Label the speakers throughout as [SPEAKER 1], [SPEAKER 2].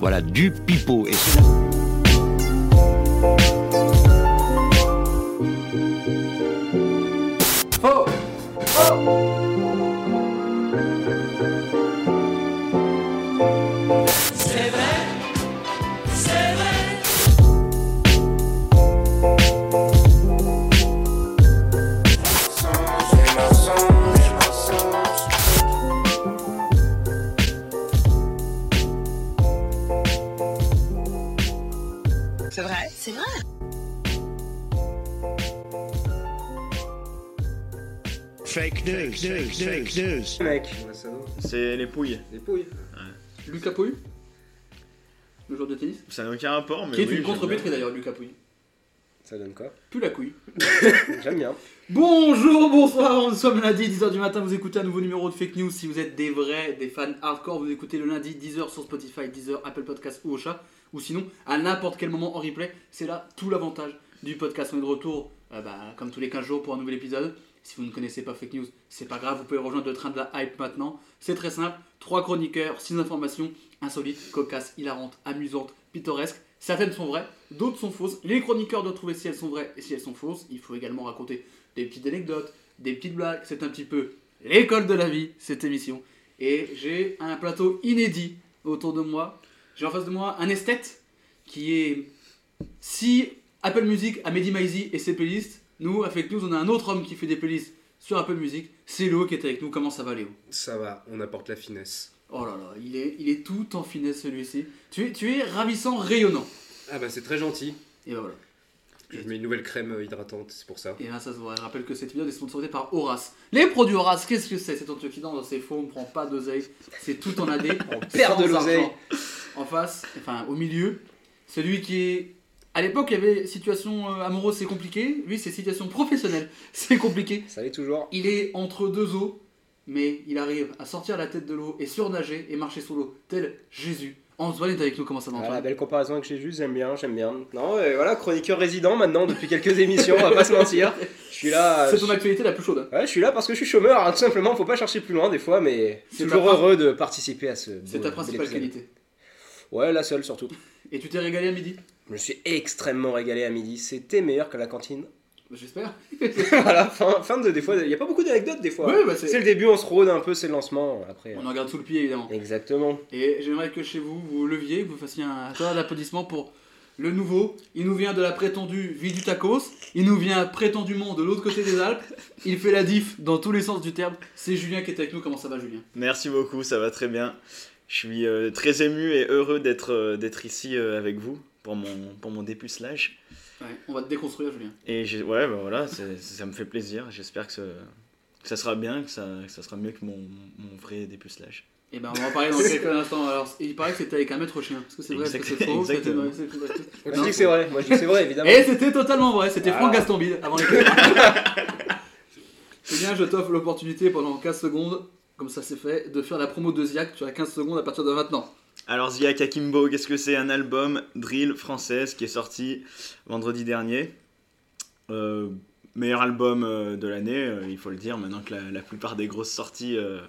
[SPEAKER 1] Voilà, du pipeau. Et
[SPEAKER 2] Faux
[SPEAKER 3] C'est vrai C'est vrai
[SPEAKER 4] Fake news, fake news, fake news.
[SPEAKER 5] Mec,
[SPEAKER 6] C'est les pouilles.
[SPEAKER 5] des pouilles.
[SPEAKER 2] Lucas Pouille Le joueur de tennis
[SPEAKER 6] Ça n'a aucun rapport, mais.
[SPEAKER 2] Qui est
[SPEAKER 6] oui,
[SPEAKER 2] une
[SPEAKER 6] j'aime bien.
[SPEAKER 2] contre-pétrie d'ailleurs, Lucas Pouille.
[SPEAKER 5] Ça donne quoi
[SPEAKER 2] Plus la couille.
[SPEAKER 5] J'aime bien.
[SPEAKER 2] Bonjour, bonsoir, nous sommes lundi 10h du matin, vous écoutez un nouveau numéro de Fake News. Si vous êtes des vrais, des fans hardcore, vous écoutez le lundi 10h sur Spotify, 10h, Apple Podcast ou Ocha. Ou sinon, à n'importe quel moment en replay, c'est là tout l'avantage du podcast. On est de retour, euh, bah, comme tous les 15 jours, pour un nouvel épisode. Si vous ne connaissez pas Fake News, c'est pas grave, vous pouvez rejoindre le train de la hype maintenant. C'est très simple, 3 chroniqueurs, 6 informations, insolites, cocasses, hilarantes, amusantes, pittoresques. Certaines sont vraies, d'autres sont fausses. Les chroniqueurs doivent trouver si elles sont vraies et si elles sont fausses. Il faut également raconter des petites anecdotes, des petites blagues. C'est un petit peu l'école de la vie, cette émission. Et j'ai un plateau inédit autour de moi. J'ai en face de moi un esthète qui est. Si Apple Music a Mehdi Maizi et ses playlists, nous, à Fake News, on a un autre homme qui fait des playlists sur Apple Music. C'est Léo qui est avec nous. Comment ça va, Léo
[SPEAKER 5] Ça va, on apporte la finesse.
[SPEAKER 2] Oh là là, il est, il est tout en finesse celui-ci. Tu es, tu es ravissant, rayonnant.
[SPEAKER 5] Ah bah c'est très gentil.
[SPEAKER 2] Et ben voilà.
[SPEAKER 5] Je mets une nouvelle crème euh, hydratante, c'est pour ça.
[SPEAKER 2] Et là, ça se voit. Je rappelle que cet épisode est sponsorisé par Horace. Les produits Horace, qu'est-ce que c'est C'est antioxydant, dans ses faux, on ne prend pas d'oseille. C'est tout en AD. on
[SPEAKER 5] perd de l'oseille.
[SPEAKER 2] En face, enfin au milieu, celui qui est. À l'époque, il y avait situation euh, amoureuse, c'est compliqué. Lui, c'est situation professionnelle, c'est compliqué.
[SPEAKER 5] Ça l'est toujours.
[SPEAKER 2] Il est entre deux eaux, mais il arrive à sortir la tête de l'eau et surnager et marcher sous l'eau, tel Jésus. Antoine est avec nous, comment ça va
[SPEAKER 5] Ah, la
[SPEAKER 2] Antoine
[SPEAKER 5] belle comparaison avec Jésus, j'aime bien, j'aime bien. Non, euh, voilà, chroniqueur résident maintenant depuis quelques émissions, on va pas se mentir. Je suis là. euh,
[SPEAKER 2] C'est
[SPEAKER 5] je-
[SPEAKER 2] ton actualité la plus chaude. hein.
[SPEAKER 5] Ouais, je suis là parce que je suis chômeur, hein, tout simplement, faut pas chercher plus loin des fois, mais
[SPEAKER 2] C'est
[SPEAKER 5] toujours
[SPEAKER 2] ta-
[SPEAKER 5] heureux de participer à ce.
[SPEAKER 2] C'est
[SPEAKER 5] beau-
[SPEAKER 2] ta
[SPEAKER 5] bel
[SPEAKER 2] principale
[SPEAKER 5] épisode.
[SPEAKER 2] qualité.
[SPEAKER 5] Ouais, la seule surtout.
[SPEAKER 2] Et tu t'es régalé à midi
[SPEAKER 5] Je me suis extrêmement régalé à midi, c'était meilleur que la cantine.
[SPEAKER 2] J'espère.
[SPEAKER 5] voilà, fin, fin de. Des fois, il n'y a pas beaucoup d'anecdotes des fois.
[SPEAKER 2] Ouais, bah
[SPEAKER 5] C'est le début, on se rôde un peu, c'est le lancement. Après,
[SPEAKER 2] On en garde sous le pied évidemment.
[SPEAKER 5] exactement.
[SPEAKER 2] Et j'aimerais que chez vous, vous leviez, que vous fassiez un tour d'applaudissement pour le nouveau. Il nous vient de la prétendue vie du tacos. Il nous vient prétendument de l'autre côté des Alpes. Il fait la diff dans tous les sens du terme. C'est Julien qui est avec nous. Comment ça va, Julien
[SPEAKER 6] Merci beaucoup, ça va très bien. Je suis euh, très ému et heureux d'être euh, d'être ici euh, avec vous pour mon, pour mon dépucelage.
[SPEAKER 2] On va te déconstruire, Julien.
[SPEAKER 6] Et j'ai- ouais, bah voilà, c'est- ça me fait plaisir. J'espère que, ce- que ça sera bien, que ça, que ça sera mieux que mon, mon vrai dépucelage.
[SPEAKER 2] Et ben, on va en parler dans quelques instants. Alors, il paraît que c'était avec un maître chien. Est-ce que c'est vrai Est-ce que c'est faux C'était-
[SPEAKER 6] Exactement.
[SPEAKER 5] Moi, je
[SPEAKER 2] Non,
[SPEAKER 5] dis que c'est vrai, moi je dis que c'est vrai,
[SPEAKER 6] Ah
[SPEAKER 5] évidemment.
[SPEAKER 2] Et c'était totalement vrai, c'était
[SPEAKER 5] Voilà.
[SPEAKER 2] Franck Gastambide avant les Eh bien, je t'offre l'opportunité pendant 15 secondes, comme ça c'est fait, de faire la promo de Ziac. Tu as 15 secondes à partir de maintenant.
[SPEAKER 6] Alors, Zia Kakimbo, qu'est-ce que c'est Un album drill française qui est sorti vendredi dernier. Euh, meilleur album euh, de l'année, euh, il faut le dire, maintenant que la, la plupart des grosses sorties euh,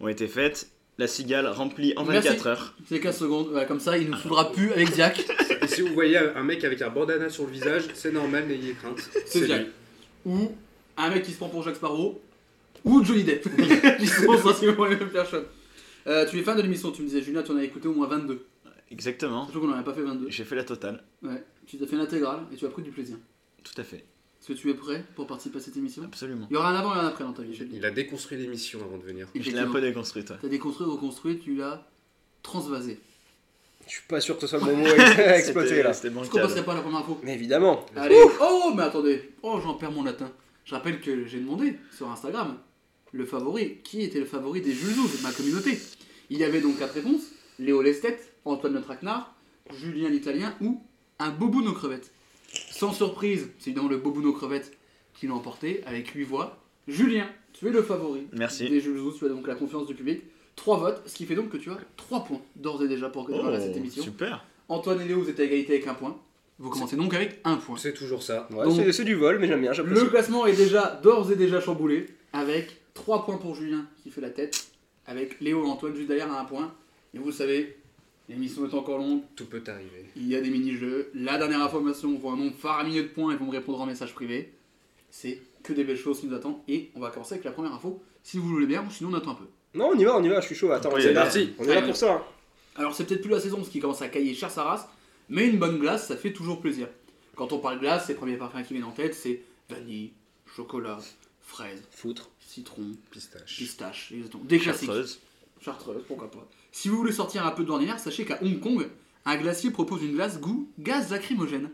[SPEAKER 6] ont été faites. La cigale remplie en 24
[SPEAKER 2] Merci.
[SPEAKER 6] heures.
[SPEAKER 2] C'est 15 secondes, voilà, comme ça il nous saoulera plus avec Ziac.
[SPEAKER 7] Et si vous voyez un mec avec un bandana sur le visage, c'est normal, n'ayez crainte.
[SPEAKER 2] C'est Ziac.
[SPEAKER 7] lui.
[SPEAKER 2] Ou un mec qui se prend pour Jacques Sparrow, ou Johnny Depp. Ils sont sensiblement les mêmes personnes. Euh, tu es fan de l'émission, tu me disais, Julien, tu en as écouté au moins 22.
[SPEAKER 6] Exactement.
[SPEAKER 2] Surtout qu'on n'en a pas fait 22.
[SPEAKER 6] J'ai fait la totale.
[SPEAKER 2] Ouais, tu t'as fait l'intégrale et tu as pris du plaisir.
[SPEAKER 6] Tout à fait.
[SPEAKER 2] Est-ce que tu es prêt pour participer à cette émission
[SPEAKER 6] Absolument.
[SPEAKER 2] Il y aura un avant et un après dans ta vie, je le dis.
[SPEAKER 7] Il a déconstruit l'émission avant de venir.
[SPEAKER 6] Je l'ai un
[SPEAKER 2] Effectivement.
[SPEAKER 6] peu déconstruite. ouais.
[SPEAKER 2] T'as déconstruit, reconstruit, tu l'as transvasé.
[SPEAKER 5] Je suis pas sûr que ce soit le bon mot à exploiter
[SPEAKER 6] C'était-
[SPEAKER 5] là.
[SPEAKER 6] C'était
[SPEAKER 2] Est-ce
[SPEAKER 6] bancal.
[SPEAKER 2] qu'on passerait pas à la première info
[SPEAKER 5] Mais évidemment.
[SPEAKER 2] Allez. Oh, mais attendez. Oh, j'en perds mon latin. Je rappelle que j'ai demandé sur Instagram le favori. Qui était le favori des Julzous de ma communauté Il y avait donc quatre réponses Léo Lestet, Antoine Le Traquenard, Julien l'Italien ou un Bobouno Crevette. Sans surprise, c'est évidemment le Bobouno Crevette qui l'a emporté avec 8 voix. Julien, tu es le favori
[SPEAKER 6] Merci.
[SPEAKER 2] des Julzous. Tu as donc la confiance du public. 3 votes, ce qui fait donc que tu as 3 points d'ores et déjà pour que tu parles à cette
[SPEAKER 6] Oh,
[SPEAKER 2] émission.
[SPEAKER 6] super.
[SPEAKER 2] Antoine et Léo, vous êtes à égalité avec un point. Vous commencez donc avec un point.
[SPEAKER 7] C'est toujours ça.
[SPEAKER 5] Ouais,
[SPEAKER 2] Donc-
[SPEAKER 5] c'est- c'est du vol, mais j'aime bien, j'apprécie.
[SPEAKER 2] Le classement est déjà d'ores et déjà chamboulé avec 3 points pour Julien qui fait la tête, avec Léo et Antoine juste derrière à 1 point. Et vous le savez, L'émission est encore longue,
[SPEAKER 7] Tout peut arriver.
[SPEAKER 2] il y a des mini-jeux. La dernière information, on voit un nombre faramineux de points et vont me répondre en message privé. C'est que des belles choses qui nous attendent. Et on va commencer avec la première info, si vous voulez bien, sinon on attend un peu.
[SPEAKER 5] Non, on y va, on y va, je suis chaud. Attends,
[SPEAKER 6] On
[SPEAKER 5] on
[SPEAKER 6] peut y
[SPEAKER 5] est
[SPEAKER 6] aller.
[SPEAKER 5] là,
[SPEAKER 7] Parti.
[SPEAKER 5] on est là pour ça. hein.
[SPEAKER 2] Alors c'est peut-être plus la saison parce qu'il commence à cailler cher sa race, mais une bonne glace ça fait toujours plaisir. Quand on parle glace, les premiers parfums qui viennent en tête c'est vanille, chocolat, fraise,
[SPEAKER 5] Foutre.
[SPEAKER 2] citron,
[SPEAKER 7] Pistache.
[SPEAKER 2] pistache, exactement. des classiques.
[SPEAKER 6] Chartreuse.
[SPEAKER 2] Chartreuse, pourquoi pas. Si vous voulez sortir un peu de l'ordinaire, sachez qu'à Hong Kong, un glacier propose une glace goût gaz lacrymogène.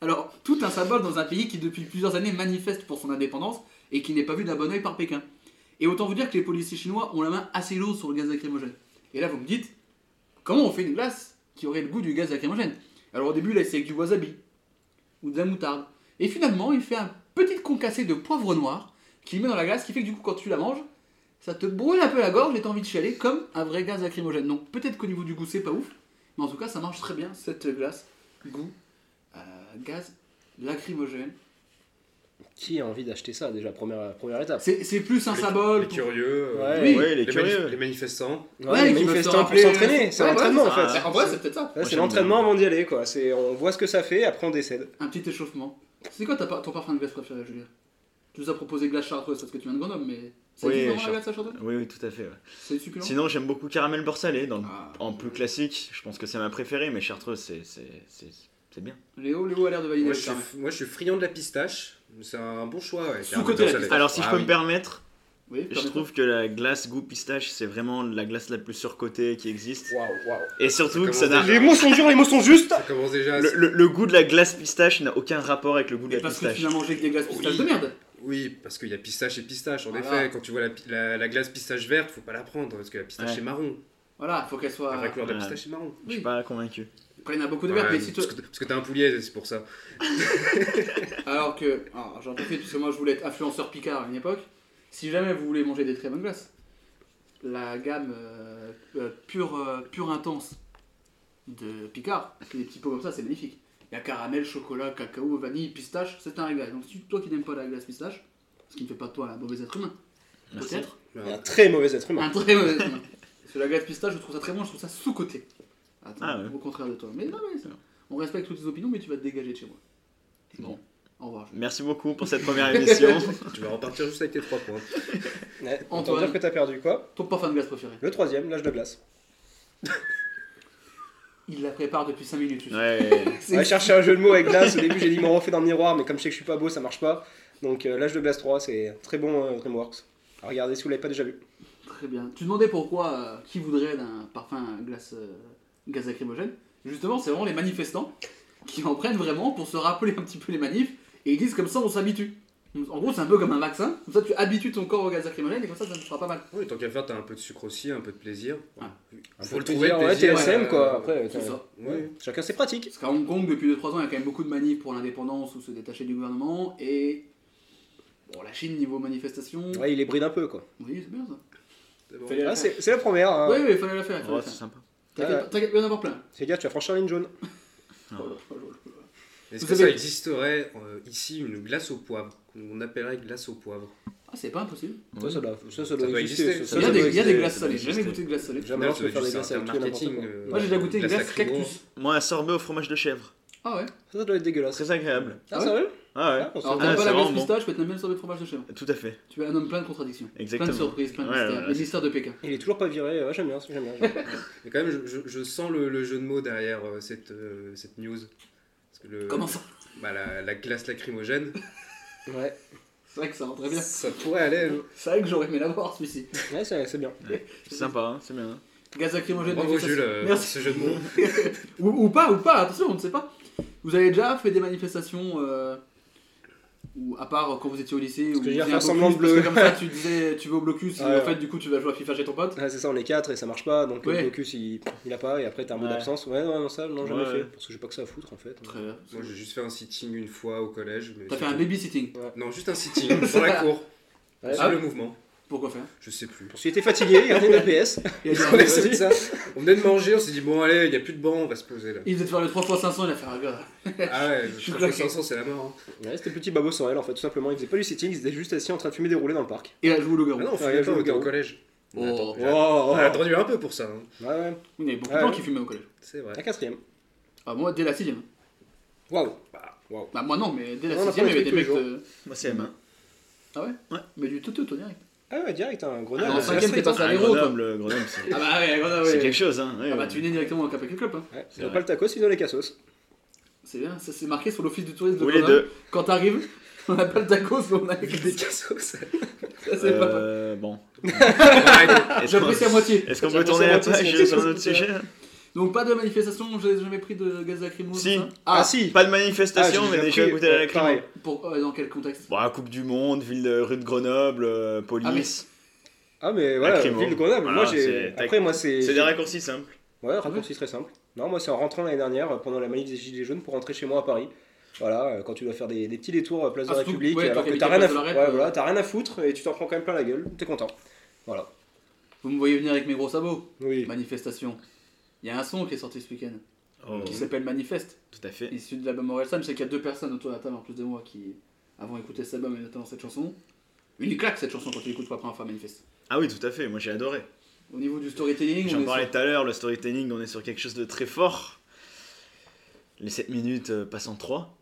[SPEAKER 2] Alors, tout un symbole dans un pays qui depuis plusieurs années manifeste pour son indépendance et qui n'est pas vu d'un bon oeil par Pékin. Et autant vous dire que les policiers chinois ont la main assez lourde sur le gaz lacrymogène. Et là, vous me dites, comment on fait une glace qui aurait le goût du gaz lacrymogène Alors au début, là, c'est avec du wasabi ou de la moutarde. Et finalement, il fait un petit concassé de poivre noir qu'il met dans la glace, qui fait que du coup, quand tu la manges, ça te brûle un peu la gorge et t'as envie de chialer comme un vrai gaz lacrymogène. Donc peut-être qu'au niveau du goût c'est pas ouf, mais en tout cas ça marche très bien cette glace goût euh, gaz lacrymogène.
[SPEAKER 5] Qui a envie d'acheter ça déjà Première, première étape.
[SPEAKER 2] C'est c'est plus un
[SPEAKER 7] Les-
[SPEAKER 2] symbole.
[SPEAKER 7] Les
[SPEAKER 2] pour-
[SPEAKER 7] curieux. euh,
[SPEAKER 5] Ouais.
[SPEAKER 2] Oui. Eh ben,
[SPEAKER 6] Ouais, il est
[SPEAKER 7] Les, manif-
[SPEAKER 6] curieux.
[SPEAKER 7] les manifestants.
[SPEAKER 2] Ouais,
[SPEAKER 5] les
[SPEAKER 2] qui veulent se
[SPEAKER 5] manifestants pour
[SPEAKER 2] rappeler-
[SPEAKER 5] s'entraîner, c'est
[SPEAKER 2] Ouais,
[SPEAKER 5] l'entraînement
[SPEAKER 2] ouais,
[SPEAKER 5] en
[SPEAKER 2] c'est
[SPEAKER 5] fait.
[SPEAKER 2] ça.
[SPEAKER 6] fait.
[SPEAKER 2] Bah, en vrai c'est peut-être ça.
[SPEAKER 5] Là,
[SPEAKER 6] Moi,
[SPEAKER 5] c'est
[SPEAKER 6] j'aime
[SPEAKER 5] l'entraînement
[SPEAKER 6] bien.
[SPEAKER 5] avant d'y aller quoi. C'est on voit ce que ça fait, après on décède.
[SPEAKER 2] Un petit échauffement. C'est quoi ta- ton parfum de glace préféré Julien Tu nous as proposé glace chartreuse parce que tu viens de Grenoble mais ça
[SPEAKER 6] Oui,
[SPEAKER 2] existe vraiment la
[SPEAKER 6] char-
[SPEAKER 2] glace à chartreuse
[SPEAKER 6] Oui, oui, tout à fait. ouais.
[SPEAKER 2] C'est succulent.
[SPEAKER 6] Sinon, j'aime beaucoup caramel beurre salé. Dans le-
[SPEAKER 2] Ah.
[SPEAKER 6] En plus classique, je pense que c'est ma préférée, mais chartreuse, c'est c'est- c'est- c'est bien.
[SPEAKER 2] Léo, Léo a l'air de valider
[SPEAKER 7] Moi
[SPEAKER 2] le
[SPEAKER 7] je, suis,
[SPEAKER 2] carnet.
[SPEAKER 7] moi, je suis friand de la pistache. C'est un bon choix. Ouais.
[SPEAKER 2] Sous-côté la pistache.
[SPEAKER 6] Alors, si je
[SPEAKER 7] Ah
[SPEAKER 6] peux
[SPEAKER 7] oui.
[SPEAKER 6] me permettre,
[SPEAKER 2] Oui,
[SPEAKER 6] je
[SPEAKER 2] permettez-moi.
[SPEAKER 6] trouve que la glace goût pistache, c'est vraiment la glace la plus surcotée qui existe.
[SPEAKER 5] Waouh, waouh.
[SPEAKER 6] Et surtout,
[SPEAKER 7] Ça
[SPEAKER 6] que ça n'a-
[SPEAKER 7] commence
[SPEAKER 5] Les mots sont durs, les mots sont justes.
[SPEAKER 7] Ça commence déjà. à-
[SPEAKER 6] le, le- le goût de la glace pistache n'a aucun rapport avec le goût de
[SPEAKER 2] Et
[SPEAKER 6] la
[SPEAKER 2] parce que
[SPEAKER 6] pistache.
[SPEAKER 2] tu n'as mangé que des glaces
[SPEAKER 7] Oui.
[SPEAKER 2] pistaches de merde.
[SPEAKER 7] Oui, parce qu'il y a pistache et pistache. En
[SPEAKER 2] Voilà.
[SPEAKER 7] effet, quand tu vois la, pi- la- la glace pistache verte, faut pas la prendre parce que la pistache
[SPEAKER 6] Ouais.
[SPEAKER 7] est marron.
[SPEAKER 2] Voilà, faut qu'elle soit.
[SPEAKER 7] La vraie couleur de la
[SPEAKER 6] Ouais.
[SPEAKER 7] pistache est marron.
[SPEAKER 6] Je suis pas convaincu.
[SPEAKER 2] Après, il y en a beaucoup de vertes,
[SPEAKER 7] Ouais,
[SPEAKER 2] mais si tu.
[SPEAKER 7] Parce que parce que t'es un poulier, c'est pour ça.
[SPEAKER 2] Alors que, alors, j'en profite parce que moi je voulais être influenceur Picard à une époque. Si jamais vous voulez manger des très bonnes glaces, la gamme euh, euh, pure, euh, pure intense de Picard, qui est des petits pots comme ça, c'est magnifique. Il y a caramel, chocolat, cacao, vanille, pistache, c'est un régal. Donc si toi qui n'aimes pas la glace pistache, ce qui ne fait pas de toi un mauvais être humain,
[SPEAKER 6] Merci.
[SPEAKER 2] peut-être,
[SPEAKER 5] Un très mauvais être humain.
[SPEAKER 2] un très mauvais être humain. Parce que la glace pistache, je trouve ça très bon, je trouve ça sous-côté. Attends,
[SPEAKER 6] Ah ouais.
[SPEAKER 2] au contraire de toi. Mais non, mais ça- on respecte toutes tes opinions, mais tu vas te dégager de chez moi. Bon, au revoir.
[SPEAKER 6] Merci beaucoup pour cette première émission.
[SPEAKER 7] Tu vas repartir juste avec tes trois points.
[SPEAKER 6] Ah,
[SPEAKER 5] Ouais, Autant
[SPEAKER 2] Antoine.
[SPEAKER 5] dire que t'as perdu quoi
[SPEAKER 2] Ton parfum de glace préféré
[SPEAKER 5] Le troisième, l'âge de glace.
[SPEAKER 2] Il la prépare depuis 5 minutes. je suis
[SPEAKER 6] Ouais.
[SPEAKER 2] sûr.
[SPEAKER 5] On va chercher un jeu de mots avec glace. Au début, j'ai dit m'en refait dans le miroir, mais comme je sais que je suis pas beau, ça marche pas. Donc euh, l'âge de glace 3, c'est un très bon euh, DreamWorks. À regarder si vous l'avez pas déjà vu.
[SPEAKER 2] Très bien. Tu demandais pourquoi euh, qui voudrait d'un parfum glace euh, gaz lacrymogène. Justement, c'est vraiment les manifestants qui en prennent vraiment pour se rappeler un petit peu les manifs et ils disent comme ça on s'habitue. En gros, c'est un peu comme un vaccin. Comme ça, tu habitues ton corps au gaz lacrymogène et comme ça, ça ne fera pas mal.
[SPEAKER 7] Ah Oui, tant qu'à faire, t'as un peu de sucre aussi, un peu de plaisir.
[SPEAKER 2] Ah.
[SPEAKER 7] Un
[SPEAKER 5] Faut
[SPEAKER 7] peu
[SPEAKER 5] le
[SPEAKER 7] de plaisir,
[SPEAKER 5] plaisir, ouais, TSM,
[SPEAKER 7] euh,
[SPEAKER 5] quoi. Après,
[SPEAKER 2] C'est
[SPEAKER 5] t'as-
[SPEAKER 2] ça.
[SPEAKER 7] Ouais.
[SPEAKER 5] Chacun ses pratiques.
[SPEAKER 2] Parce qu'à Hong Kong, depuis 2-3 ans, il y a quand même beaucoup de manifs pour l'indépendance ou se détacher du gouvernement et. Bon, la Chine, niveau manifestation.
[SPEAKER 5] Ouais, il les bride un peu, quoi.
[SPEAKER 2] Oui, c'est bien ça.
[SPEAKER 7] C'est bon.
[SPEAKER 2] Fallait la
[SPEAKER 5] Ah,
[SPEAKER 2] faire.
[SPEAKER 5] c'est c'est la première. hein.
[SPEAKER 2] Oui, oui, il fallait la faire. il fallait
[SPEAKER 6] Oh,
[SPEAKER 2] la
[SPEAKER 6] c'est
[SPEAKER 2] faire.
[SPEAKER 6] sympa.
[SPEAKER 2] T'inquiète,
[SPEAKER 5] Ouais.
[SPEAKER 2] t'inquiète, il y en a encore plein.
[SPEAKER 5] Fais gaffe, tu vas franchir la ligne jaune.
[SPEAKER 7] Est-ce
[SPEAKER 2] Vous
[SPEAKER 7] que ça
[SPEAKER 2] savez-
[SPEAKER 7] existerait euh, ici une glace au poivre qu'on appellerait glace au poivre
[SPEAKER 2] Ah, c'est pas impossible.
[SPEAKER 5] Ça, ça doit, ça, ça
[SPEAKER 7] doit
[SPEAKER 5] doit
[SPEAKER 7] exister,
[SPEAKER 5] exister.
[SPEAKER 7] ça.
[SPEAKER 2] Il y
[SPEAKER 5] ça, ça
[SPEAKER 2] a
[SPEAKER 5] doit
[SPEAKER 2] des, il y a des
[SPEAKER 5] exister.
[SPEAKER 2] glaces
[SPEAKER 6] ça
[SPEAKER 2] salées,
[SPEAKER 6] doit
[SPEAKER 2] j'ai jamais
[SPEAKER 6] exister.
[SPEAKER 2] goûté de glace salée.
[SPEAKER 5] Jamais je peux faire des
[SPEAKER 7] juste
[SPEAKER 5] glaces
[SPEAKER 7] un
[SPEAKER 5] avec tout et n'importe
[SPEAKER 7] marketing,
[SPEAKER 5] quoi.
[SPEAKER 7] euh,
[SPEAKER 2] Moi j'ai déjà goûté une glace
[SPEAKER 7] lacrymo.
[SPEAKER 2] cactus.
[SPEAKER 6] Moi, un sorbet au fromage de chèvre.
[SPEAKER 2] Ah ouais
[SPEAKER 5] Ça, ça doit être dégueulasse.
[SPEAKER 6] Très agréable.
[SPEAKER 5] Ah, sérieux
[SPEAKER 6] Ah ouais.
[SPEAKER 5] Ah, on s'en
[SPEAKER 2] Alors
[SPEAKER 5] fout.
[SPEAKER 2] t'aimes pas
[SPEAKER 6] Ah, c'est
[SPEAKER 2] la glace
[SPEAKER 6] vraiment bon.
[SPEAKER 2] pistache, mais t'aimes bien le sorbet de fromage de chèvre.
[SPEAKER 6] Tout à fait.
[SPEAKER 2] Tu es un homme plein de contradictions. Plein de
[SPEAKER 6] Exactement.
[SPEAKER 2] surprises, plein de
[SPEAKER 6] Ouais,
[SPEAKER 2] mystères.
[SPEAKER 6] ouais,
[SPEAKER 2] le
[SPEAKER 6] c'est-
[SPEAKER 2] mystère de Pékin.
[SPEAKER 5] Il est toujours pas viré. Ouais, j'aime bien, j'aime bien. j'aime bien.
[SPEAKER 7] Mais quand même, je, je- je sens le, le jeu de mots derrière euh, cette, euh, cette news. Parce que le,
[SPEAKER 2] Comment ça
[SPEAKER 7] bah, la, la glace lacrymogène,
[SPEAKER 5] Ouais,
[SPEAKER 2] C'est vrai que ça rentre très bien.
[SPEAKER 7] ça pourrait aller. hein.
[SPEAKER 2] C'est vrai que j'aurais aimé l'avoir celui-ci.
[SPEAKER 5] ouais c'est c'est bien.
[SPEAKER 6] C'est sympa, hein, c'est bien. hein.
[SPEAKER 2] Gaz lacrymogène.
[SPEAKER 7] Bravo
[SPEAKER 2] manifestation.
[SPEAKER 7] Jules, euh, pour
[SPEAKER 2] Merci.
[SPEAKER 7] ce jeu de mots.
[SPEAKER 2] ou, ou pas, ou pas, attention, on ne sait pas. Vous avez déjà fait des manifestations euh, ou à part quand vous étiez au lycée ou
[SPEAKER 5] que j'ai
[SPEAKER 2] vous faisiez
[SPEAKER 5] à faire
[SPEAKER 2] un
[SPEAKER 5] semblant
[SPEAKER 2] blocus,
[SPEAKER 5] de
[SPEAKER 2] parce que
[SPEAKER 5] bleu.
[SPEAKER 2] comme ça tu disais tu vas au blocus
[SPEAKER 5] Ouais,
[SPEAKER 2] et en
[SPEAKER 5] ouais.
[SPEAKER 2] fait du coup tu vas jouer à FIFA chez ton pote.
[SPEAKER 5] Ouais, c'est ça, on est quatre et ça marche pas, donc
[SPEAKER 2] Ouais.
[SPEAKER 5] le blocus il, il a pas, et après t'as un mot
[SPEAKER 6] Ouais.
[SPEAKER 5] d'absence. Ouais, non, non, ça, non, jamais
[SPEAKER 6] Ouais,
[SPEAKER 5] fait,
[SPEAKER 6] ouais.
[SPEAKER 5] parce que j'ai pas que ça à foutre en fait.
[SPEAKER 2] Très bien.
[SPEAKER 7] Moi j'ai juste fait un sitting une fois au collège. mais
[SPEAKER 2] T'as
[SPEAKER 7] c'est
[SPEAKER 2] fait un
[SPEAKER 7] tout.
[SPEAKER 2] babysitting.
[SPEAKER 7] Non, juste un sitting dans la cour.
[SPEAKER 5] Ouais.
[SPEAKER 7] Sur
[SPEAKER 2] Ah.
[SPEAKER 7] le mouvement.
[SPEAKER 2] Pourquoi faire
[SPEAKER 7] Je sais plus.
[SPEAKER 5] Parce qu'il était fatigué, il regardait le PS.
[SPEAKER 2] Il a dit,
[SPEAKER 7] On, a essayé ça. on venait de manger, on s'est dit bon allez, il n'y a plus de banc, on va se poser là.
[SPEAKER 2] Il faisait de faire le 3 x 500, il a fait un gars.
[SPEAKER 7] Ah ouais, je
[SPEAKER 2] suis
[SPEAKER 7] crois que
[SPEAKER 2] claqué.
[SPEAKER 7] 500 c'est la mort. hein.
[SPEAKER 5] Ouais, c'était le petit babo sans elle en fait, tout simplement. Il faisait pas du sitting, il était juste assis en train de fumer des roulés dans le parc.
[SPEAKER 2] Et il a joué au
[SPEAKER 7] Ah
[SPEAKER 2] loup-garou.
[SPEAKER 7] non, on
[SPEAKER 5] il y a
[SPEAKER 7] fumait pas,
[SPEAKER 5] joué
[SPEAKER 7] on
[SPEAKER 5] au
[SPEAKER 7] était au
[SPEAKER 5] garou.
[SPEAKER 7] collège. On attend.
[SPEAKER 2] Oh.
[SPEAKER 5] Oh, oh,
[SPEAKER 7] On a
[SPEAKER 5] oh.
[SPEAKER 7] attendu un peu pour ça. hein.
[SPEAKER 5] Ouais, ouais.
[SPEAKER 2] Il y avait beaucoup
[SPEAKER 5] Ouais.
[SPEAKER 2] de gens qui fumaient au collège.
[SPEAKER 7] C'est vrai.
[SPEAKER 5] La quatrième.
[SPEAKER 2] Ah, moi, dès la sixième.
[SPEAKER 5] Waouh.
[SPEAKER 2] Bah, moi non, mais dès la
[SPEAKER 5] Non, on a
[SPEAKER 2] sixième, il y avait
[SPEAKER 5] pas les
[SPEAKER 2] des mecs
[SPEAKER 5] trucs tous les
[SPEAKER 2] de.
[SPEAKER 6] Moi, c'est M1.
[SPEAKER 2] Ah ouais
[SPEAKER 6] Ouais.
[SPEAKER 2] Mais du tout, tout, tout direct.
[SPEAKER 5] Ah ouais, direct, un
[SPEAKER 2] Ah,
[SPEAKER 5] Grenoble.
[SPEAKER 2] en
[SPEAKER 5] c'est la
[SPEAKER 2] cinquième,
[SPEAKER 5] street,
[SPEAKER 2] t'es passé
[SPEAKER 5] hein.
[SPEAKER 2] à l'Hérault, toi.
[SPEAKER 6] Ah, Grenoble, Grenoble, c'est
[SPEAKER 2] Ah, bah, ouais, ouais, ouais.
[SPEAKER 6] c'est quelque chose. Hein. ouais,
[SPEAKER 2] Ah, bah,
[SPEAKER 6] ouais.
[SPEAKER 2] tu venais directement au Capacé Club. Hein.
[SPEAKER 5] Ouais,
[SPEAKER 6] C'est
[SPEAKER 5] ils ont
[SPEAKER 6] vrai.
[SPEAKER 5] pas le tacos, ils ont les cassos.
[SPEAKER 2] C'est bien, ça c'est marqué sur l'office du tourisme de
[SPEAKER 6] Ou les
[SPEAKER 2] Grenoble.
[SPEAKER 6] deux.
[SPEAKER 2] Quand t'arrives, on n'a pas le tacos, on a les
[SPEAKER 7] Des cassos.
[SPEAKER 2] Ça, c'est pas mal.
[SPEAKER 6] Euh, Bon. Est-ce qu'on
[SPEAKER 2] J'apprécie à moitié.
[SPEAKER 6] est-ce qu'on
[SPEAKER 5] J'apprécie
[SPEAKER 6] peut tourner
[SPEAKER 5] à
[SPEAKER 6] la
[SPEAKER 5] moitié, c'est
[SPEAKER 6] page sur un
[SPEAKER 5] une
[SPEAKER 6] autre
[SPEAKER 5] question.
[SPEAKER 6] sujet
[SPEAKER 2] Donc, pas de manifestation, j'ai jamais pris de gaz lacrymo.
[SPEAKER 6] Si.
[SPEAKER 2] tout ça
[SPEAKER 5] Ah,
[SPEAKER 2] Ah,
[SPEAKER 5] si
[SPEAKER 6] Pas de
[SPEAKER 5] Ah, j'ai
[SPEAKER 6] manifestation, mais
[SPEAKER 5] déjà
[SPEAKER 6] déjà
[SPEAKER 5] pris,
[SPEAKER 6] goûté à la
[SPEAKER 5] ouais,
[SPEAKER 6] lacrymo.
[SPEAKER 5] pareil.
[SPEAKER 2] pour, euh, dans quel contexte
[SPEAKER 6] Bon, la Coupe du Monde, ville de, rue de Grenoble, euh, police.
[SPEAKER 5] Ah, mais voilà,
[SPEAKER 6] Lacrymo.
[SPEAKER 5] ville de Grenoble.
[SPEAKER 6] Voilà,
[SPEAKER 5] moi, j'ai.
[SPEAKER 6] c'est- tac.
[SPEAKER 5] Après, moi, c'est.
[SPEAKER 6] C'est des raccourcis simples.
[SPEAKER 5] Ouais, raccourci très simple. Non, moi, c'est en rentrant l'année dernière euh, pendant la manif des Gilets jaunes pour rentrer chez moi à Paris. Voilà, euh, quand tu dois faire des, des petits détours à Place de
[SPEAKER 2] Ah,
[SPEAKER 5] la
[SPEAKER 2] surtout-
[SPEAKER 5] République,
[SPEAKER 2] ouais,
[SPEAKER 5] alors
[SPEAKER 2] toi
[SPEAKER 5] que
[SPEAKER 2] qui
[SPEAKER 5] t'as
[SPEAKER 2] habites
[SPEAKER 5] rien, à
[SPEAKER 2] Place de la
[SPEAKER 5] fou-
[SPEAKER 2] Rep,
[SPEAKER 5] ouais,
[SPEAKER 2] euh.
[SPEAKER 5] voilà, t'as rien à foutre et tu t'en prends quand même plein la gueule, t'es content. Voilà.
[SPEAKER 2] Vous me voyez venir avec mes gros sabots
[SPEAKER 5] Oui.
[SPEAKER 2] Manifestation. Il y a un son qui est sorti ce week-end qui
[SPEAKER 6] Oh, Tout
[SPEAKER 2] s'appelle Manifeste,
[SPEAKER 6] à fait.
[SPEAKER 2] issu de l'album Orelsan. Je sais qu'il y a deux personnes autour de la table en plus de moi qui avons écouté cet album et notamment cette chanson. Une claque cette chanson quand tu l'écoutes pour la première fois Manifeste.
[SPEAKER 6] Ah oui, tout à fait. Moi, j'ai adoré.
[SPEAKER 2] Au niveau du storytelling, on
[SPEAKER 6] J'en
[SPEAKER 2] est
[SPEAKER 6] parlais
[SPEAKER 2] sur...
[SPEAKER 6] tout à l'heure, le storytelling, on est sur quelque chose de très fort. Les 7 minutes euh, passent en 3.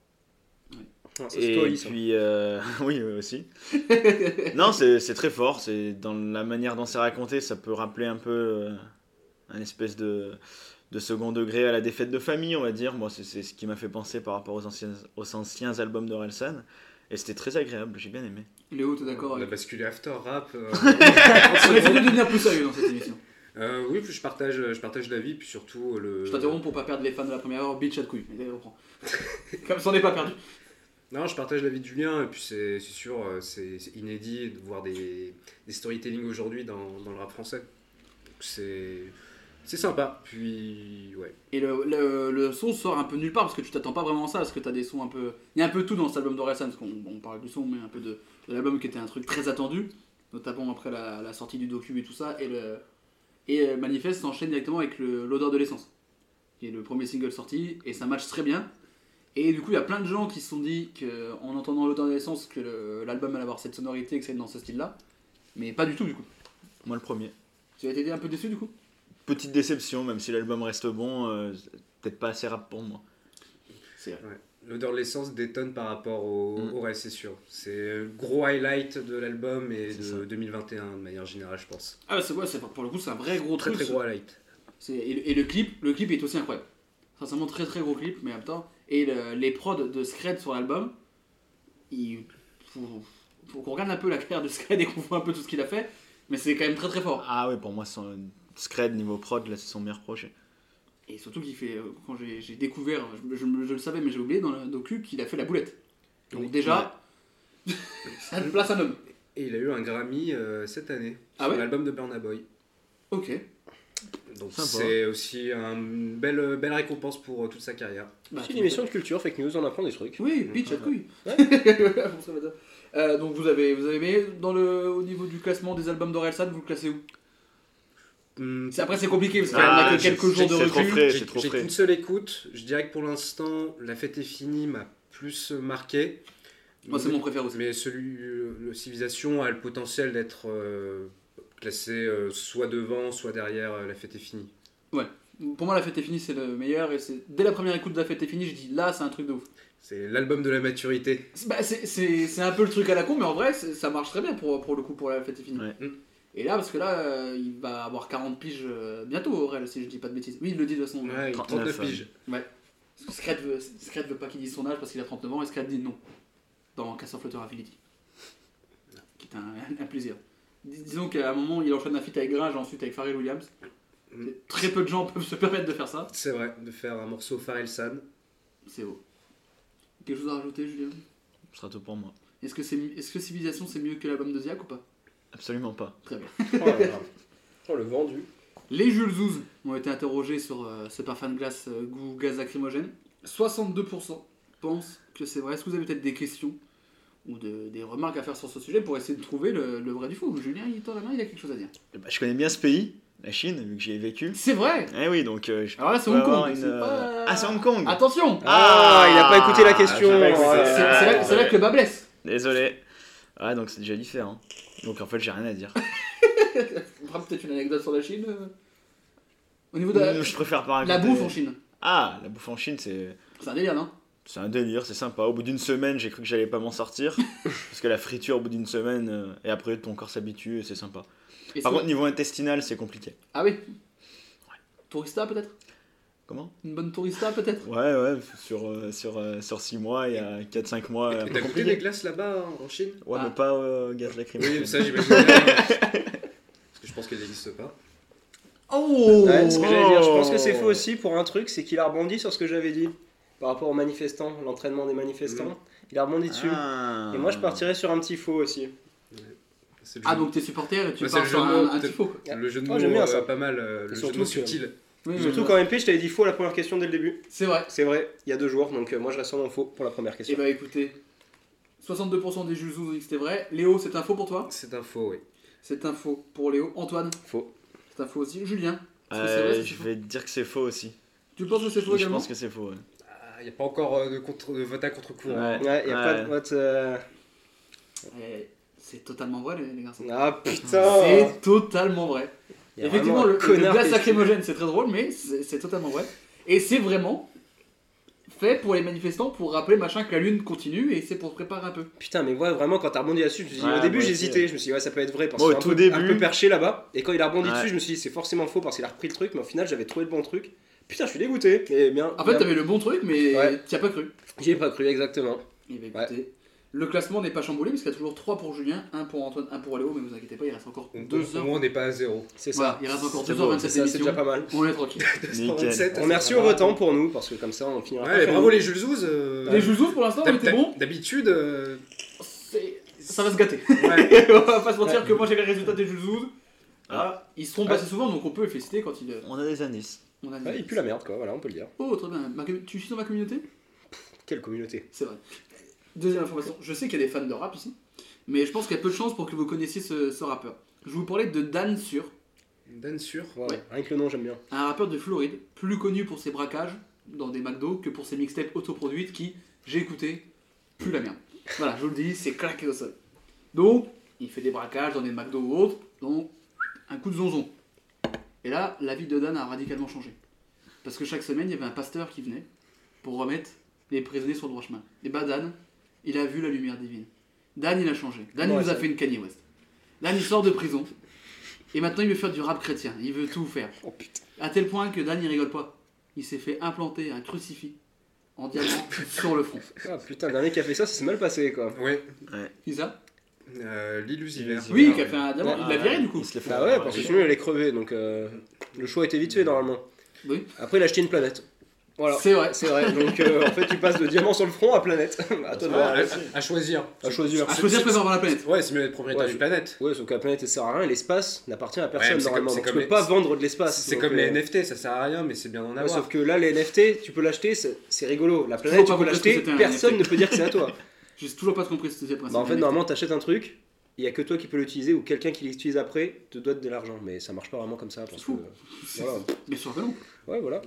[SPEAKER 5] Non, ça, c'est
[SPEAKER 6] Et
[SPEAKER 5] toi, Alice, hein.
[SPEAKER 6] puis, euh, oui, eux aussi. non, c'est c'est très fort. C'est dans la manière dont c'est raconté, ça peut rappeler un peu euh, un espèce de, de second degré à la défaite de famille, on va dire. Moi, c'est- c'est ce qui m'a fait penser par rapport aux anciens, aux anciens albums d'Orelsan. Et c'était très agréable, j'ai bien aimé.
[SPEAKER 2] Léo, t'es d'accord
[SPEAKER 7] On a
[SPEAKER 2] avec
[SPEAKER 7] basculé after rap. euh,
[SPEAKER 2] On essaie de devenir plus sérieux dans cette émission.
[SPEAKER 7] euh, oui, puis je partage, je partage l'avis, puis surtout euh, le.
[SPEAKER 2] Je t'interromps pour pas perdre les fans de la première heure, bitch à de couille. Mais reprend. Comme ça, on n'est pas perdu.
[SPEAKER 7] Non, je partage l'avis de Julien, et puis c'est c'est sûr, euh, c'est c'est inédit de voir des, des storytelling aujourd'hui dans, dans le rap français. C'est c'est sympa, puis ouais.
[SPEAKER 2] Et le, le, le son sort un peu nulle part parce que tu t'attends pas vraiment à ça, parce que t'as des sons un peu. Il y a un peu tout dans cet album d'Orelsan, parce qu'on on parle du son, mais un peu de, de l'album qui était un truc très attendu, notamment après la, la sortie du docu et tout ça. Et le et euh, Manifest s'enchaîne directement avec le- l'odeur de l'essence, qui est le premier single sorti, et ça match très bien. Et du coup, il y a plein de gens qui se sont dit qu'en entendant l'odeur de l'essence, que le- l'album allait avoir cette sonorité, que c'est dans ce style-là, mais pas du tout du coup.
[SPEAKER 6] Moi, le premier.
[SPEAKER 2] Tu as été un peu déçu du coup
[SPEAKER 6] Petite déception, même si l'album reste bon, euh, c'est peut-être pas assez rap pour moi.
[SPEAKER 7] L'odeur de l'essence détonne par rapport au,
[SPEAKER 6] Mm.
[SPEAKER 7] au reste, c'est sûr. C'est le gros highlight de l'album et
[SPEAKER 6] C'est
[SPEAKER 7] de
[SPEAKER 6] ça.
[SPEAKER 7] 2021 de manière générale, je pense.
[SPEAKER 2] Ah, c'est ouais, c'est- pour le coup, c'est un vrai gros
[SPEAKER 7] Très
[SPEAKER 2] truc.
[SPEAKER 7] très
[SPEAKER 2] ce-
[SPEAKER 7] gros highlight.
[SPEAKER 2] C'est- Et, le- et le clip, le clip est aussi incroyable. Sincèrement, très très gros clip, mais en même temps. Et le- les prods de Scred sur l'album, il faut, faut qu'on regarde un peu la carrière de Scred et qu'on voit un peu tout ce qu'il a fait, mais c'est quand même très très fort.
[SPEAKER 6] Ah oui, pour moi, son, Scred, niveau prod, là, c'est son meilleur projet.
[SPEAKER 2] Et surtout qu'il fait, euh, quand j'ai j'ai découvert, je, je- je le savais, mais j'ai oublié dans le docu qu'il a fait la boulette. Donc
[SPEAKER 7] Oui.
[SPEAKER 2] déjà, ça me place un homme.
[SPEAKER 7] Et il a eu un Grammy euh, cette année
[SPEAKER 2] Ah
[SPEAKER 7] sur
[SPEAKER 2] ouais
[SPEAKER 7] l'album de Burna Boy.
[SPEAKER 2] Ok.
[SPEAKER 7] Donc
[SPEAKER 6] Sympa.
[SPEAKER 7] c'est aussi un- une belle, belle récompense pour euh, toute sa carrière.
[SPEAKER 2] Bah,
[SPEAKER 5] C'est une émission de culture, fake news, on apprend des trucs.
[SPEAKER 2] Oui, pitch à couille.
[SPEAKER 5] Ouais.
[SPEAKER 2] Euh, donc vous avez, vous avez aimé dans le, au niveau du classement des albums d'Orelsan, vous le classez où
[SPEAKER 7] Hum,
[SPEAKER 2] C'est- Après, c'est compliqué parce qu'on
[SPEAKER 6] Ah,
[SPEAKER 2] a que
[SPEAKER 6] je-
[SPEAKER 2] quelques jours de
[SPEAKER 6] c'est trop
[SPEAKER 2] recul.
[SPEAKER 6] frais,
[SPEAKER 7] J'ai
[SPEAKER 6] c'est trop
[SPEAKER 7] j'ai
[SPEAKER 6] frais.
[SPEAKER 7] qu'une seule écoute. Je dirais que pour l'instant, La fête est finie m'a plus marqué.
[SPEAKER 2] Moi, c'est mon préféré aussi.
[SPEAKER 7] Mais celui, euh, le Civilisation a le potentiel d'être euh, classé euh, soit devant, soit derrière euh, La fête est finie.
[SPEAKER 2] Pour moi, la fête est finie, c'est le meilleur. Et c'est dès la première écoute de la fête est finie, je dis là, c'est un truc de ouf.
[SPEAKER 7] C'est l'album de la maturité.
[SPEAKER 2] C'est- bah, c'est- c'est c'est un peu le truc à la con, mais en vrai, c'est- ça marche très bien pour, pour le coup pour la fête est finie.
[SPEAKER 6] Ouais.
[SPEAKER 7] Mm.
[SPEAKER 2] Et là, parce que là, euh, il va avoir 40 piges euh, bientôt, Aurel, si je dis pas de bêtises. Oui, il le dit de toute façon.
[SPEAKER 5] Ah,
[SPEAKER 7] Ouais, il a
[SPEAKER 6] 39,
[SPEAKER 7] 39
[SPEAKER 6] hein.
[SPEAKER 7] piges.
[SPEAKER 2] Parce que Scred veut, Scred veut pas qu'il dise son âge parce qu'il a 39 ans et Scred dit non. Dans Castle Flotter Infinity. Qui est un, un plaisir. Dis- disons qu'à un moment, il enchaîne un feat avec Gringe et ensuite avec Pharrell Williams.
[SPEAKER 7] Mm.
[SPEAKER 2] Très peu de gens peuvent se permettre de faire ça.
[SPEAKER 7] C'est vrai, de faire un morceau Pharrell San.
[SPEAKER 2] C'est beau. Quelque chose à rajouter, Julien
[SPEAKER 6] Ce sera tout pour moi.
[SPEAKER 2] Est-ce que, c'est, est-ce que Civilisation c'est mieux que l'album de Ziac ou pas
[SPEAKER 6] Absolument pas.
[SPEAKER 5] Oh, là là. Oh, le vendu.
[SPEAKER 2] Les Jules Zouz ont été interrogés sur euh, ce parfum de glace euh, goût gaz lacrymogène. 62% pensent que c'est vrai. Est-ce que vous avez peut-être des questions ou de- des remarques à faire sur ce sujet pour essayer de trouver le, le vrai du faux Julien, il tend la main, il a quelque chose à dire.
[SPEAKER 6] Eh ben, je connais bien ce pays, la Chine, vu que j'y ai vécu.
[SPEAKER 2] C'est vrai
[SPEAKER 6] Eh oui, donc euh, je
[SPEAKER 2] Alors là, Ah, c'est
[SPEAKER 6] peux
[SPEAKER 2] Hong
[SPEAKER 6] avoir
[SPEAKER 2] Kong.
[SPEAKER 6] une,
[SPEAKER 2] c'est
[SPEAKER 6] euh,
[SPEAKER 2] pas-
[SPEAKER 6] Ah, c'est Hong Kong
[SPEAKER 2] Attention
[SPEAKER 5] Ah, il a pas écouté la question.
[SPEAKER 6] j'ai pas écouté.
[SPEAKER 5] Ah,
[SPEAKER 2] C'est c'est là, c'est là que le bas blesse.
[SPEAKER 6] Désolé. Ah, donc c'est déjà différent. Donc en fait, j'ai rien à dire.
[SPEAKER 2] On fera peut-être une anecdote sur la Chine. euh. Au niveau de la,
[SPEAKER 6] Je préfère parler.
[SPEAKER 2] la bouffe en Chine.
[SPEAKER 6] Ah, la bouffe en Chine, c'est.
[SPEAKER 2] C'est un délire, non
[SPEAKER 6] C'est un délire, c'est sympa. Au bout d'une semaine, j'ai cru que j'allais pas m'en sortir. parce que la friture, au bout d'une semaine, euh, et après, ton corps s'habitue et c'est sympa.
[SPEAKER 2] Est-ce
[SPEAKER 6] Par
[SPEAKER 2] que-
[SPEAKER 6] contre, niveau intestinal, c'est compliqué.
[SPEAKER 2] Ah oui Tourista peut-être
[SPEAKER 6] Comment
[SPEAKER 2] Une bonne tourista peut-être
[SPEAKER 6] Ouais, ouais, sur, euh, sur, euh, sur 6 mois, il y a 4-5 mois. un
[SPEAKER 7] Et
[SPEAKER 6] peu
[SPEAKER 7] T'as goûté des
[SPEAKER 6] compliqué.
[SPEAKER 7] glaces là-bas en en Chine
[SPEAKER 6] Ouais,
[SPEAKER 2] Ah.
[SPEAKER 6] mais pas euh, gaz lacrymogène.
[SPEAKER 7] Oui, ça j'imagine. Parce que je pense qu'elles n'existent pas.
[SPEAKER 2] Oh
[SPEAKER 5] Ouais, ce que j'allais dire. Je pense que c'est
[SPEAKER 6] Oh.
[SPEAKER 5] faux aussi pour un truc, c'est qu'il a rebondi sur ce que j'avais dit par rapport aux manifestants, l'entraînement des manifestants.
[SPEAKER 7] Mhm.
[SPEAKER 5] Il a rebondi dessus.
[SPEAKER 6] Ah.
[SPEAKER 5] Et moi, je partirais sur un petit faux aussi.
[SPEAKER 7] C'est le
[SPEAKER 2] Ah
[SPEAKER 7] jeu-
[SPEAKER 2] donc t'es supporter et tu
[SPEAKER 7] Ouais, Bah, c'est
[SPEAKER 2] parles
[SPEAKER 7] le
[SPEAKER 2] sur
[SPEAKER 7] jeu de
[SPEAKER 2] un,
[SPEAKER 7] mots,
[SPEAKER 2] un
[SPEAKER 7] peut-être.
[SPEAKER 2] tifo, quoi.
[SPEAKER 7] le jeu de
[SPEAKER 5] Ah,
[SPEAKER 7] mots,
[SPEAKER 5] j'aime bien
[SPEAKER 7] euh,
[SPEAKER 5] ça.
[SPEAKER 7] pas mal, euh, le jeu de
[SPEAKER 5] surtout
[SPEAKER 7] mots
[SPEAKER 5] que-
[SPEAKER 7] subtil.
[SPEAKER 2] Oui, oui,
[SPEAKER 5] Surtout
[SPEAKER 2] oui.
[SPEAKER 5] qu'en MP, je t'avais dit faux à la première question dès le début.
[SPEAKER 2] C'est vrai.
[SPEAKER 5] C'est vrai, il y a deux jours, donc euh, moi je reste sur mon faux pour la première
[SPEAKER 2] Et
[SPEAKER 5] question.
[SPEAKER 2] bah écoutez, 62% des Jules ont dit que c'était vrai. Léo, c'est un faux pour toi
[SPEAKER 7] C'est un faux, oui.
[SPEAKER 2] C'est un faux pour Léo. Antoine
[SPEAKER 5] Faux.
[SPEAKER 2] C'est un faux aussi. Julien Est-ce que c'est vrai,
[SPEAKER 6] Euh,
[SPEAKER 2] c'est
[SPEAKER 6] je
[SPEAKER 2] faux
[SPEAKER 6] vais te dire que c'est faux aussi.
[SPEAKER 2] Tu penses que c'est faux
[SPEAKER 6] je
[SPEAKER 2] également
[SPEAKER 6] pense que c'est faux. ouais.
[SPEAKER 7] Il n'y a pas encore euh, de, contre, de vote à contre-courant.
[SPEAKER 6] Ouais.
[SPEAKER 5] ben, Ouais, y a pas de
[SPEAKER 6] Ouais.
[SPEAKER 5] what, euh,
[SPEAKER 2] Eh, C'est totalement vrai les, les garçons.
[SPEAKER 5] Ah putain
[SPEAKER 2] C'est totalement vrai.
[SPEAKER 5] Y a
[SPEAKER 2] Effectivement,
[SPEAKER 5] vraiment
[SPEAKER 2] le,
[SPEAKER 5] un
[SPEAKER 2] le
[SPEAKER 5] connard
[SPEAKER 2] glace
[SPEAKER 5] qui-
[SPEAKER 2] lacrymogène, c'est très drôle, mais c'est c'est totalement vrai. Et c'est vraiment fait pour les manifestants pour rappeler machin que la lune continue et c'est pour se préparer un peu.
[SPEAKER 5] Putain, mais ouais, vraiment, quand t'as rebondi là-dessus, je me suis dit,
[SPEAKER 6] Ouais,
[SPEAKER 5] au début
[SPEAKER 6] moi aussi,
[SPEAKER 5] j'hésitais,
[SPEAKER 6] ouais.
[SPEAKER 5] je me suis dit, ouais, ça peut être vrai parce
[SPEAKER 6] Moi,
[SPEAKER 5] que
[SPEAKER 6] au
[SPEAKER 5] c'est un,
[SPEAKER 6] tout
[SPEAKER 5] peu-
[SPEAKER 6] début-
[SPEAKER 5] un peu perché là-bas. Et quand il a rebondi
[SPEAKER 6] Ouais.
[SPEAKER 5] dessus, je me suis dit, c'est forcément faux parce qu'il a repris le truc, mais au final j'avais trouvé le bon truc. Putain, je suis dégoûté. Mais bien,
[SPEAKER 2] En fait,
[SPEAKER 5] bien-
[SPEAKER 2] t'avais le bon truc, mais
[SPEAKER 5] Ouais.
[SPEAKER 2] t'y as pas cru.
[SPEAKER 5] j'y ai pas cru exactement.
[SPEAKER 2] Eh ben, écoutez, le classement n'est pas chamboulé parce qu'il y a toujours 3 pour Julien, 1 pour Antoine, 1 pour Léo, mais vous inquiétez pas, il reste encore
[SPEAKER 7] On-
[SPEAKER 2] 2
[SPEAKER 7] au
[SPEAKER 2] heures.
[SPEAKER 7] moins, on n'est pas à zéro.
[SPEAKER 5] C'est
[SPEAKER 2] Voilà,
[SPEAKER 5] ça.
[SPEAKER 2] il reste encore
[SPEAKER 6] C'est beau,
[SPEAKER 2] 2h27
[SPEAKER 5] C'est
[SPEAKER 2] d'émission.
[SPEAKER 5] ça, c'est déjà pas mal.
[SPEAKER 2] On est tranquille.
[SPEAKER 6] Nickel.
[SPEAKER 7] 127,
[SPEAKER 5] On remercie aux
[SPEAKER 7] va.
[SPEAKER 5] votants pour nous parce que comme ça on finira.
[SPEAKER 7] Ouais,
[SPEAKER 5] pas
[SPEAKER 7] bravo
[SPEAKER 5] fait.
[SPEAKER 7] les Jules Zouz. euh,
[SPEAKER 2] Les Jules pour l'instant, on
[SPEAKER 7] d'hab-
[SPEAKER 2] était
[SPEAKER 7] d'hab-
[SPEAKER 2] bon.
[SPEAKER 7] D'habitude, euh,
[SPEAKER 2] Ça va se gâter.
[SPEAKER 7] ouais.
[SPEAKER 2] on va pas se mentir que moi j'ai les résultats des Jules
[SPEAKER 6] Ah.
[SPEAKER 2] Ils se trompent assez souvent, donc on peut les féliciter quand ils. euh,
[SPEAKER 6] On a des indices.
[SPEAKER 2] On a
[SPEAKER 5] Ouais, il pue la merde quoi, voilà, on peut le dire.
[SPEAKER 2] Oh, très bien. Ma- Tu suis dans ma communauté
[SPEAKER 5] Quelle communauté.
[SPEAKER 2] C'est vrai. Deuxième information, je sais qu'il y a des fans de rap ici, mais je pense qu'il y a peu de chances pour que vous connaissiez ce, ce rappeur. Je vais vous parlais de Dan Sur,
[SPEAKER 7] Dan Sûr.
[SPEAKER 5] Ouais,
[SPEAKER 2] Ouais.
[SPEAKER 5] Rien que le nom, j'aime bien.
[SPEAKER 2] un rappeur de Floride, plus connu pour ses braquages dans des McDo que pour ses mixtapes autoproduites qui, j'ai écouté, plus la merde. Voilà, je vous le dis, c'est claqué au sol. Donc, il fait des braquages dans des McDo ou autres, donc un coup de zonzon. Et là, la vie de Dan a radicalement changé. Parce que chaque semaine, il y avait un pasteur qui venait pour remettre les prisonniers sur le droit chemin. Et bah Dan, il a vu la lumière divine. Dan, il a changé. Dan, il
[SPEAKER 5] Ouais,
[SPEAKER 2] nous a
[SPEAKER 5] ça-
[SPEAKER 2] fait une Kanye West. Dan, il sort de prison. Et maintenant, il veut faire du rap chrétien. Il veut tout faire.
[SPEAKER 5] Oh putain.
[SPEAKER 2] À tel point que Dan, il rigole pas. Il s'est fait implanter un crucifix en diamant sur le front.
[SPEAKER 5] Ah putain, le dernier qui a fait ça, ça s'est mal passé quoi.
[SPEAKER 7] Ouais.
[SPEAKER 2] Qui ça
[SPEAKER 7] Euh, L'illusiver.
[SPEAKER 6] C'est
[SPEAKER 2] Oui,
[SPEAKER 6] bien,
[SPEAKER 2] qui a fait un diamant. Il l'a viré du coup.
[SPEAKER 6] Il se les fait.
[SPEAKER 5] Bah ouais, parce que sinon il allait crever, donc euh, le choix était vite fait normalement.
[SPEAKER 2] Oui.
[SPEAKER 5] Après, il a acheté une planète. Voilà.
[SPEAKER 2] C'est vrai.
[SPEAKER 5] C'est vrai, donc euh, en fait, tu passes de diamant sur le front à planète. à toi de voir.
[SPEAKER 7] à, à choisir.
[SPEAKER 5] À choisir.
[SPEAKER 2] À choisir, je préfère voir la planète.
[SPEAKER 7] Ouais, c'est mieux d'être propriétaire
[SPEAKER 5] Ouais.
[SPEAKER 7] d'une planète.
[SPEAKER 5] Ouais, sauf que la planète elle sert à rien, l'espace n'appartient à personne
[SPEAKER 7] Ouais, mais c'est
[SPEAKER 5] normalement.
[SPEAKER 7] comme- c'est
[SPEAKER 5] donc tu
[SPEAKER 7] comme
[SPEAKER 5] peux
[SPEAKER 7] les-
[SPEAKER 5] pas vendre de l'espace.
[SPEAKER 7] C'est
[SPEAKER 5] donc,
[SPEAKER 7] comme les
[SPEAKER 5] euh,
[SPEAKER 7] NFT, ça sert à rien, mais c'est bien d'en
[SPEAKER 5] ouais,
[SPEAKER 7] avoir.
[SPEAKER 5] sauf que là, les NFT, tu peux l'acheter, c'est c'est rigolo. La
[SPEAKER 2] Faut
[SPEAKER 5] planète,
[SPEAKER 2] pas
[SPEAKER 5] tu peux
[SPEAKER 2] comprendre
[SPEAKER 5] l'acheter,
[SPEAKER 2] ce que c'est un
[SPEAKER 5] personne ne
[SPEAKER 2] NFT.
[SPEAKER 5] peut dire que c'est à toi.
[SPEAKER 2] J'ai toujours pas compris ce principe.
[SPEAKER 5] bah, en fait, normalement, t'achètes un truc, il y a que toi qui peux l'utiliser ou quelqu'un qui l'utilise après te doit de l'argent. Mais ça marche pas vraiment comme ça. Parce que...
[SPEAKER 2] fou.
[SPEAKER 5] Voilà.
[SPEAKER 2] Mais sur le ballon.
[SPEAKER 5] Ouais, voilà.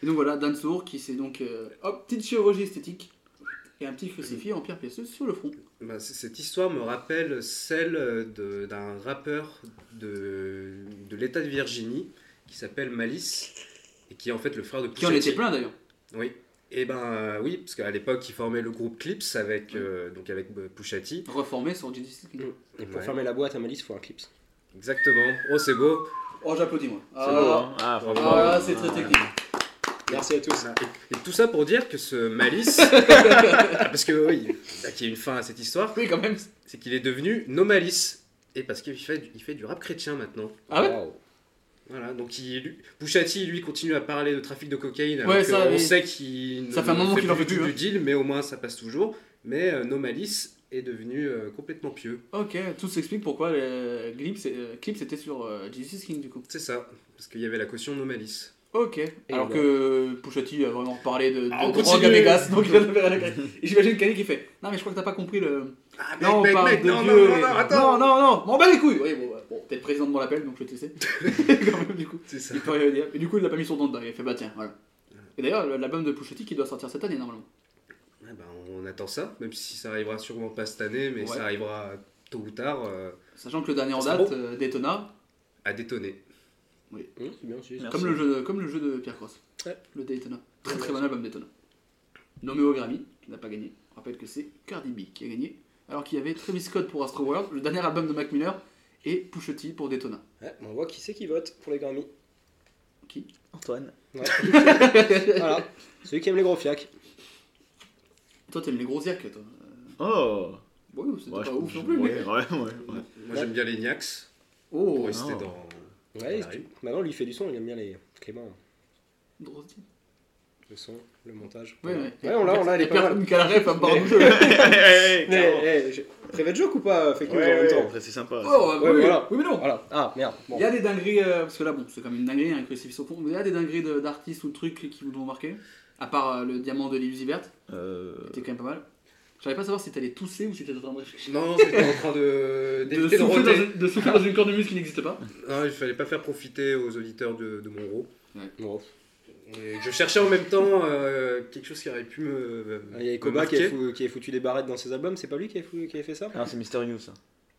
[SPEAKER 2] Et donc voilà, Dan Sour qui s'est donc. euh, hop, petite chirurgie esthétique et un petit crucifix en pierre piéceuse sur le front.
[SPEAKER 7] Bah, c- cette histoire me rappelle celle euh, de- d'un rappeur de, de l'État de Virginie qui s'appelle Malice et qui est en fait le frère de
[SPEAKER 2] Qui en
[SPEAKER 7] Pusha
[SPEAKER 2] était
[SPEAKER 7] T.
[SPEAKER 2] plein d'ailleurs.
[SPEAKER 7] Oui. Et ben euh, oui, parce qu'à l'époque, il formait le groupe Clips avec, euh, donc avec euh, Pusha T.
[SPEAKER 2] Reformé sur JDC.
[SPEAKER 6] Mm.
[SPEAKER 5] Et pour
[SPEAKER 7] Ouais.
[SPEAKER 5] fermer la boîte à Malice, il faut un clips.
[SPEAKER 7] Exactement. Oh, c'est beau.
[SPEAKER 2] Oh, j'applaudis moi.
[SPEAKER 6] C'est beau, hein. Ah, franchement.
[SPEAKER 2] Ah, c'est très technique.
[SPEAKER 5] Merci à tous.
[SPEAKER 7] Et tout ça pour dire que ce Malice, Ah, parce que oui, là, qu'il y a une fin à cette histoire,
[SPEAKER 2] Oui, quand même.
[SPEAKER 7] c'est qu'il est devenu No Malice. Et parce qu'il fait, du- il fait du rap chrétien maintenant.
[SPEAKER 2] Ah ouais
[SPEAKER 5] Waouh.
[SPEAKER 7] Voilà, donc il, lui- Bouchati, lui, continue à parler de trafic de cocaïne. alors
[SPEAKER 2] Ouais,
[SPEAKER 7] que
[SPEAKER 2] ça,
[SPEAKER 7] on
[SPEAKER 2] oui.
[SPEAKER 7] sait qu'il
[SPEAKER 2] Ça fait un moment qu'il en fait
[SPEAKER 7] du
[SPEAKER 2] plus, hein.
[SPEAKER 7] du deal, mais au moins ça passe toujours. Mais euh, No Malice est devenu euh, complètement pieux.
[SPEAKER 2] Ok, tout s'explique pourquoi les clips, euh, clips étaient sur euh, Jesus King du coup.
[SPEAKER 7] C'est ça, parce qu'il y avait la caution No Malice.
[SPEAKER 2] Ok. Alors
[SPEAKER 5] ben.
[SPEAKER 2] que Pouchati a vraiment parlé de, de
[SPEAKER 7] Ah, on
[SPEAKER 2] drogue
[SPEAKER 7] continue.
[SPEAKER 2] à Vegas, donc il en avait rien à carrer. Et J'imagine Kanye qui fait Non, mais je crois que t'as pas compris le.
[SPEAKER 7] Ah,
[SPEAKER 2] Non, on parle de
[SPEAKER 7] non,
[SPEAKER 2] Dieu.
[SPEAKER 7] non, non,
[SPEAKER 2] et-
[SPEAKER 7] non, attends
[SPEAKER 2] non, non, non, m'en bats les couilles. Oui, bon, ouais, bon t'es le président de mon appel, donc je te sais. quand même, du coup.
[SPEAKER 7] C'est ça.
[SPEAKER 2] Il peut rien dire. Et du coup, il l'a pas mis sur dedans. Il a fait Bah tiens, voilà. Et d'ailleurs, l'album de Pouchati qui doit sortir cette année normalement.
[SPEAKER 7] Ah bah, on attend ça, même si ça arrivera sûrement pas cette année, mais
[SPEAKER 2] Ouais.
[SPEAKER 7] ça arrivera tôt ou tard, euh,
[SPEAKER 2] Sachant que le dernier en
[SPEAKER 7] C'est
[SPEAKER 2] date,
[SPEAKER 7] bon.
[SPEAKER 2] euh, Daytona,
[SPEAKER 7] a détonné.
[SPEAKER 5] Hum, c'est bien aussi.
[SPEAKER 6] Merci.
[SPEAKER 2] comme le, jeu de, comme le jeu de Pierre Cross.
[SPEAKER 5] Ouais.
[SPEAKER 2] Le Daytona. Très
[SPEAKER 5] Ouais,
[SPEAKER 2] très bon
[SPEAKER 5] merci.
[SPEAKER 2] album Daytona. Nommé au Grammy, qui n'a pas gagné. On rappelle que c'est Cardi B qui a gagné. Alors qu'il y avait Travis Scott pour Astro World, le dernier album de Mac Miller, et Pusha T pour Daytona.
[SPEAKER 5] Ouais, on voit qui c'est qui vote pour les Grammy.
[SPEAKER 6] Ah, Antoine.
[SPEAKER 5] Ouais. voilà. Celui qui aime les gros fiacs.
[SPEAKER 2] Toi, t'aimes les gros ziacs, toi.
[SPEAKER 6] Oh
[SPEAKER 2] Bon, c'était
[SPEAKER 6] Ouais,
[SPEAKER 2] pas
[SPEAKER 6] je-
[SPEAKER 2] ouf
[SPEAKER 6] je-
[SPEAKER 2] non plus, mais.
[SPEAKER 6] ouais, ouais, ouais, ouais.
[SPEAKER 7] Moi, j'aime bien les Niax, pour
[SPEAKER 2] Oh,
[SPEAKER 7] rester
[SPEAKER 6] non.
[SPEAKER 7] dans.
[SPEAKER 5] Ouais,
[SPEAKER 7] dans la rue.
[SPEAKER 5] c'est- maintenant lui il fait du son, il aime bien les Clément.
[SPEAKER 2] drôle de style.
[SPEAKER 5] Le son, le montage.
[SPEAKER 2] Ouais, ouais.
[SPEAKER 5] Ouais, on l'a, on l'a, elle est
[SPEAKER 2] Et
[SPEAKER 5] pas mal.
[SPEAKER 2] personne qui a la ref à part nous deux.
[SPEAKER 6] Eh, eh,
[SPEAKER 5] Mais,
[SPEAKER 6] clairement.
[SPEAKER 5] eh, j'ai- prévu de joke ou pas Fake news
[SPEAKER 6] Ouais,
[SPEAKER 5] en même
[SPEAKER 6] ouais,
[SPEAKER 5] temps
[SPEAKER 6] après, c'est sympa. ça.
[SPEAKER 2] Oh,
[SPEAKER 5] Ouais,
[SPEAKER 2] oui,
[SPEAKER 5] voilà.
[SPEAKER 2] oui, mais non.
[SPEAKER 5] Voilà. Ah merde. Bon.
[SPEAKER 2] Il y a des dingueries, euh, parce que là, bon, c'est quand même une dinguerie, hein, un crucifix au fond, mais il y a des dingueries de- d'artistes ou de trucs qui vous ont marqué, à part euh, le diamant de l'Illusie Verte,
[SPEAKER 6] Euh,
[SPEAKER 2] c'était quand même pas mal. J'arrivais pas à savoir si t'allais tousser ou si t'étais en train de réfléchir.
[SPEAKER 7] Non, non, j'étais en train
[SPEAKER 2] De
[SPEAKER 7] de. d'éviter de
[SPEAKER 2] souffler, dans
[SPEAKER 7] roter.
[SPEAKER 2] une, de souffler dans une cornemuse qui n'existe pas.
[SPEAKER 7] Non, il fallait pas faire profiter aux auditeurs de, de mon rôle.
[SPEAKER 5] Bon.
[SPEAKER 7] Et je cherchais en même temps euh, quelque chose qui aurait pu me. me-
[SPEAKER 5] Ah, Il y a
[SPEAKER 7] me
[SPEAKER 5] Koba qui
[SPEAKER 7] marquer.
[SPEAKER 5] a, fou- qui a foutu des barrettes dans ses albums, c'est pas lui qui a, fou- qui a fait ça
[SPEAKER 6] Non, Ah, c'est mystérieux ça.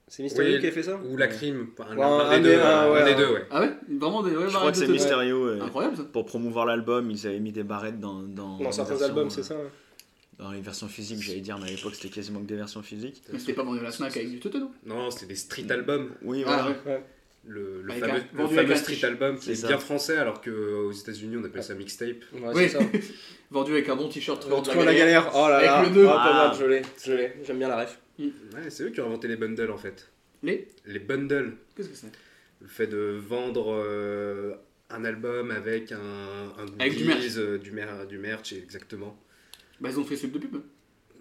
[SPEAKER 5] C'est Mister
[SPEAKER 7] Oui.
[SPEAKER 5] Yu qui a fait ça
[SPEAKER 7] Ou la crime. enfin, Un,
[SPEAKER 5] Ouais,
[SPEAKER 7] un
[SPEAKER 5] un
[SPEAKER 7] des
[SPEAKER 5] des-
[SPEAKER 7] deux.
[SPEAKER 5] un, ouais,
[SPEAKER 7] un des
[SPEAKER 5] un-
[SPEAKER 7] deux, ouais.
[SPEAKER 2] Ah ouais Vraiment des ouais, barrettes
[SPEAKER 6] Je crois que
[SPEAKER 2] de
[SPEAKER 6] c'est
[SPEAKER 2] tout.
[SPEAKER 6] mystérieux. euh,
[SPEAKER 2] Incroyable ça.
[SPEAKER 6] Pour promouvoir l'album, ils avaient mis des barrettes dans. Dans,
[SPEAKER 5] Dans
[SPEAKER 6] les
[SPEAKER 5] certains
[SPEAKER 6] versions,
[SPEAKER 5] albums,
[SPEAKER 6] euh,
[SPEAKER 5] c'est ça. ouais.
[SPEAKER 6] Dans les versions physiques, j'allais dire, mais à l'époque, c'était quasiment que des versions physiques.
[SPEAKER 2] Mais c'était pas vendu à la Fnac avec du teuton, non
[SPEAKER 7] Non, c'était des street albums.
[SPEAKER 6] Oui,
[SPEAKER 2] Ah
[SPEAKER 6] voilà.
[SPEAKER 2] ouais.
[SPEAKER 7] Le, le
[SPEAKER 2] Avec
[SPEAKER 7] fameux,
[SPEAKER 2] un-
[SPEAKER 7] le
[SPEAKER 2] vendu
[SPEAKER 7] fameux
[SPEAKER 2] avec un
[SPEAKER 7] street
[SPEAKER 2] t-shirt.
[SPEAKER 7] album qui
[SPEAKER 6] C'est
[SPEAKER 7] est,
[SPEAKER 6] ça.
[SPEAKER 7] bien français, alors qu'aux États-Unis on appelle ça mixtape.
[SPEAKER 5] Ouais,
[SPEAKER 2] Oui.
[SPEAKER 5] c'est ça.
[SPEAKER 2] Vendu avec un bon t-shirt truand de
[SPEAKER 5] Trouve la galère. Oh là
[SPEAKER 2] Avec
[SPEAKER 5] là.
[SPEAKER 2] le nœud.
[SPEAKER 5] Ah, pas
[SPEAKER 6] Ah.
[SPEAKER 5] mal, je l'ai. Je l'ai. J'aime bien la ref.
[SPEAKER 7] Ouais, c'est eux qui ont inventé les bundles en fait.
[SPEAKER 2] Les
[SPEAKER 7] Les bundles,
[SPEAKER 2] Qu'est-ce que c'est
[SPEAKER 7] le fait de vendre euh, un album avec un, un goodies,
[SPEAKER 2] Avec du merch.
[SPEAKER 7] euh, du, mer- du merch, exactement.
[SPEAKER 2] Bah ils ont fait ce de pub.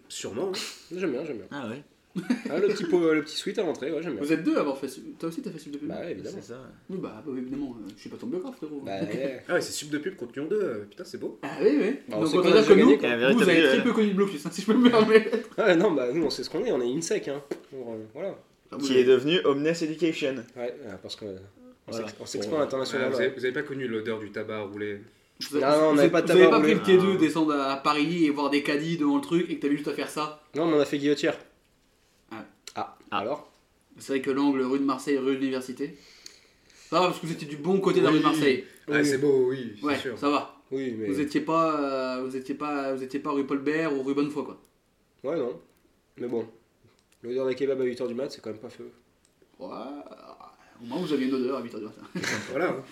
[SPEAKER 7] Sûrement. hein.
[SPEAKER 5] J'aime bien, j'aime bien.
[SPEAKER 6] Ah ouais,
[SPEAKER 5] Ah, le petit, po- le petit sweat à l'entrée, ouais, j'aime bien.
[SPEAKER 2] Vous êtes deux à avoir fait ce... Toi aussi t'as fait ce de pub
[SPEAKER 5] Bah, ouais, évidemment.
[SPEAKER 6] c'est ça.
[SPEAKER 2] Oui bah oui, évidemment, euh, je suis pas ton biographe frérot.
[SPEAKER 5] Bah, ouais.
[SPEAKER 7] Ah ouais, c'est sub de pub contenu en deux. euh, Putain, c'est beau.
[SPEAKER 2] Ah oui oui.
[SPEAKER 5] Bah, on
[SPEAKER 2] Donc
[SPEAKER 5] sait
[SPEAKER 2] on
[SPEAKER 5] qu'on
[SPEAKER 2] va
[SPEAKER 5] a
[SPEAKER 2] dire que
[SPEAKER 5] déjà
[SPEAKER 2] nous,
[SPEAKER 5] gagné,
[SPEAKER 6] quoi. La vérité,
[SPEAKER 2] vous avez
[SPEAKER 6] euh,
[SPEAKER 2] très peu connu le blocus, hein, si je peux me permettre.
[SPEAKER 5] Ah, non, bah nous on sait ce qu'on est, on est INSEC. Hein. Alors, euh, Voilà.
[SPEAKER 6] Qui est devenu Omnes Education.
[SPEAKER 5] Ouais, euh, parce que. euh, On
[SPEAKER 6] Voilà.
[SPEAKER 5] s'ex- on s'expande à
[SPEAKER 7] Ah,
[SPEAKER 5] international.
[SPEAKER 7] vous,
[SPEAKER 5] ouais.
[SPEAKER 7] avez, vous avez pas connu l'odeur du tabac roulé
[SPEAKER 2] Vous avez-
[SPEAKER 5] Non, non, on
[SPEAKER 2] vous
[SPEAKER 5] n'avait
[SPEAKER 2] avez-
[SPEAKER 5] pas de
[SPEAKER 2] Vous avez
[SPEAKER 5] tabac
[SPEAKER 2] pas pris le
[SPEAKER 6] roulé.
[SPEAKER 2] T2, descendre à Paris et voir des caddies devant le truc et que t'avais juste à faire ça.
[SPEAKER 5] Non, mais on a fait guillotière.
[SPEAKER 2] Ah.
[SPEAKER 5] Ah,
[SPEAKER 6] Ah.
[SPEAKER 5] alors
[SPEAKER 2] C'est vrai que l'angle rue de Marseille, rue de l'université. Ça va parce que vous étiez du bon côté de la rue de
[SPEAKER 7] Oui.
[SPEAKER 2] Marseille.
[SPEAKER 7] Ah,
[SPEAKER 5] Oui.
[SPEAKER 7] c'est beau, oui, c'est
[SPEAKER 2] Ouais,
[SPEAKER 7] sûr.
[SPEAKER 2] ça va.
[SPEAKER 5] Oui, mais.
[SPEAKER 2] Vous étiez pas, euh, vous étiez pas, vous étiez pas rue Paul Bert ou rue Bonnefoy quoi.
[SPEAKER 5] Ouais, non. Mais bon. L'odeur des kebabs à 8h du mat, c'est quand même pas feu.
[SPEAKER 2] Ouais. Au moins vous aviez une odeur à 8h du matin.
[SPEAKER 7] Voilà, hein.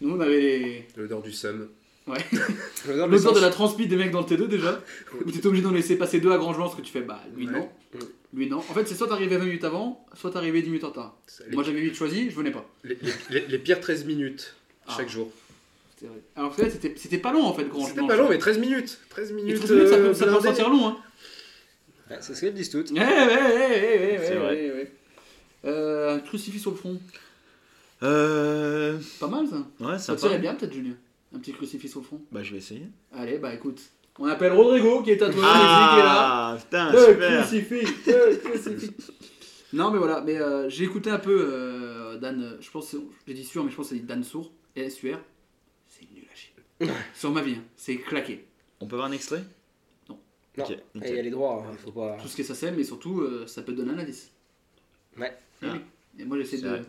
[SPEAKER 2] Nous on avait les...
[SPEAKER 7] l'odeur du seum. Ah,
[SPEAKER 5] L'odeur
[SPEAKER 2] l'odeur de
[SPEAKER 5] l'essence.
[SPEAKER 2] la transpi des mecs dans le T2 déjà. où t'étais obligé d'en laisser passer deux à grand parce que tu fais bah lui
[SPEAKER 7] Ouais. Mm.
[SPEAKER 2] non.
[SPEAKER 5] Ouais.
[SPEAKER 2] Lui non. En fait c'est soit t'arrivais 20 minutes avant, soit t'arrivais 10 minutes en retard.
[SPEAKER 7] Les,
[SPEAKER 2] Moi j'avais 8 choisis, je venais pas.
[SPEAKER 7] les- les- les- les pires 13 minutes
[SPEAKER 2] Ah.
[SPEAKER 7] chaque jour.
[SPEAKER 2] C'était vrai. Alors que là, c'était c'était pas long en fait grand
[SPEAKER 7] C'était pas long, mais 13 minutes. 13 minutes.
[SPEAKER 2] 13 minutes ça
[SPEAKER 7] euh,
[SPEAKER 2] peut, ça peut
[SPEAKER 7] blindées.
[SPEAKER 2] sentir long hein.
[SPEAKER 5] Ouais, c'est ce qu'elles disent toutes.
[SPEAKER 2] Ouais ouais ouais ouais
[SPEAKER 6] C'est
[SPEAKER 2] ouais
[SPEAKER 6] vrai.
[SPEAKER 2] ouais, ouais. eh, Euh, crucifix sur le front,
[SPEAKER 6] Euh.
[SPEAKER 2] pas mal ça. Ça
[SPEAKER 6] Ouais,
[SPEAKER 2] te
[SPEAKER 6] sympa.
[SPEAKER 2] serait bien peut-être Julien. Un petit crucifix au front.
[SPEAKER 6] Bah, je vais essayer.
[SPEAKER 2] Allez, bah écoute, on appelle Rodrigo qui est
[SPEAKER 5] Ah,
[SPEAKER 2] tatoué,
[SPEAKER 6] Ah,
[SPEAKER 2] il
[SPEAKER 6] putain,
[SPEAKER 2] est là. Le
[SPEAKER 6] super.
[SPEAKER 2] crucifix, le crucifix. Non, mais voilà, mais euh, j'ai écouté un peu euh, Dan, euh, je pense, que c'est- j'ai dit sûr, mais je pense que c'est Dan Sourd, et SUR. C'est nul à chier. Sur ma vie, hein, c'est claqué.
[SPEAKER 6] On peut voir un extrait
[SPEAKER 2] Non.
[SPEAKER 5] Non.
[SPEAKER 6] Ok,
[SPEAKER 5] Et il y a
[SPEAKER 6] nickel.
[SPEAKER 5] les droits, hein, il faut pas.
[SPEAKER 2] Tout ce que ça sème, mais surtout, euh, ça peut te donner un indice.
[SPEAKER 5] Ouais.
[SPEAKER 2] Et, oui. Et moi, j'essaie
[SPEAKER 6] Ah. C'est
[SPEAKER 2] de,
[SPEAKER 6] vrai.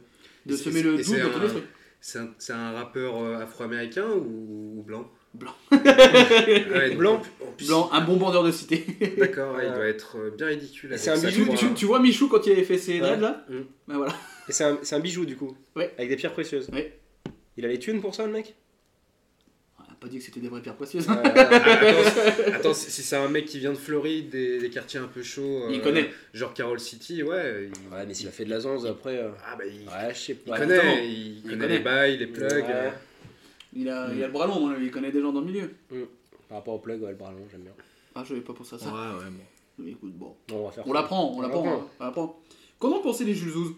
[SPEAKER 2] de
[SPEAKER 7] Et c'est-
[SPEAKER 2] semer le
[SPEAKER 7] et c'est
[SPEAKER 2] doute dans tous les
[SPEAKER 7] un-
[SPEAKER 2] trucs.
[SPEAKER 7] C'est un, c'est un rappeur euh, afro-américain ou, ou blanc
[SPEAKER 2] Blanc.
[SPEAKER 7] Ouais, donc,
[SPEAKER 5] Blanc.
[SPEAKER 7] en plus-
[SPEAKER 2] Blanc, un bon bandeur de cité.
[SPEAKER 7] D'accord, ouais, il doit être euh, bien ridicule.
[SPEAKER 5] Et
[SPEAKER 7] avec
[SPEAKER 5] c'est un
[SPEAKER 7] sa
[SPEAKER 5] bijou,
[SPEAKER 2] tu,
[SPEAKER 7] croix.
[SPEAKER 2] tu- tu vois Michou quand il avait fait ses dreads
[SPEAKER 5] Ouais.
[SPEAKER 2] là
[SPEAKER 7] Mm.
[SPEAKER 2] Ben voilà.
[SPEAKER 5] Et c'est un, c'est un bijou du coup.
[SPEAKER 2] Ouais.
[SPEAKER 5] Avec des pierres précieuses.
[SPEAKER 2] Ouais.
[SPEAKER 5] Il a les thunes pour ça, le mec
[SPEAKER 2] On a pas dit que c'était des vraies pierres précieuses. hein.
[SPEAKER 5] Euh,
[SPEAKER 7] Ah, attends, attends, si si c'est un mec qui vient de Floride, des, des quartiers un peu chauds, euh,
[SPEAKER 2] Il connaît.
[SPEAKER 7] genre Carol City, ouais. il-
[SPEAKER 5] Ouais, mais s'il a fait de la zonze après. euh,
[SPEAKER 7] Ah, bah, il,
[SPEAKER 5] Ouais, je sais
[SPEAKER 7] il
[SPEAKER 5] pas.
[SPEAKER 2] exactement.
[SPEAKER 7] connaît, il, connaît
[SPEAKER 2] connaît.
[SPEAKER 7] les bails, les plugs.
[SPEAKER 5] Ouais.
[SPEAKER 7] euh,
[SPEAKER 2] Il a, il a le bras long, à mon avis, il connaît des gens dans le milieu.
[SPEAKER 5] Par rapport au plug, ouais, le bras long, j'aime bien.
[SPEAKER 2] Ah, j'avais pas pensé à
[SPEAKER 6] Ouais,
[SPEAKER 2] ça.
[SPEAKER 6] ouais, bon.
[SPEAKER 2] Mais écoute, bon.
[SPEAKER 5] Bon, on va faire
[SPEAKER 2] On
[SPEAKER 5] ça.
[SPEAKER 2] l'apprend, on
[SPEAKER 5] On
[SPEAKER 2] l'apprend, hein.
[SPEAKER 5] l'apprend.
[SPEAKER 2] on l'apprend. Qu'en ont pensé les Jules Zouz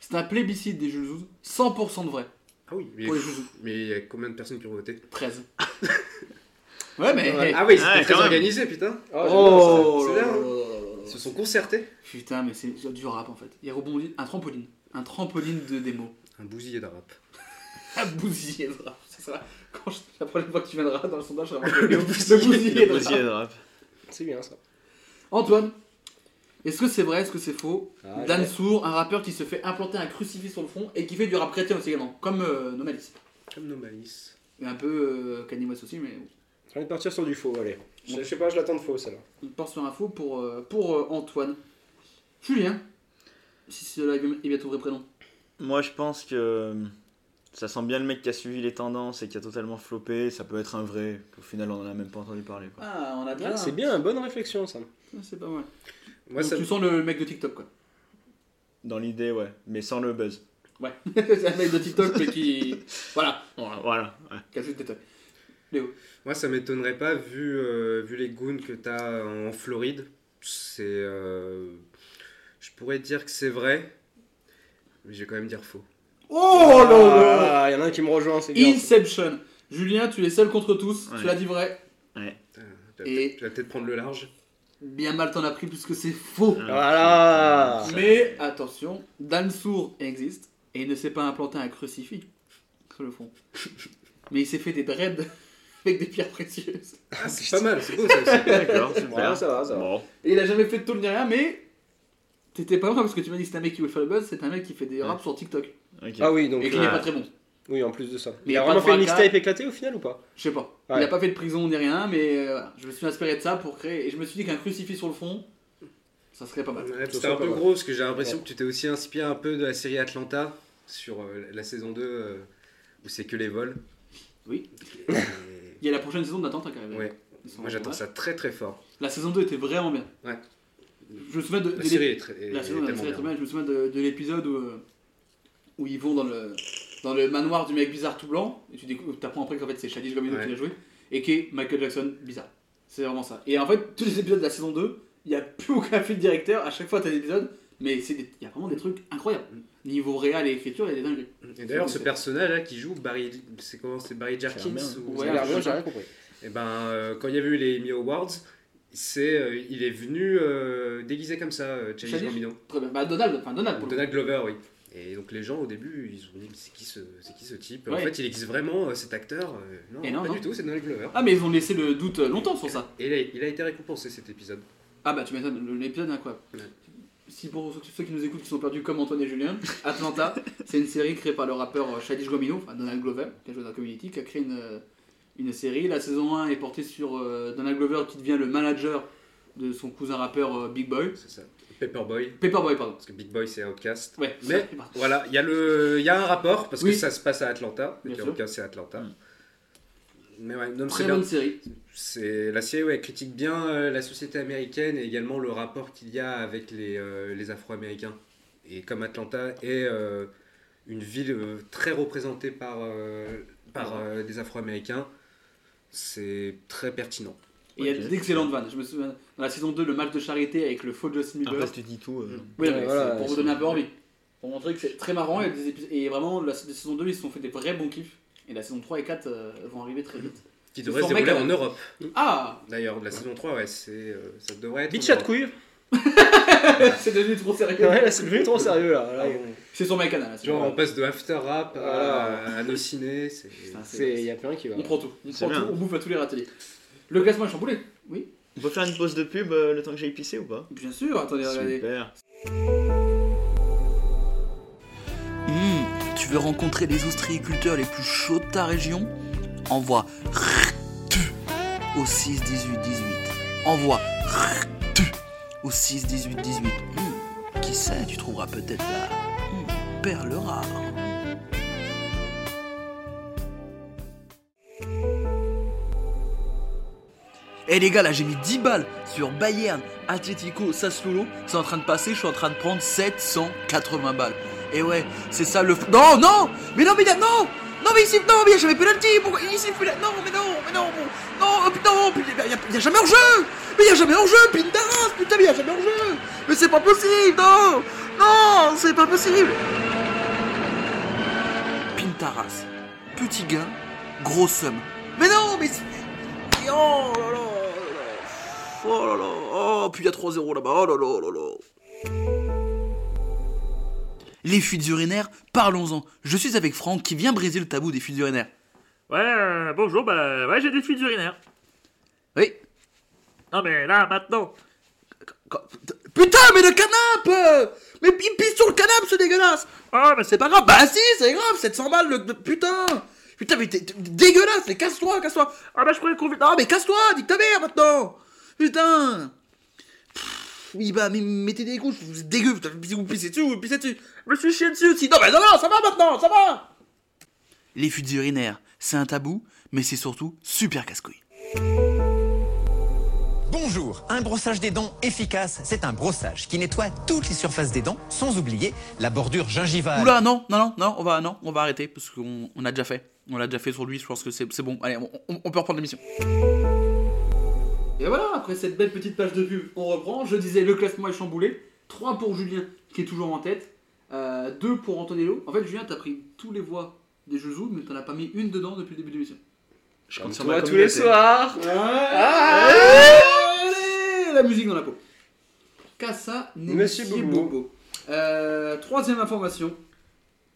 [SPEAKER 2] C'est un plébiscite des Jules Zouz, 100% de vrai.
[SPEAKER 7] Ah oui, mais,
[SPEAKER 2] Pour les Zouzous.
[SPEAKER 7] mais il y a combien de personnes qui ont voté
[SPEAKER 2] 13. ouais, mais.
[SPEAKER 7] Ah oui, c'était
[SPEAKER 6] Ouais,
[SPEAKER 7] très
[SPEAKER 6] quand même.
[SPEAKER 7] organisé, putain.
[SPEAKER 5] Ah, j'aime bien ça.
[SPEAKER 2] Oh
[SPEAKER 7] c'est
[SPEAKER 2] là
[SPEAKER 7] bien,
[SPEAKER 2] là
[SPEAKER 7] hein.
[SPEAKER 2] là là là là.
[SPEAKER 7] Ils se sont concertés.
[SPEAKER 2] Putain, mais c'est du rap en fait. Il rebondit. Un trampoline. Un trampoline de démo.
[SPEAKER 7] Un bousillé d'un rap.
[SPEAKER 2] Un bousiller de rap. Ça sera- Quand je... La prochaine fois que tu viendras dans le sondage, ça va le
[SPEAKER 7] bousiller.
[SPEAKER 2] bousiller
[SPEAKER 6] Le
[SPEAKER 2] de
[SPEAKER 6] brésilien
[SPEAKER 2] rap.
[SPEAKER 6] de rap.
[SPEAKER 5] C'est bien ça.
[SPEAKER 2] Antoine, Est-ce que c'est vrai, est-ce que c'est faux
[SPEAKER 5] Ah,
[SPEAKER 2] Dan
[SPEAKER 5] j'ai-
[SPEAKER 2] Sour, un rappeur qui se fait implanter un crucifix sur le front et qui fait du rap chrétien aussi également, comme euh, Nomadis.
[SPEAKER 7] Comme nos malices.
[SPEAKER 2] Et un peu euh, Kanye West aussi, mais
[SPEAKER 5] J'ai envie de partir sur du faux, allez. Je, je sais pas, je l'attends de faux celle-là.
[SPEAKER 2] on part sur un faux pour, euh, pour euh, Antoine. Julien, si cela est bien- est bien ton vrai prénom.
[SPEAKER 6] Moi, je pense que hum, ça sent bien le mec qui a suivi les tendances et qui a totalement floppé. Ça peut être un vrai. Au final, on en a même pas entendu parler. Quoi.
[SPEAKER 2] Ah, on a déjà.
[SPEAKER 5] Ah, c'est bien, bonne réflexion ça.
[SPEAKER 2] Ah, C'est pas mal.
[SPEAKER 7] Moi,
[SPEAKER 2] Donc,
[SPEAKER 7] ça,
[SPEAKER 2] Tu sens le mec de TikTok quoi.
[SPEAKER 6] Dans l'idée, ouais. Mais sans le buzz.
[SPEAKER 2] Ouais, c'est un mec de TikTok mais qui. Voilà,
[SPEAKER 6] Voilà. ouais.
[SPEAKER 2] qui a juste des tocs.
[SPEAKER 7] moi, ça m'étonnerait pas, vu, euh, vu les goons que t'as en Floride. C'est. euh, je pourrais dire que c'est vrai, mais je vais quand même dire faux.
[SPEAKER 2] Oh là là
[SPEAKER 5] Ah, y en a un qui me rejoint, c'est bien.
[SPEAKER 2] Inception Julien, tu es seul contre tous,
[SPEAKER 6] Ouais.
[SPEAKER 2] tu l'as dit vrai.
[SPEAKER 7] Putain, Tu vas
[SPEAKER 2] Et- Ah,
[SPEAKER 7] peut-être- tu vas peut-être prendre le large.
[SPEAKER 2] Bien mal t'en as pris puisque c'est faux.
[SPEAKER 5] Voilà
[SPEAKER 2] Mais attention, Dan Sour existe et il ne s'est pas implanté un crucifix sur le fond. Mais il s'est fait des dreads avec des pierres précieuses.
[SPEAKER 7] Ah, c'est pas mal, c'est beau ça aussi.
[SPEAKER 6] D'accord, super.
[SPEAKER 5] Voilà, ça va, ça va.
[SPEAKER 6] Bon.
[SPEAKER 2] Et il a jamais fait de tôle ni rien, mais t'étais pas loin parce que tu m'as dit que c'est un mec qui veut faire le buzz, c'est un mec qui fait des raps sur TikTok
[SPEAKER 6] ok.
[SPEAKER 5] Ah oui, donc.
[SPEAKER 2] et qui
[SPEAKER 5] euh,
[SPEAKER 2] n'est pas très bon.
[SPEAKER 5] Oui, en plus de ça.
[SPEAKER 2] Mais
[SPEAKER 5] il
[SPEAKER 2] y a
[SPEAKER 5] a
[SPEAKER 2] pas de
[SPEAKER 5] vraiment fait une
[SPEAKER 2] braquage.
[SPEAKER 5] mixtape éclatée au final ou pas
[SPEAKER 2] Je sais pas. Il
[SPEAKER 5] Ouais.
[SPEAKER 2] a pas fait de prison ni rien, mais euh, voilà. je me suis inspiré de ça pour créer. Et je me suis dit qu'un crucifix sur le fond, ça serait pas mal.
[SPEAKER 7] Ouais,
[SPEAKER 5] Ça
[SPEAKER 7] C'était
[SPEAKER 5] sent
[SPEAKER 7] un
[SPEAKER 5] pas
[SPEAKER 7] peu
[SPEAKER 5] mal.
[SPEAKER 7] gros parce que j'ai l'impression que tu t'es aussi inspiré un peu de la série Atlanta sur euh, la saison 2 euh, où c'est que les vols.
[SPEAKER 2] Oui.
[SPEAKER 7] Et-
[SPEAKER 2] Il y a la prochaine saison d'attente, hein, quand même.
[SPEAKER 7] Ouais.
[SPEAKER 2] Ils sont
[SPEAKER 7] Moi
[SPEAKER 2] en
[SPEAKER 7] j'attends
[SPEAKER 2] tournage.
[SPEAKER 7] ça très très fort.
[SPEAKER 2] La saison 2 était vraiment bien.
[SPEAKER 7] Ouais.
[SPEAKER 2] Je me souviens de, de
[SPEAKER 7] La
[SPEAKER 2] l'ép-
[SPEAKER 7] série est très est
[SPEAKER 2] la saison de la
[SPEAKER 7] tellement
[SPEAKER 2] série
[SPEAKER 7] bien.
[SPEAKER 2] Thomas, je me souviens de, de l'épisode où, euh, où ils vont dans le, dans le manoir du mec bizarre tout blanc, et tu décou- t'apprends après qu'en fait c'est Shadis Gomino
[SPEAKER 7] Ouais.
[SPEAKER 2] qui l'a joué, et qui est Michael Jackson bizarre. C'est vraiment ça. Et en fait, tous les épisodes de la saison 2, il n'y a plus aucun fil directeur, à chaque fois t'as des épisodes, mais c'est des- il y a vraiment des trucs incroyables.
[SPEAKER 7] Mm.
[SPEAKER 2] Niveau réel et écriture, il y a des dingueries.
[SPEAKER 7] Et d'ailleurs ce
[SPEAKER 2] C'est-
[SPEAKER 7] personnage là qui joue Barry, c'est comment c'est Barry Jerkins
[SPEAKER 6] bien.
[SPEAKER 7] ou-
[SPEAKER 2] Ouais,
[SPEAKER 5] Ça a l'air
[SPEAKER 2] je
[SPEAKER 5] bien,
[SPEAKER 2] sais
[SPEAKER 5] j'ai
[SPEAKER 2] pas.
[SPEAKER 5] rien compris.
[SPEAKER 7] Et ben euh, quand il y a eu les Emmy Awards, c'est euh, il est venu euh, déguisé comme ça, euh, Childish
[SPEAKER 2] Childish
[SPEAKER 7] Gambino.
[SPEAKER 2] Très bien. Bah, Donald, enfin Donald pour le
[SPEAKER 7] Donald Glover, oui. Et donc les gens au début, ils ont dit mais c'est qui ce, c'est qui ce type En
[SPEAKER 2] Ouais.
[SPEAKER 7] fait, il existe vraiment euh, cet acteur Euh, Non,
[SPEAKER 2] Et non,
[SPEAKER 7] pas
[SPEAKER 2] non.
[SPEAKER 7] du tout, c'est Donald Glover.
[SPEAKER 2] coup. Ah, mais ils ont laissé le doute euh, longtemps sur ça.
[SPEAKER 7] Et il a, il a été récompensé cet épisode.
[SPEAKER 2] Ah bah tu m'étonnes, le- l'épisode est incroyable.
[SPEAKER 7] Ouais.
[SPEAKER 2] Si pour ceux- ceux qui nous écoutent qui sont perdus comme Antoine et Julien, Atlanta, c'est une série créée par le rappeur euh, Shadish Gomino, enfin Donald Glover, qui a joué dans la community, qui a créé une, euh, une série. La saison 1 est portée sur euh, Donald Glover qui devient le manager de son cousin rappeur euh, Big Boy.
[SPEAKER 7] C'est ça. Paperboy.
[SPEAKER 2] Paperboy, pardon.
[SPEAKER 7] Parce que Big Boy, c'est Outcast.
[SPEAKER 2] Ouais,
[SPEAKER 7] Mais-
[SPEAKER 2] pardon.
[SPEAKER 7] Voilà, il y, a le- il y a un rapport, parce
[SPEAKER 2] Oui.
[SPEAKER 7] que ça se passe à Atlanta. Et
[SPEAKER 2] Bien
[SPEAKER 7] puis
[SPEAKER 2] sûr. Hmm.
[SPEAKER 7] Outcast, c'est Atlanta.
[SPEAKER 6] Mm.
[SPEAKER 7] Mais ouais, non, mais
[SPEAKER 2] Très
[SPEAKER 7] c'est bien.
[SPEAKER 2] bonne série.
[SPEAKER 7] C'est- La série, ouais, critique bien euh, la société américaine et également le rapport qu'il y a avec les, euh, les Afro-Américains. Et comme Atlanta est euh, une ville euh, très représentée par, euh, par euh, des Afro-Américains, c'est très pertinent.
[SPEAKER 2] Et il y a
[SPEAKER 6] Ok.
[SPEAKER 2] d'excellentes vannes. Je me souviens, dans la saison 2, le match de charité avec le faux Justin
[SPEAKER 7] Ah,
[SPEAKER 2] Bieber.
[SPEAKER 5] bah.
[SPEAKER 6] Après, tu dis tout. euh,
[SPEAKER 2] Oui, non, mais
[SPEAKER 5] Ouais, voilà,
[SPEAKER 2] c'est pour vous
[SPEAKER 5] c'est-
[SPEAKER 2] donner un peu envie. Pour montrer que c'est très marrant et, des épis- et vraiment, la, la saison 2, ils se sont fait des vrais bons kiffs. Et la saison 3 et 4 euh, vont arriver très vite.
[SPEAKER 7] Qui
[SPEAKER 2] Ils
[SPEAKER 7] devrait
[SPEAKER 2] sont
[SPEAKER 7] se dérouler
[SPEAKER 2] mecs,
[SPEAKER 7] en Europe.
[SPEAKER 6] Mm.
[SPEAKER 2] Ah
[SPEAKER 7] D'ailleurs, de la saison 3, ouais, c'est, euh, ça devrait être.
[SPEAKER 5] Bitch à de couille
[SPEAKER 2] C'est devenu trop sérieux.
[SPEAKER 5] Ouais, là c'est devenu trop sérieux là. Là,
[SPEAKER 7] Ah,
[SPEAKER 5] il-
[SPEAKER 7] on-
[SPEAKER 2] C'est sur MyCanal. là, c'est-
[SPEAKER 7] Genre,
[SPEAKER 6] euh,
[SPEAKER 7] on passe de After Rap
[SPEAKER 5] Voilà.
[SPEAKER 7] à, à nos ciné. C'est...
[SPEAKER 2] Putain,
[SPEAKER 5] c'est-
[SPEAKER 2] c'est-
[SPEAKER 5] y a plus rien qui va.
[SPEAKER 2] On prend tout. On
[SPEAKER 6] C'est
[SPEAKER 2] prend
[SPEAKER 6] bien.
[SPEAKER 2] tout, on bouffe à tous les râteliers. Le classement est chamboulé Oui.
[SPEAKER 6] On peut faire une pause de pub euh, le temps que j'aille pisser ou pas
[SPEAKER 2] Bien sûr, attendez, regardez.
[SPEAKER 6] Super.
[SPEAKER 1] Hum, tu veux rencontrer les ostréiculteurs les plus chauds de ta région Envoie au 6 18 18. Envoie au 6 18 18. Hum, qui sait, tu trouveras peut-être la hum, perle rare. Eh les gars, là j'ai mis 10 balles sur Bayern, Atletico, Sassuolo. C'est en train de passer, je suis en train de prendre 780 balles. Et ouais, c'est ça le. f- Non, non Mais non, mais il y a- non Non, mais ici, non, mais il n'y a jamais penalty Pourquoi il siffle penalty Non, mais non, mais non, bon, non, oh, putain, oh, putain, il n'y a, il y a jamais hors-jeu Mais il n'y a jamais hors-jeu, Pindaras Putain, mais il n'y a jamais hors-jeu Mais c'est pas possible, non Non, c'est pas possible Pintaras, petit gain, grosse somme. Mais non, mais. c'est- Oh là là Oh là là Oh, puis il y a 3-0 là-bas, oh là là, oh là là les fuites urinaires, parlons-en. Je suis avec Franck qui vient briser le tabou des fuites urinaires.
[SPEAKER 3] Ouais, euh, bonjour, bah ouais, j'ai des fuites urinaires.
[SPEAKER 1] Oui,
[SPEAKER 3] Non mais là, maintenant,
[SPEAKER 1] quand- Putain, mais le canap euh Mais il pisse sur le canap, ce dégueulasse
[SPEAKER 3] Ah, mais
[SPEAKER 1] C'est
[SPEAKER 3] c'est
[SPEAKER 1] pas grave, bah si, c'est grave, 700 balles, le... le- Putain Putain, mais t'es t'es dégueulasse, mais casse-toi, casse-toi
[SPEAKER 3] Ah, bah je pourrais convier.
[SPEAKER 1] Non, mais casse-toi, nique ta mère, maintenant Putain Pff, Oui, bah, mais mettez des couches, vous êtes dégueu, putain, si vous pissez dessus, vous pissez dessus Je me suis chié dessus aussi Non, mais non, non, ça va maintenant, ça va Les fuites urinaires, c'est un tabou, mais c'est surtout super casse-couille.
[SPEAKER 8] Bonjour, un brossage des dents efficace, c'est un brossage qui nettoie toutes les surfaces des dents, sans oublier la bordure gingivale.
[SPEAKER 1] Oula, non, non, non, non, on va, non, on va arrêter parce qu'on on a déjà fait. On l'a déjà fait sur lui, je pense que c'est c'est bon. Allez, on, on- on peut reprendre l'émission.
[SPEAKER 2] Et voilà, après cette belle petite page de pub, on reprend. Je disais, le classement est chamboulé. 3 pour Julien, qui est toujours en tête. 2 pour Antonello. En fait, Julien, t'as pris tous les voix des Jouzou, mais t'en as pas mis une dedans depuis le début de l'émission.
[SPEAKER 6] Je
[SPEAKER 5] Comme
[SPEAKER 6] compte sur
[SPEAKER 5] toi
[SPEAKER 6] ma
[SPEAKER 5] tous les
[SPEAKER 6] communauté.
[SPEAKER 1] Ah.
[SPEAKER 5] soirs.
[SPEAKER 2] Ah.
[SPEAKER 5] Ah.
[SPEAKER 2] Allez, la musique dans la peau. Cassa
[SPEAKER 5] Monsieur Bobo.
[SPEAKER 2] Euh, troisième information.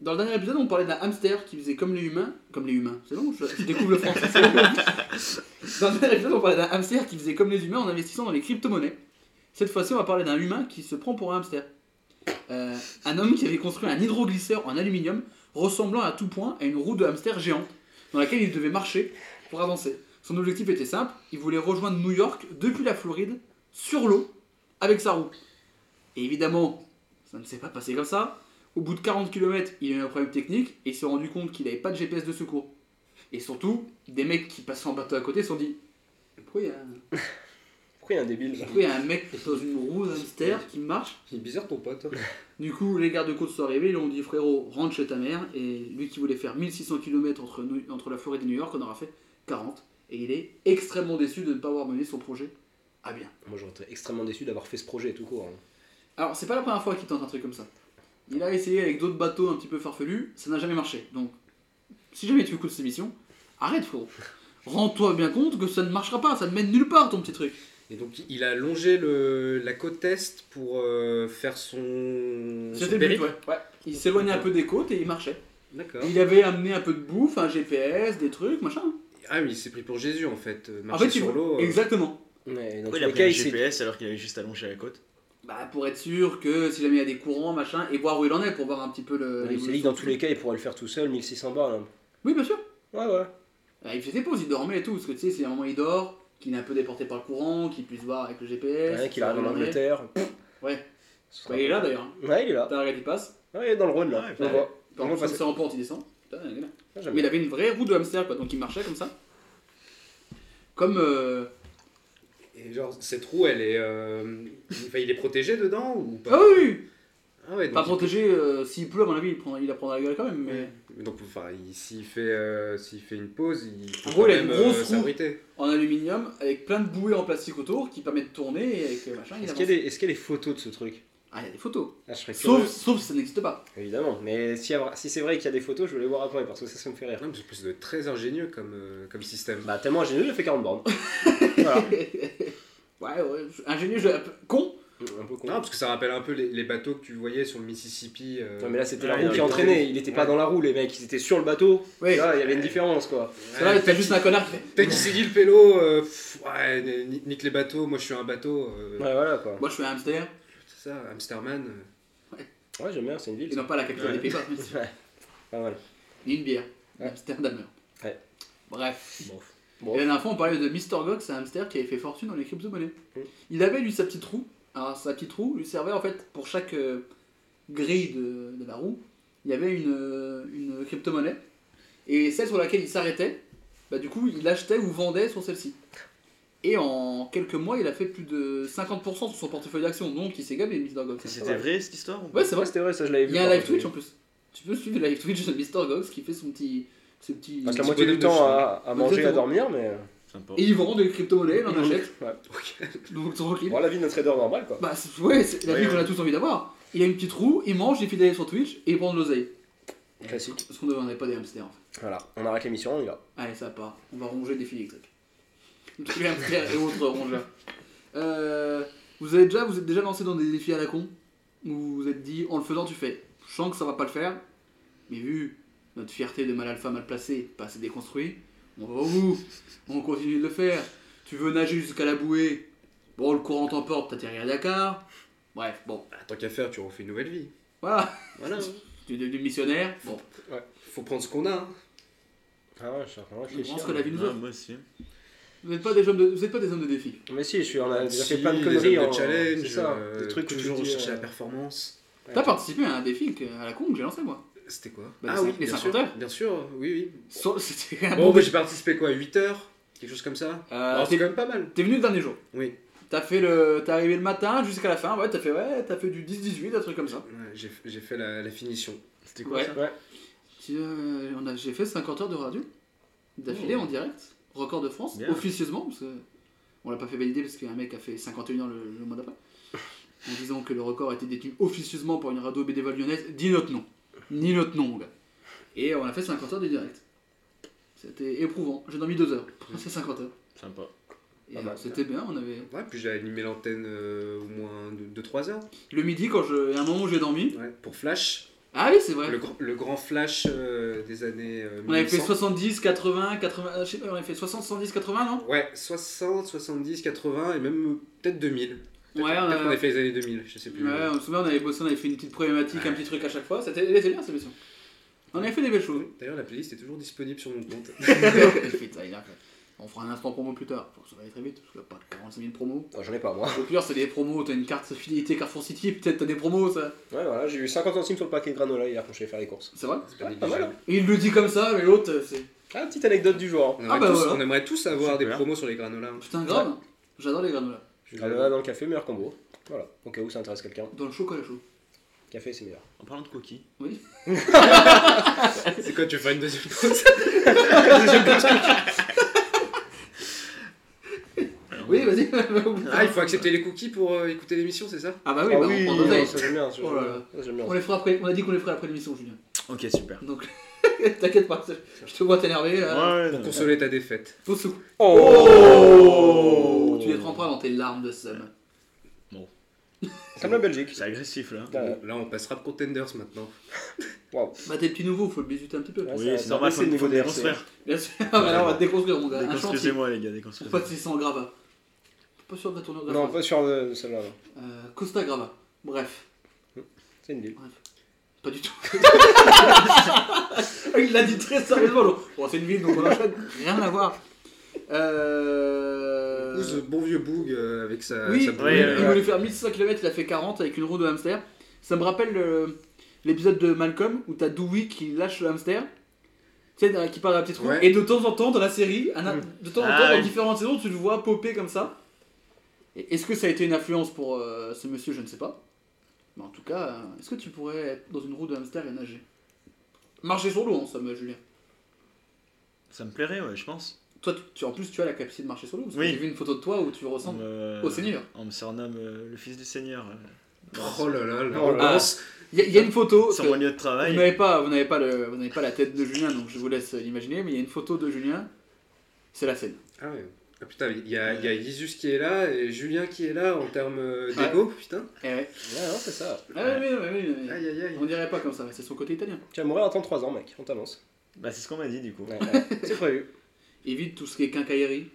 [SPEAKER 2] Dans le dernier épisode, on parlait d'un hamster qui faisait comme les humains. Comme les humains, c'est bon, je, je découvre le français. c'est bon. dans le dernier épisode, on parlait d'un hamster qui faisait comme les humains en investissant dans les crypto-monnaies. Cette fois-ci, on va parler d'un humain qui se prend pour un hamster. Euh, un homme qui avait construit un hydroglisseur en aluminium ressemblant à tout point à une roue de hamster géante dans laquelle il devait marcher pour avancer. Son objectif était simple, il voulait rejoindre New York depuis la Floride sur l'eau avec sa roue. Et évidemment, ça ne s'est pas passé comme ça. Au bout de 40 km, il a eu un problème technique et il s'est rendu compte qu'il n'avait pas de GPS de secours. Et surtout, des mecs qui passaient en bateau à côté se sont dit Mais Pourquoi il y a un-
[SPEAKER 5] Pourquoi il y a un débile
[SPEAKER 2] pourquoi il y a un mec dans une roue hamster qui marche
[SPEAKER 7] Il est bizarre ton pote.
[SPEAKER 2] du coup, les gardes-côtes sont arrivés, ils lui ont dit frérot, rentre chez ta mère. Et lui qui voulait faire 1600 km entre, New- entre la Floride et New York, on aura fait 40. Et il est extrêmement déçu de ne pas avoir mené son projet à bien.
[SPEAKER 5] Moi j'aurais été extrêmement déçu d'avoir fait ce projet tout court. hein.
[SPEAKER 2] Alors, c'est pas la première fois qu'il tente un truc comme ça. Il a essayé avec d'autres bateaux un petit peu farfelus, ça n'a jamais marché. Donc, si jamais tu écoutes cette émission, arrête frérot. Rends-toi bien compte que ça ne marchera pas, ça ne mène nulle part ton petit truc.
[SPEAKER 7] Et donc il a longé le, la côte est pour euh, faire son, son
[SPEAKER 2] C'était le but,
[SPEAKER 7] périple.
[SPEAKER 2] ouais. ouais. Il s'éloignait un peu des côtes et il marchait.
[SPEAKER 7] D'accord.
[SPEAKER 2] Il avait amené un peu de bouffe, un GPS, des trucs, machin.
[SPEAKER 7] Ah mais il s'est pris pour Jésus en fait. euh,
[SPEAKER 2] En
[SPEAKER 7] Marcher
[SPEAKER 2] fait,
[SPEAKER 7] sur
[SPEAKER 2] il-
[SPEAKER 7] l'eau. euh,
[SPEAKER 2] Exactement.
[SPEAKER 5] Ouais, dans
[SPEAKER 6] Pourquoi
[SPEAKER 5] tous
[SPEAKER 6] il a
[SPEAKER 5] les
[SPEAKER 6] pris
[SPEAKER 5] cas,
[SPEAKER 6] le
[SPEAKER 5] il s'est-
[SPEAKER 6] GPS alors qu'il avait juste allongé la côte
[SPEAKER 2] Bah, pour être sûr que si jamais il y a des courants, machin, et voir où il en est, pour voir un petit peu le.
[SPEAKER 5] euh, il s'est dit que dans tous les cas, il pourrait le faire tout seul, 1600 balles. hein.
[SPEAKER 2] Oui, bien sûr.
[SPEAKER 5] Ouais, ouais.
[SPEAKER 2] Ah, il fait ses pauses, il dormait et tout, parce que tu sais, si à un moment il dort, qu'il est un peu déporté par le courant, qu'il puisse voir avec le GPS.
[SPEAKER 5] Ouais, qu'il arrive en
[SPEAKER 2] voir où il en est.
[SPEAKER 5] Angleterre.
[SPEAKER 2] Ouais.
[SPEAKER 5] Ce sera-
[SPEAKER 2] Bah, il est là d'ailleurs. hein.
[SPEAKER 5] Ouais, il est là.
[SPEAKER 2] T'as regardé, il passe.
[SPEAKER 5] Ouais, il est dans le Rhône là.
[SPEAKER 6] Ouais,
[SPEAKER 5] On
[SPEAKER 2] ouais.
[SPEAKER 5] voit.
[SPEAKER 2] Par
[SPEAKER 5] On va
[SPEAKER 2] contre,
[SPEAKER 5] passer.
[SPEAKER 2] ça en porte, il descend. Putain, il est là.
[SPEAKER 5] Ah, j'aime
[SPEAKER 2] Mais il
[SPEAKER 5] bien.
[SPEAKER 2] avait une vraie roue de hamster, quoi, donc il marchait comme ça. Comme. euh,
[SPEAKER 7] Et genre cette roue elle est, euh, enfin, il est protégé dedans ou
[SPEAKER 2] Ah
[SPEAKER 7] pas
[SPEAKER 2] oui, oui
[SPEAKER 7] Ah ouais.
[SPEAKER 2] Pas
[SPEAKER 7] Donc,
[SPEAKER 2] protégé, euh, s'il pleut, à mon avis, il, prend, il la prend dans la gueule quand même, mais.
[SPEAKER 7] il- donc enfin il- s'il fait euh, s'il fait une pause il peut
[SPEAKER 2] En gros,
[SPEAKER 7] quand
[SPEAKER 2] il a une
[SPEAKER 7] même
[SPEAKER 2] grosse
[SPEAKER 7] euh,
[SPEAKER 2] roue.
[SPEAKER 7] s'abriter.
[SPEAKER 2] En aluminium, avec plein de bouées en plastique autour qui permettent de tourner et avec euh, machin. il
[SPEAKER 5] Est-ce
[SPEAKER 2] avance.
[SPEAKER 5] qu'il y, a des- est-ce qu'il y a des photos de ce truc
[SPEAKER 2] Ah, il y a des photos.
[SPEAKER 5] ah, Je serais
[SPEAKER 2] Sauf,
[SPEAKER 5] curieux.
[SPEAKER 2] sauf si ça n'existe pas.
[SPEAKER 5] Évidemment. Mais si, si c'est vrai qu'il y a des photos, je vais les voir après parce que ça, ça me fait rire.
[SPEAKER 7] Non mais c'est plus de très ingénieux comme euh, comme système.
[SPEAKER 5] Bah, tellement ingénieux, il a fait 40 bornes. voilà.
[SPEAKER 2] ouais, ouais, je- ingénieux, je... con.
[SPEAKER 5] Un peu con.
[SPEAKER 7] Non parce que ça rappelle un peu les, les bateaux que tu voyais sur le Mississippi. euh,
[SPEAKER 5] Ouais, mais là, c'était
[SPEAKER 7] ouais,
[SPEAKER 5] la roue
[SPEAKER 7] il
[SPEAKER 5] qui
[SPEAKER 7] a-
[SPEAKER 5] entraînait. Il était pas
[SPEAKER 7] Ouais.
[SPEAKER 5] dans la roue, les mecs. Ils étaient sur le bateau.
[SPEAKER 2] Ouais.
[SPEAKER 5] Là, il y avait une différence, quoi.
[SPEAKER 2] C'est vrai, t'as juste un connard qui fait.
[SPEAKER 7] Peut-être qu'il s'est dit le pélo, euh, pff, ouais, ni- nique les bateaux, moi je suis un bateau, euh,
[SPEAKER 5] Ouais, voilà, quoi.
[SPEAKER 2] Moi je suis un hamster,
[SPEAKER 7] c'est ça, Amsterman. euh.
[SPEAKER 5] Ouais, j'aime bien, c'est une ville.
[SPEAKER 2] et non pas la capitale
[SPEAKER 7] Ouais.
[SPEAKER 2] des Pays-Bas,
[SPEAKER 5] Pas mal.
[SPEAKER 2] ni une bière.
[SPEAKER 5] Ouais.
[SPEAKER 2] Amsterdamer.
[SPEAKER 5] Ouais.
[SPEAKER 2] Bref.
[SPEAKER 5] Bon.
[SPEAKER 2] Et la dernière fois, on parlait de Mr. Gox, c'est un hamster qui avait fait fortune dans les crypto-monnaies.
[SPEAKER 5] Mm.
[SPEAKER 2] Il avait lui sa petite roue. Alors, sa petite roue lui servait en fait pour chaque euh, grille de, de la roue, il y avait une, euh, une crypto-monnaie. Et celle sur laquelle il s'arrêtait, bah, du coup, il achetait ou vendait sur celle-ci. Et en quelques mois, il a fait plus de 50% sur son portefeuille d'actions. Donc, il s'est gavé, Mr. Gox.
[SPEAKER 6] C'était vrai cette histoire ou pas
[SPEAKER 2] Ouais, c'est vrai.
[SPEAKER 5] Ouais, c'était vrai, ça, je l'avais vu.
[SPEAKER 2] Il y a un
[SPEAKER 5] par
[SPEAKER 2] live
[SPEAKER 5] contre.
[SPEAKER 2] Twitch en plus. Tu peux suivre le live Twitch de Mr. Gox qui fait son petit. Ce petit...
[SPEAKER 5] Parce
[SPEAKER 7] Petit
[SPEAKER 5] que la moitié du
[SPEAKER 7] bonhomme de
[SPEAKER 5] temps à, à manger, à
[SPEAKER 2] Exactement.
[SPEAKER 5] dormir, mais.
[SPEAKER 6] Sympa.
[SPEAKER 2] Et ils vont vendre des crypto-monnaies, ils en achètent.
[SPEAKER 5] Ouais.
[SPEAKER 2] Donc, tranquille.
[SPEAKER 5] Bon, la vie de notre trader normal, quoi.
[SPEAKER 2] Bah, c'est- ouais, c'est la
[SPEAKER 6] Ouais,
[SPEAKER 2] vie
[SPEAKER 6] ouais.
[SPEAKER 2] qu'on a tous envie d'avoir. Il a une petite roue, il mange, il fait des lives sur Twitch et il prend de l'oseille.
[SPEAKER 5] Classique.
[SPEAKER 2] Parce qu'on n'est pas des hamsters hein. en fait.
[SPEAKER 5] Voilà, on arrête l'émission, on y va.
[SPEAKER 2] Allez, ça part. On va ronger des fils électriques. Tous les hamsters et autres rongeurs. Euh, vous, avez déjà, vous êtes déjà lancé dans des défis à la con Où vous vous êtes dit, en le faisant, tu fais. Je sens que ça va pas le faire, mais vu notre fierté de mal alpha mal placé, pas assez déconstruit, on va au bout. On continue de le faire. Tu veux nager jusqu'à la bouée. Bon, le courant t'emporte, t'atterris à Dakar. Bref, bon.
[SPEAKER 7] Bah, tant qu'à faire, tu refais une nouvelle vie.
[SPEAKER 2] Voilà,
[SPEAKER 7] Voilà. hein.
[SPEAKER 2] tu es devenu missionnaire. Bon,
[SPEAKER 7] Faut prendre ce qu'on a. hein.
[SPEAKER 5] Ah ouais, je suis en train de
[SPEAKER 2] je pense
[SPEAKER 5] réfléchir.
[SPEAKER 2] que la vie nous
[SPEAKER 6] Ouais,
[SPEAKER 2] offre.
[SPEAKER 6] Ah, moi aussi.
[SPEAKER 2] Vous n'êtes pas, des hommes de- vous êtes pas des hommes de défi.
[SPEAKER 5] Mais si, je suis, on a déjà
[SPEAKER 7] Si,
[SPEAKER 5] fait plein de
[SPEAKER 7] des
[SPEAKER 5] conneries.
[SPEAKER 7] hommes
[SPEAKER 5] en-
[SPEAKER 7] de challenge,
[SPEAKER 5] c'est ça,
[SPEAKER 7] euh,
[SPEAKER 5] des trucs où tu
[SPEAKER 7] toujours
[SPEAKER 5] te dis,
[SPEAKER 7] chercher
[SPEAKER 5] euh,
[SPEAKER 7] la performance.
[SPEAKER 5] Ouais.
[SPEAKER 2] T'as participé à un défi que- à la con que j'ai lancé, moi.
[SPEAKER 7] C'était quoi
[SPEAKER 2] Bah, les cin- les
[SPEAKER 7] bien
[SPEAKER 2] 50
[SPEAKER 7] sûr.
[SPEAKER 2] heures.
[SPEAKER 7] Bien sûr, oui, oui.
[SPEAKER 2] So- C'était un
[SPEAKER 7] Bon,
[SPEAKER 2] bon
[SPEAKER 7] bah,
[SPEAKER 2] défi.
[SPEAKER 7] j'ai participé quoi 8 heures Quelque chose comme ça
[SPEAKER 2] Euh,
[SPEAKER 7] Alors, C'est
[SPEAKER 2] t'es-
[SPEAKER 7] quand même pas mal.
[SPEAKER 2] T'es venu le dernier jour.
[SPEAKER 7] Oui.
[SPEAKER 2] T'as fait le. T'es arrivé le matin jusqu'à la fin, ouais, t'as fait ouais, t'as fait du 10-18, un truc comme ça.
[SPEAKER 7] Ouais, j'ai j'ai fait la, la finition.
[SPEAKER 6] C'était quoi
[SPEAKER 2] Ouais.
[SPEAKER 6] ça
[SPEAKER 5] Ouais.
[SPEAKER 2] Tu- euh, on a- J'ai fait 50 heures de radio d'affilée
[SPEAKER 6] Oh.
[SPEAKER 2] en direct, record de France,
[SPEAKER 6] Bien.
[SPEAKER 2] officieusement, parce que on l'a pas fait valider parce qu'un mec a fait 51 heures le, le mois d'après. En disant que le record a été détenu officieusement par une radio bénévole lyonnaise, dis notre nom. Ni notre nom, mon gars. Et on a fait 50 heures de direct. C'était éprouvant, j'ai dormi 2 heures. C'est 50 heures.
[SPEAKER 6] Sympa.
[SPEAKER 2] Et
[SPEAKER 5] Pas mal.
[SPEAKER 2] euh, c'était bien, on avait.
[SPEAKER 7] Mmh. Ah bah, Ouais, puis j'ai animé l'antenne euh, au moins 2-3 heures.
[SPEAKER 2] Le midi, quand je... il y a un moment où j'ai dormi.
[SPEAKER 7] Ouais, pour Flash.
[SPEAKER 2] Ah oui, c'est vrai.
[SPEAKER 7] Le, gr- le grand Flash euh, des années. euh,
[SPEAKER 2] On avait fait
[SPEAKER 7] 1900.
[SPEAKER 2] 70, 80, 80, euh, je sais pas, on avait fait 60, 110, 80, non
[SPEAKER 7] Ouais, 60, 70, 80 et même euh, peut-être 2000. Peut-être
[SPEAKER 2] Ouais, on
[SPEAKER 7] peut-être
[SPEAKER 2] a-
[SPEAKER 7] qu'on avait fait les années 2000, je sais plus.
[SPEAKER 2] Ouais, on se souvient, on avait bossé, on avait fait une petite problématique, un petit truc à chaque fois. C'était elle était bien cette mission. On avait fait des belles choses.
[SPEAKER 7] D'ailleurs, la playlist est toujours disponible sur mon compte.
[SPEAKER 2] Putain, il a- on fera un instant promo plus tard. Faut que ça va aller très vite, parce qu'il n'y a pas 45 000 promos.
[SPEAKER 5] Non, J'en ai pas, moi.
[SPEAKER 2] Au pire, c'est des promos, t'as une carte fidélité Carrefour City, peut-être t'as des promos, ça.
[SPEAKER 5] Ouais, voilà, j'ai eu 50 centimes sur le paquet de granola hier quand je suis allé faire les courses.
[SPEAKER 2] C'est vrai
[SPEAKER 7] C'est pas
[SPEAKER 5] Ouais, pas mal,
[SPEAKER 7] négligeable.
[SPEAKER 2] Et il le dit comme ça, mais l'autre, c'est.
[SPEAKER 5] Ah, petite anecdote du jour.
[SPEAKER 7] On
[SPEAKER 5] hein.
[SPEAKER 7] aimerait,
[SPEAKER 2] Ah bah
[SPEAKER 7] tous,
[SPEAKER 2] voilà.
[SPEAKER 7] on aimerait tous avoir des
[SPEAKER 6] Super.
[SPEAKER 7] promos sur les granolas. hein.
[SPEAKER 2] Putain, grave J'adore les granolas.
[SPEAKER 5] Granola dans le café, meilleur combo. Voilà, au cas où ça intéresse quelqu'un.
[SPEAKER 2] Dans le chocolat chaud.
[SPEAKER 5] Café, c'est meilleur.
[SPEAKER 6] En parlant de cookies.
[SPEAKER 7] C'est quoi, tu veux faire une deuxième pause
[SPEAKER 2] Oui, vas-y.
[SPEAKER 7] Ah, il faut accepter les cookies pour euh, écouter l'émission, c'est ça
[SPEAKER 2] Ah bah oui,
[SPEAKER 5] Ah
[SPEAKER 2] bah, on prend deux ailes.
[SPEAKER 5] non, ça j'aime bien. ça,
[SPEAKER 2] Oh là là.
[SPEAKER 5] j'aime bien. Ça, j'aime bien.
[SPEAKER 2] On les fera après, on a dit qu'on les ferait après l'émission, Julien.
[SPEAKER 6] Ok, super.
[SPEAKER 2] Donc, t'inquiète pas, je te vois t'énerver.
[SPEAKER 6] Ouais,
[SPEAKER 2] là.
[SPEAKER 6] ouais, non,
[SPEAKER 7] Pour consoler ta défaite.
[SPEAKER 2] Tout sous.
[SPEAKER 5] Oh
[SPEAKER 2] Tu les prends pas dans tes larmes de somme.
[SPEAKER 5] Comme la Belgique.
[SPEAKER 6] C'est agressif là.
[SPEAKER 5] Ah,
[SPEAKER 7] Bon, là, on passera pour Contenders maintenant.
[SPEAKER 5] Waouh.
[SPEAKER 2] Bah, t'es petit nouveau, faut le bisuter un petit peu.
[SPEAKER 5] Ouais.
[SPEAKER 6] Oui,
[SPEAKER 5] ça-
[SPEAKER 6] c'est
[SPEAKER 5] ça
[SPEAKER 6] normal,
[SPEAKER 5] baisse
[SPEAKER 6] faut
[SPEAKER 5] le niveau
[SPEAKER 6] faut
[SPEAKER 5] des RC.
[SPEAKER 6] déconstruire.
[SPEAKER 2] Bien sûr, Ah, bah là, on va te déconstruire, mon gars. Un chantier.
[SPEAKER 6] Déconstruisez-moi, les gars,
[SPEAKER 2] Faut Pas de
[SPEAKER 6] déconstruisez-moi.
[SPEAKER 2] 600 Grava. Pas sûr de la tournure de la
[SPEAKER 5] Non,
[SPEAKER 2] phrase.
[SPEAKER 5] pas sur euh, celle-là. non.
[SPEAKER 2] Euh, Costa Grava. Bref,
[SPEAKER 5] C'est une ville.
[SPEAKER 2] pas du tout. Il l'a dit très sérieusement. l'autre. Bon, c'est une ville, donc on enchaîne. Rien à voir.
[SPEAKER 7] Ou ce
[SPEAKER 2] Euh...
[SPEAKER 7] bon vieux Boog euh, avec sa,
[SPEAKER 2] Oui,
[SPEAKER 7] sa
[SPEAKER 2] il-
[SPEAKER 7] brûlure.
[SPEAKER 6] ouais,
[SPEAKER 2] il voulait faire 1500 km, il a fait 40 avec une roue de hamster. Ça me rappelle le- l'épisode de Malcolm où t'as Dewey qui lâche le hamster, tu sais, dans- qui part à la petite roue.
[SPEAKER 7] Ouais.
[SPEAKER 2] Et de temps en temps, dans la série, un- de temps en temps,
[SPEAKER 6] Ah
[SPEAKER 2] dans
[SPEAKER 6] oui.
[SPEAKER 2] différentes saisons, tu le vois popper comme ça. Et Est-ce que ça a été une influence pour euh, ce monsieur Je ne sais pas. Mais en tout cas, euh, est-ce que tu pourrais être dans une roue de hamster et nager Marcher sur l'eau, en somme, Julien.
[SPEAKER 6] Ça me plairait, ouais, je pense.
[SPEAKER 2] Toi, tu, tu- en plus, tu as la capacité de marcher sur l'eau. Parce que
[SPEAKER 6] Oui.
[SPEAKER 2] j'ai vu une photo de toi où tu
[SPEAKER 6] On
[SPEAKER 2] ressembles
[SPEAKER 6] me-
[SPEAKER 2] au Seigneur.
[SPEAKER 6] On me surnomme euh, le fils du Seigneur. euh,
[SPEAKER 7] Oh là là, la
[SPEAKER 5] Oh là
[SPEAKER 2] là.
[SPEAKER 7] relance.
[SPEAKER 2] Il y, a- il y a une photo. parce
[SPEAKER 6] Sur
[SPEAKER 2] que-
[SPEAKER 6] mon lieu de
[SPEAKER 2] Vous
[SPEAKER 6] travail.
[SPEAKER 2] n'avez pas, vous n'avez pas, le- vous n'avez pas la tête de Julien, donc je vous laisse l'imaginer, mais il y a une photo de Julien. C'est la scène.
[SPEAKER 7] Ah ouais. Ah putain, il y a, il y a Isus qui est là et Julien qui est là en termes euh, d'ego, putain.
[SPEAKER 2] Eh ouais.
[SPEAKER 5] Ouais, non, c'est ça.
[SPEAKER 2] Ah oui, oui, oui, oui, oui.
[SPEAKER 7] Aïe aïe aïe.
[SPEAKER 2] On dirait pas comme ça, mais c'est son côté italien.
[SPEAKER 5] Tu vas mourir à 33 ans, mec. On t'annonce.
[SPEAKER 6] Bah, c'est ce qu'on m'a dit du coup.
[SPEAKER 5] Ouais, ouais. C'est prévu.
[SPEAKER 2] Évite tout ce qui est quincaillerie,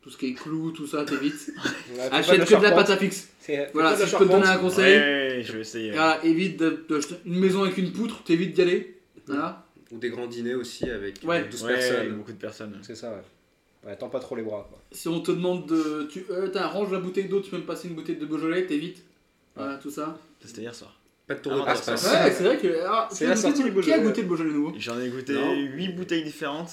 [SPEAKER 2] tout ce qui est clou, tout ça, t'évites.
[SPEAKER 5] Ouais, fais Ah, pas
[SPEAKER 2] Achète que de la
[SPEAKER 5] charpente.
[SPEAKER 2] pâte à fixe.
[SPEAKER 5] C'est- fais
[SPEAKER 2] Voilà,
[SPEAKER 5] pas de la
[SPEAKER 2] si je peux te donner un
[SPEAKER 5] charpente.
[SPEAKER 2] conseil,
[SPEAKER 6] Ouais, je vais essayer. ouais.
[SPEAKER 2] voilà, évite de, de- une maison avec une poutre, t'évites d'y aller.
[SPEAKER 5] Mm.
[SPEAKER 2] Voilà.
[SPEAKER 7] Ou des grands dîners aussi avec
[SPEAKER 2] Ouais.
[SPEAKER 7] euh, 12
[SPEAKER 6] Ouais, avec
[SPEAKER 7] personnes.
[SPEAKER 6] beaucoup de personnes.
[SPEAKER 5] C'est ça, ouais. Ouais, tends pas trop les bras. quoi.
[SPEAKER 2] Si on te demande de, tu, euh, t'as, range la bouteille d'eau, tu peux me passer une bouteille de Beaujolais, t'évites. Voilà, tout ça.
[SPEAKER 6] C'était hier soir.
[SPEAKER 7] Pas de tour de
[SPEAKER 6] Ah,
[SPEAKER 7] passe-passe.
[SPEAKER 2] Ouais, c'est vrai que. ah,
[SPEAKER 5] C'est
[SPEAKER 2] qui a
[SPEAKER 5] la
[SPEAKER 2] goûté
[SPEAKER 5] sortie
[SPEAKER 2] le-
[SPEAKER 5] du
[SPEAKER 2] Qui a
[SPEAKER 5] Beaujolais.
[SPEAKER 2] goûté le Beaujolais nouveau
[SPEAKER 6] J'en ai goûté
[SPEAKER 7] Non.
[SPEAKER 6] 8 bouteilles différentes.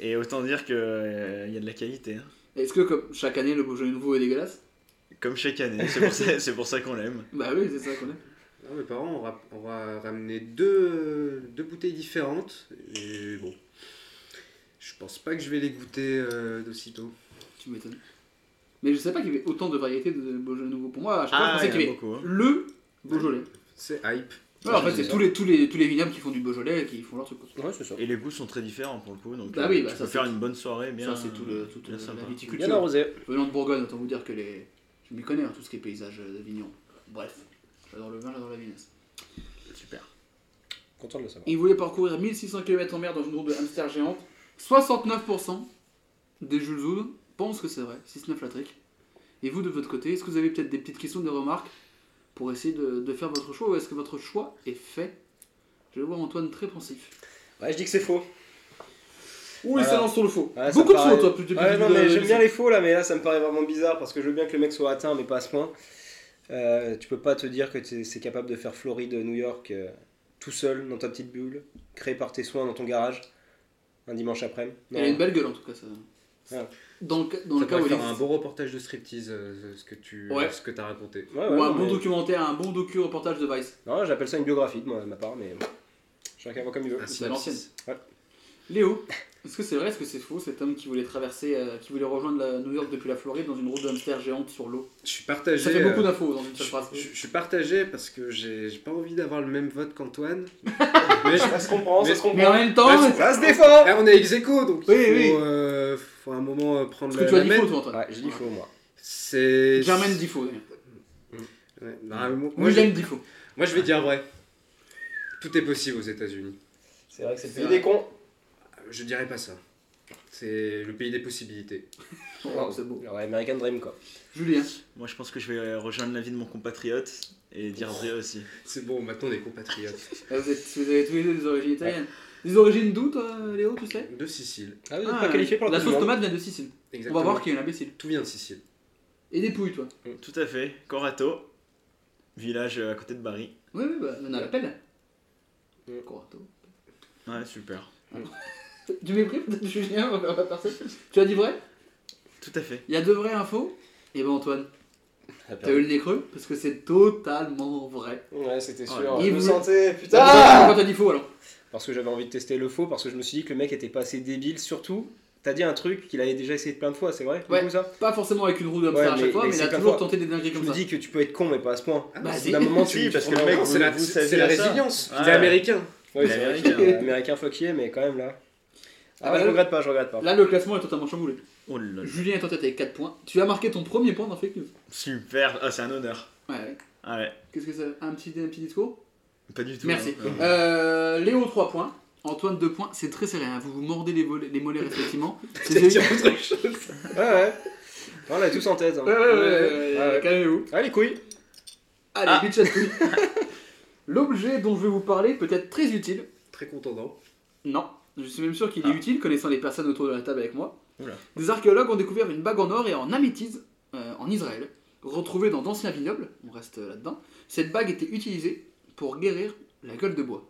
[SPEAKER 6] Et autant dire que euh, il y a de la qualité. hein.
[SPEAKER 2] Est-ce que comme chaque année le Beaujolais nouveau est dégueulasse
[SPEAKER 6] Comme chaque année, c'est pour ça, c'est pour ça qu'on l'aime.
[SPEAKER 2] Bah oui, c'est ça qu'on est.
[SPEAKER 7] Ah, mes parents ont, rap- ont ra- ramené deux, deux bouteilles différentes. Et bon. Je pense pas que je vais les goûter euh, d'aussitôt.
[SPEAKER 2] Tu m'étonnes. Mais je sais pas qu'il y avait autant de variétés de Beaujolais nouveau. Pour moi, à chaque fois, je
[SPEAKER 6] Ah,
[SPEAKER 2] pensais
[SPEAKER 6] il
[SPEAKER 2] qu'il y
[SPEAKER 6] y en a
[SPEAKER 2] avait
[SPEAKER 6] beaucoup. Ah, hein.
[SPEAKER 2] le Beaujolais.
[SPEAKER 7] C'est hype.
[SPEAKER 2] Ouais, en fait,
[SPEAKER 5] c'est
[SPEAKER 2] c'est
[SPEAKER 5] ça.
[SPEAKER 2] tous les, tous, les, tous les vignobles qui font du Beaujolais et qui font leur truc. quoi.
[SPEAKER 5] Ouais, c'est ça.
[SPEAKER 6] Et les goûts sont très différents pour le coup, donc
[SPEAKER 2] Bah
[SPEAKER 6] euh,
[SPEAKER 2] oui, bah
[SPEAKER 6] tu
[SPEAKER 2] ça,
[SPEAKER 6] peux
[SPEAKER 2] c'est
[SPEAKER 6] faire
[SPEAKER 2] tout.
[SPEAKER 6] une bonne soirée bien.
[SPEAKER 2] ça, c'est tout le tout, euh,
[SPEAKER 6] bien
[SPEAKER 2] le-
[SPEAKER 6] sympa.
[SPEAKER 2] la
[SPEAKER 5] Bien
[SPEAKER 2] viticulture.
[SPEAKER 5] arrosé.
[SPEAKER 2] Venant de Bourgogne, autant vous dire que les. Je m'y connais, hein, tout ce qui est paysage euh, de vignon. Bref, j'adore le vin, j'adore la vinasse.
[SPEAKER 6] Super.
[SPEAKER 5] Content de le savoir.
[SPEAKER 2] Et il voulait parcourir 1600 km en mer dans une roue de hamster géante. 69% des Jules Zoud pensent que c'est vrai, 6-9 la trick. Et vous, de votre côté, est-ce que vous avez peut-être des petites questions, des remarques pour essayer de, de faire votre choix ou est-ce que votre choix est fait Je vais voir Antoine très pensif.
[SPEAKER 5] Ouais, je dis que c'est faux.
[SPEAKER 2] Ouh,
[SPEAKER 5] Voilà.
[SPEAKER 2] il s'élance sur le faux.
[SPEAKER 5] Ouais, ça
[SPEAKER 2] Beaucoup de
[SPEAKER 5] me
[SPEAKER 2] faux,
[SPEAKER 5] paraît-
[SPEAKER 2] toi, plus depuis le
[SPEAKER 5] Ouais,
[SPEAKER 2] début
[SPEAKER 5] non,
[SPEAKER 2] de-
[SPEAKER 5] mais j'aime
[SPEAKER 2] de-
[SPEAKER 5] bien les faux là, mais là ça me paraît vraiment bizarre parce que je veux bien que le mec soit atteint, mais pas à ce point. Euh, tu peux pas te dire que t'es- c'est capable de faire Floride, New York euh, tout seul dans ta petite bulle, créé par tes soins dans ton garage un dimanche après-midi. Non.
[SPEAKER 2] Elle a une belle gueule en tout cas, ça.
[SPEAKER 5] Ouais.
[SPEAKER 2] Dans le, ca- dans
[SPEAKER 7] Ça
[SPEAKER 2] le cas
[SPEAKER 7] pourrait
[SPEAKER 2] où elle
[SPEAKER 7] faire un
[SPEAKER 2] existe.
[SPEAKER 7] beau reportage de striptease, euh, ce que tu
[SPEAKER 2] Ouais.
[SPEAKER 7] ce que t'as raconté.
[SPEAKER 5] Ouais, ouais,
[SPEAKER 2] Ou un
[SPEAKER 5] non,
[SPEAKER 2] bon
[SPEAKER 5] mais-
[SPEAKER 2] documentaire, un bon docu-reportage de Vice.
[SPEAKER 5] Non, j'appelle ça une biographie de moi, de ma part, mais chacun voit comme il veut.
[SPEAKER 7] Un
[SPEAKER 2] Ah, à l'ancienne.
[SPEAKER 7] synopsis.
[SPEAKER 2] Léo, est-ce que c'est vrai, est-ce que c'est faux, cet homme qui voulait traverser, euh, qui voulait rejoindre la New York depuis la Floride dans une route de hamster géante sur l'eau
[SPEAKER 7] Je suis partagé.
[SPEAKER 2] Ça fait beaucoup
[SPEAKER 7] euh,
[SPEAKER 2] d'infos dans une seule phrase.
[SPEAKER 7] je, je- je suis partagé parce que j'ai j'ai pas envie d'avoir le même vote qu'Antoine. mais
[SPEAKER 5] Ça se comprend,
[SPEAKER 7] Mais-
[SPEAKER 5] ça se comprend.
[SPEAKER 2] Mais en même temps,
[SPEAKER 7] Ouais,
[SPEAKER 2] est-ce
[SPEAKER 5] Ça se défend
[SPEAKER 7] Eh, on est ex aequo, donc il
[SPEAKER 2] Oui,
[SPEAKER 7] faut,
[SPEAKER 2] oui.
[SPEAKER 7] euh, faut un moment euh, prendre
[SPEAKER 2] que
[SPEAKER 7] la,
[SPEAKER 2] tu as
[SPEAKER 7] la
[SPEAKER 2] dit
[SPEAKER 7] main.
[SPEAKER 2] faux, toi, Antoine
[SPEAKER 5] Ouais, j'ai dit faux moi.
[SPEAKER 7] C'est.
[SPEAKER 2] Germaine dit faux. d'ailleurs.
[SPEAKER 7] Ouais, bah, moi, moi,
[SPEAKER 2] William
[SPEAKER 7] je,
[SPEAKER 2] dit faux.
[SPEAKER 7] moi, je vais dire vrai. Tout est possible aux États-Unis.
[SPEAKER 5] C'est vrai que c'est le
[SPEAKER 2] C'est
[SPEAKER 5] pays
[SPEAKER 2] vrai.
[SPEAKER 5] des cons.
[SPEAKER 7] Je dirais pas ça. C'est le pays des possibilités.
[SPEAKER 2] Oh, c'est beau.
[SPEAKER 5] Alors, American Dream quoi.
[SPEAKER 2] Julien,
[SPEAKER 6] Moi, je pense que je vais euh, rejoindre la vie de mon compatriote et dire vrai aussi.
[SPEAKER 7] C'est bon, maintenant on est compatriotes.
[SPEAKER 2] euh, vous, êtes- vous avez tous les deux des origines italiennes. Des origines d'où, toi, Léo, tu sais
[SPEAKER 7] De Sicile.
[SPEAKER 5] Ah, vous êtes
[SPEAKER 2] Ah,
[SPEAKER 5] pas qualifié pour la
[SPEAKER 2] La
[SPEAKER 5] Coupe du
[SPEAKER 2] sauce
[SPEAKER 5] Monde.
[SPEAKER 2] tomate vient de Sicile. On
[SPEAKER 7] Exactement.
[SPEAKER 2] va voir qui est un imbécile.
[SPEAKER 7] Tout vient de Sicile.
[SPEAKER 2] Et des pouilles, toi.
[SPEAKER 6] Tout à fait. Corato, village euh, à côté de Bari.
[SPEAKER 2] Oui, oui, bah, on a l'appel.
[SPEAKER 5] Ouais.
[SPEAKER 2] Corto.
[SPEAKER 6] Ouais, super.
[SPEAKER 2] Du mépris peut-être Julien envers la personne. Tu as dit vrai
[SPEAKER 6] Tout à fait.
[SPEAKER 2] Il y a deux vraies infos Et ben Antoine,
[SPEAKER 5] Ah,
[SPEAKER 2] t'as eu le nez creux parce que c'est totalement vrai.
[SPEAKER 5] Ouais, c'était
[SPEAKER 6] Ouais.
[SPEAKER 5] sûr.
[SPEAKER 2] Il
[SPEAKER 5] je me
[SPEAKER 2] voulait-
[SPEAKER 5] sentais, putain.
[SPEAKER 2] Pourquoi t'as dit faux alors
[SPEAKER 5] Parce que j'avais envie de tester le faux, parce que je me suis dit que le mec était pas assez débile. Surtout, t'as dit un truc qu'il avait déjà essayé plein de fois, c'est vrai du
[SPEAKER 2] Ouais.
[SPEAKER 5] coup, ça
[SPEAKER 2] Pas forcément avec une roue de hamster
[SPEAKER 5] Ouais,
[SPEAKER 2] à
[SPEAKER 5] mais-
[SPEAKER 2] chaque fois,
[SPEAKER 5] mais
[SPEAKER 2] mais il
[SPEAKER 5] c'est
[SPEAKER 2] a
[SPEAKER 5] plein
[SPEAKER 2] toujours
[SPEAKER 5] fois.
[SPEAKER 2] tenté des dingueries
[SPEAKER 5] Je
[SPEAKER 2] comme
[SPEAKER 5] me
[SPEAKER 2] ça.
[SPEAKER 5] dis que tu peux être con, mais pas à ce point.
[SPEAKER 7] Ah,
[SPEAKER 2] Bah,
[SPEAKER 7] c'est-
[SPEAKER 2] si.
[SPEAKER 5] D'un moment, tu
[SPEAKER 6] Si, parce que le mec,
[SPEAKER 7] c'est la,
[SPEAKER 6] vous
[SPEAKER 7] c'est
[SPEAKER 6] saviez
[SPEAKER 7] la
[SPEAKER 6] ça.
[SPEAKER 7] résilience.
[SPEAKER 6] Ouais.
[SPEAKER 7] Il est américain.
[SPEAKER 5] Ouais, c'est vrai,
[SPEAKER 6] Américain,
[SPEAKER 5] qu'il y a un américain fuckier, mais quand même là.
[SPEAKER 2] Ah,
[SPEAKER 5] Ah,
[SPEAKER 2] bah,
[SPEAKER 5] je
[SPEAKER 2] là-
[SPEAKER 5] regrette pas, je regrette pas.
[SPEAKER 2] Là, le classement est totalement chamboulé.
[SPEAKER 6] Oh là là.
[SPEAKER 2] Julien est en tête avec 4 points. Tu as marqué ton premier point dans Fake News.
[SPEAKER 6] Super. Ah, c'est un honneur.
[SPEAKER 2] Ouais, ouais.
[SPEAKER 6] Ah ouais.
[SPEAKER 2] Qu'est-ce que c'est un petit, un petit discours
[SPEAKER 6] Pas du tout.
[SPEAKER 2] Merci.
[SPEAKER 6] hein.
[SPEAKER 2] Euh, Léo 3 points. Antoine 2 points. C'est très serré. hein. Vous vous mordez les, volets- les mollets respectivement. C'est-
[SPEAKER 7] C'est autre chose.
[SPEAKER 5] Ouais, ouais. On l'a tous en tête. hein.
[SPEAKER 2] Ouais, ouais, ouais, ouais,
[SPEAKER 5] Ouais, ouais.
[SPEAKER 2] calmez-vous.
[SPEAKER 5] Ah, les couilles.
[SPEAKER 2] Allez,
[SPEAKER 6] Ah.
[SPEAKER 2] bitch à tout. L'objet dont je vais vous parler peut être très utile.
[SPEAKER 7] Très contendant.
[SPEAKER 2] Non, je suis même sûr qu'il est
[SPEAKER 6] Ah.
[SPEAKER 2] utile, connaissant les personnes autour de la table avec moi.
[SPEAKER 6] Oula.
[SPEAKER 2] Des archéologues ont découvert une bague en or et en améthyse euh, en Israël, retrouvée dans d'anciens vignobles. On reste euh, là-dedans. Cette bague était utilisée pour guérir la gueule de bois.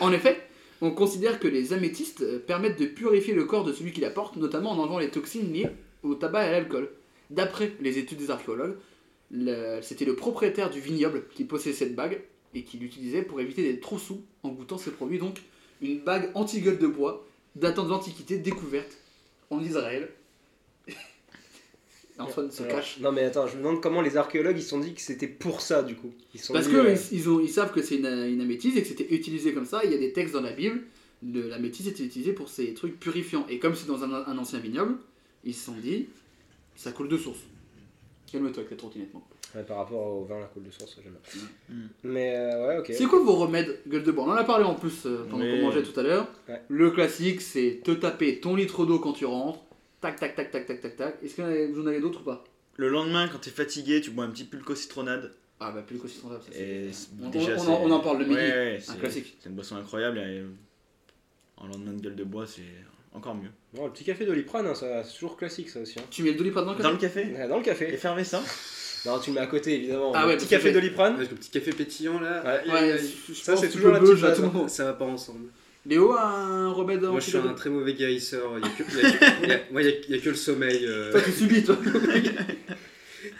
[SPEAKER 2] En effet, on considère que les améthystes euh, permettent de purifier le corps de celui qui la porte, notamment en enlevant les toxines liées au tabac et à l'alcool. D'après les études des archéologues, le- c'était le propriétaire du vignoble qui possédait cette bague et qui l'utilisait pour éviter d'être trop sous en goûtant ses produits. Donc, une bague anti-gueule de bois datant de l'Antiquité découverte en Israël. Antoine se
[SPEAKER 5] Alors,
[SPEAKER 2] cache.
[SPEAKER 5] Non, mais attends, je me demande comment les archéologues ils se sont dit que c'était pour ça du coup. Ils se sont
[SPEAKER 2] Parce
[SPEAKER 5] dit,
[SPEAKER 2] que
[SPEAKER 5] euh,
[SPEAKER 2] ils, ils ont, ils savent que c'est une, une améthyse et que c'était utilisé comme ça. Il y a des textes dans la Bible. De, l'améthyse était utilisée pour ces trucs purifiants. Et comme c'est dans un, un ancien vignoble, ils se sont dit, ça coule de source. Calme-toi avec la trottinette. man.
[SPEAKER 5] ouais, par rapport au vin, la coule de source, j'aime bien.
[SPEAKER 6] Mm.
[SPEAKER 5] Mais euh, ouais, ok.
[SPEAKER 2] C'est quoi vos remèdes, gueule de bois On en a parlé en plus euh, pendant
[SPEAKER 6] Oui.
[SPEAKER 2] qu'on mangeait tout à l'heure.
[SPEAKER 5] Ouais.
[SPEAKER 2] Le classique, c'est te taper ton litre d'eau quand tu rentres. Tac, tac, tac, tac, tac, tac, tac. Est-ce que vous en avez d'autres ou pas
[SPEAKER 6] Le lendemain, quand t'es fatigué, tu bois un petit pulco citronade.
[SPEAKER 2] Ah bah plus le consistant ça. c'est-
[SPEAKER 6] Et c'est-
[SPEAKER 2] On,
[SPEAKER 6] déjà,
[SPEAKER 2] on- on
[SPEAKER 6] c'est-
[SPEAKER 2] en, on en parle le midi.
[SPEAKER 6] Ouais, ouais, c'est-
[SPEAKER 2] classique.
[SPEAKER 6] C'est une boisson incroyable. Et... En lendemain de gueule de bois, c'est encore mieux.
[SPEAKER 5] Bon, le petit café d'Oliprane, hein, ça, c'est toujours classique ça aussi. hein.
[SPEAKER 2] Tu mets le doliprane dans le
[SPEAKER 6] Dans le
[SPEAKER 2] café
[SPEAKER 6] café
[SPEAKER 5] Ouais, Dans le café.
[SPEAKER 6] Effervescent
[SPEAKER 5] Non, tu le mets à côté évidemment.
[SPEAKER 2] Ah
[SPEAKER 5] Le
[SPEAKER 2] ouais,
[SPEAKER 5] petit
[SPEAKER 2] parce que
[SPEAKER 5] café
[SPEAKER 2] j'ai-
[SPEAKER 5] d'Oliprane.
[SPEAKER 7] Avec le petit café pétillant là.
[SPEAKER 5] Ouais.
[SPEAKER 7] Aïe, aïe,
[SPEAKER 2] Ouais,
[SPEAKER 7] aïe.
[SPEAKER 2] je- je
[SPEAKER 5] Ça,
[SPEAKER 2] pense
[SPEAKER 5] c'est
[SPEAKER 2] que
[SPEAKER 5] toujours
[SPEAKER 2] tu
[SPEAKER 5] la
[SPEAKER 2] peux
[SPEAKER 5] petite
[SPEAKER 2] beuger à
[SPEAKER 5] base,
[SPEAKER 2] tout moment.
[SPEAKER 7] Ça va pas ensemble.
[SPEAKER 2] Léo a un remède
[SPEAKER 7] Moi, je suis un
[SPEAKER 2] anti-gueule de-
[SPEAKER 7] très mauvais guérisseur. Il n'y a, que- il y a que- il y a- moi, il y a- il y a que le sommeil. euh,
[SPEAKER 2] Toi tu subis toi.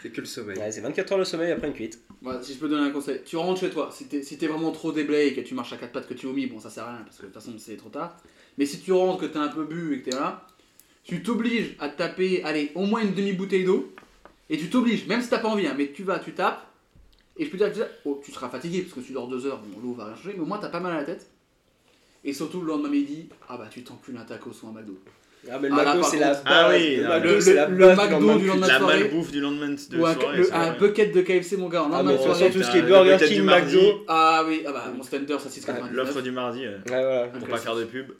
[SPEAKER 7] C'est que le sommeil.
[SPEAKER 5] Ouais, c'est 24 heures de sommeil après une cuite.
[SPEAKER 2] Voilà, Bah, si je peux donner un conseil, tu rentres chez toi. Si t'es si t'es vraiment trop déblayé et que tu marches à quatre pattes que tu vomis, bon ça sert à rien parce que de toute façon c'est trop tard. Mais si tu rentres, que t'as un peu bu et que t'es là, tu t'obliges à taper, allez, au moins une demi-bouteille d'eau. Et tu t'obliges, même si t'as pas envie, hein, mais tu vas, tu tapes. Et je peux dire que tu, oh, tu seras fatigué parce que tu dors deux heures, bon l'eau va rien changer, mais au moins t'as pas mal à la tête. Et surtout le lendemain midi, ah bah tu t'encules un taco ou un McDo.
[SPEAKER 5] Ah, mais le
[SPEAKER 2] Ah, là,
[SPEAKER 5] McDo,
[SPEAKER 2] par
[SPEAKER 5] c'est la
[SPEAKER 2] contre-
[SPEAKER 5] base.
[SPEAKER 6] Ah oui,
[SPEAKER 5] le
[SPEAKER 6] non,
[SPEAKER 5] McDo,
[SPEAKER 6] le-
[SPEAKER 5] c'est la
[SPEAKER 2] le-
[SPEAKER 5] base
[SPEAKER 2] le McDo
[SPEAKER 5] lendemain
[SPEAKER 2] du
[SPEAKER 5] de cuite.
[SPEAKER 2] lendemain
[SPEAKER 6] La
[SPEAKER 2] soirée.
[SPEAKER 6] malbouffe du lendemain de de
[SPEAKER 2] ou un,
[SPEAKER 6] soirée.
[SPEAKER 2] le-
[SPEAKER 6] c'est
[SPEAKER 2] un
[SPEAKER 6] vrai.
[SPEAKER 2] bucket de KFC mon gars en
[SPEAKER 5] Ah,
[SPEAKER 2] lendemain
[SPEAKER 5] mais
[SPEAKER 2] de
[SPEAKER 5] sur
[SPEAKER 2] soirée.
[SPEAKER 5] tout ce qui est
[SPEAKER 6] Le
[SPEAKER 5] Burger
[SPEAKER 6] bucket du
[SPEAKER 5] King,
[SPEAKER 6] mardi.
[SPEAKER 5] McDo.
[SPEAKER 2] Ah oui, ah bah mon standard ça 6,99.
[SPEAKER 6] L'offre du mardi, euh,
[SPEAKER 5] Ouais, voilà.
[SPEAKER 6] pour pas faire de pub.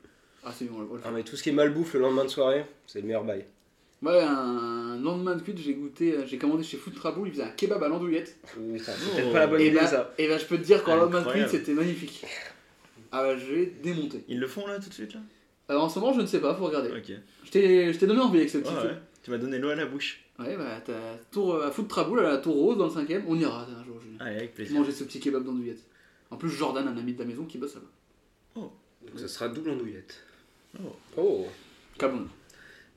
[SPEAKER 2] Ah c'est bon, on va le
[SPEAKER 5] Ah,
[SPEAKER 2] faire.
[SPEAKER 5] mais tout ce qui est malbouffe le lendemain de soirée, c'est le meilleur bail.
[SPEAKER 2] Moi, un lendemain de cuite, j'ai goûté, euh, j'ai commandé chez Food Traboul, ils faisaient un kebab à l'andouillette.
[SPEAKER 5] Ouh, putain,
[SPEAKER 6] Oh.
[SPEAKER 5] C'est peut-être pas la bonne
[SPEAKER 2] Et
[SPEAKER 5] idée
[SPEAKER 2] là,
[SPEAKER 5] ça.
[SPEAKER 2] et là, je peux te dire qu'en lendemain de cuite,
[SPEAKER 6] Incroyable.
[SPEAKER 2] c'était magnifique. Ah bah, j'ai démonté.
[SPEAKER 6] Ils le font là tout de suite là
[SPEAKER 2] Alors, en ce moment, je ne sais pas, faut regarder.
[SPEAKER 6] Ok.
[SPEAKER 2] Je t'ai je t'ai donné envie avec ce
[SPEAKER 6] Ouais,
[SPEAKER 2] petit
[SPEAKER 6] ouais.
[SPEAKER 2] truc.
[SPEAKER 6] Tu m'as donné l'eau à la bouche.
[SPEAKER 2] Ouais, bah, t'as tour euh, à Foot Traboul, à la Tour Rose, dans le 5ème, on ira un jour, Julien.
[SPEAKER 6] Allez, Ah, avec plaisir.
[SPEAKER 2] Manger ce petit kebab d'andouillette. En plus, Jordan, un ami de la maison qui bosse là-bas.
[SPEAKER 7] Donc ça sera double andouillette.
[SPEAKER 6] Oh.
[SPEAKER 7] Oh.
[SPEAKER 2] Kaboum.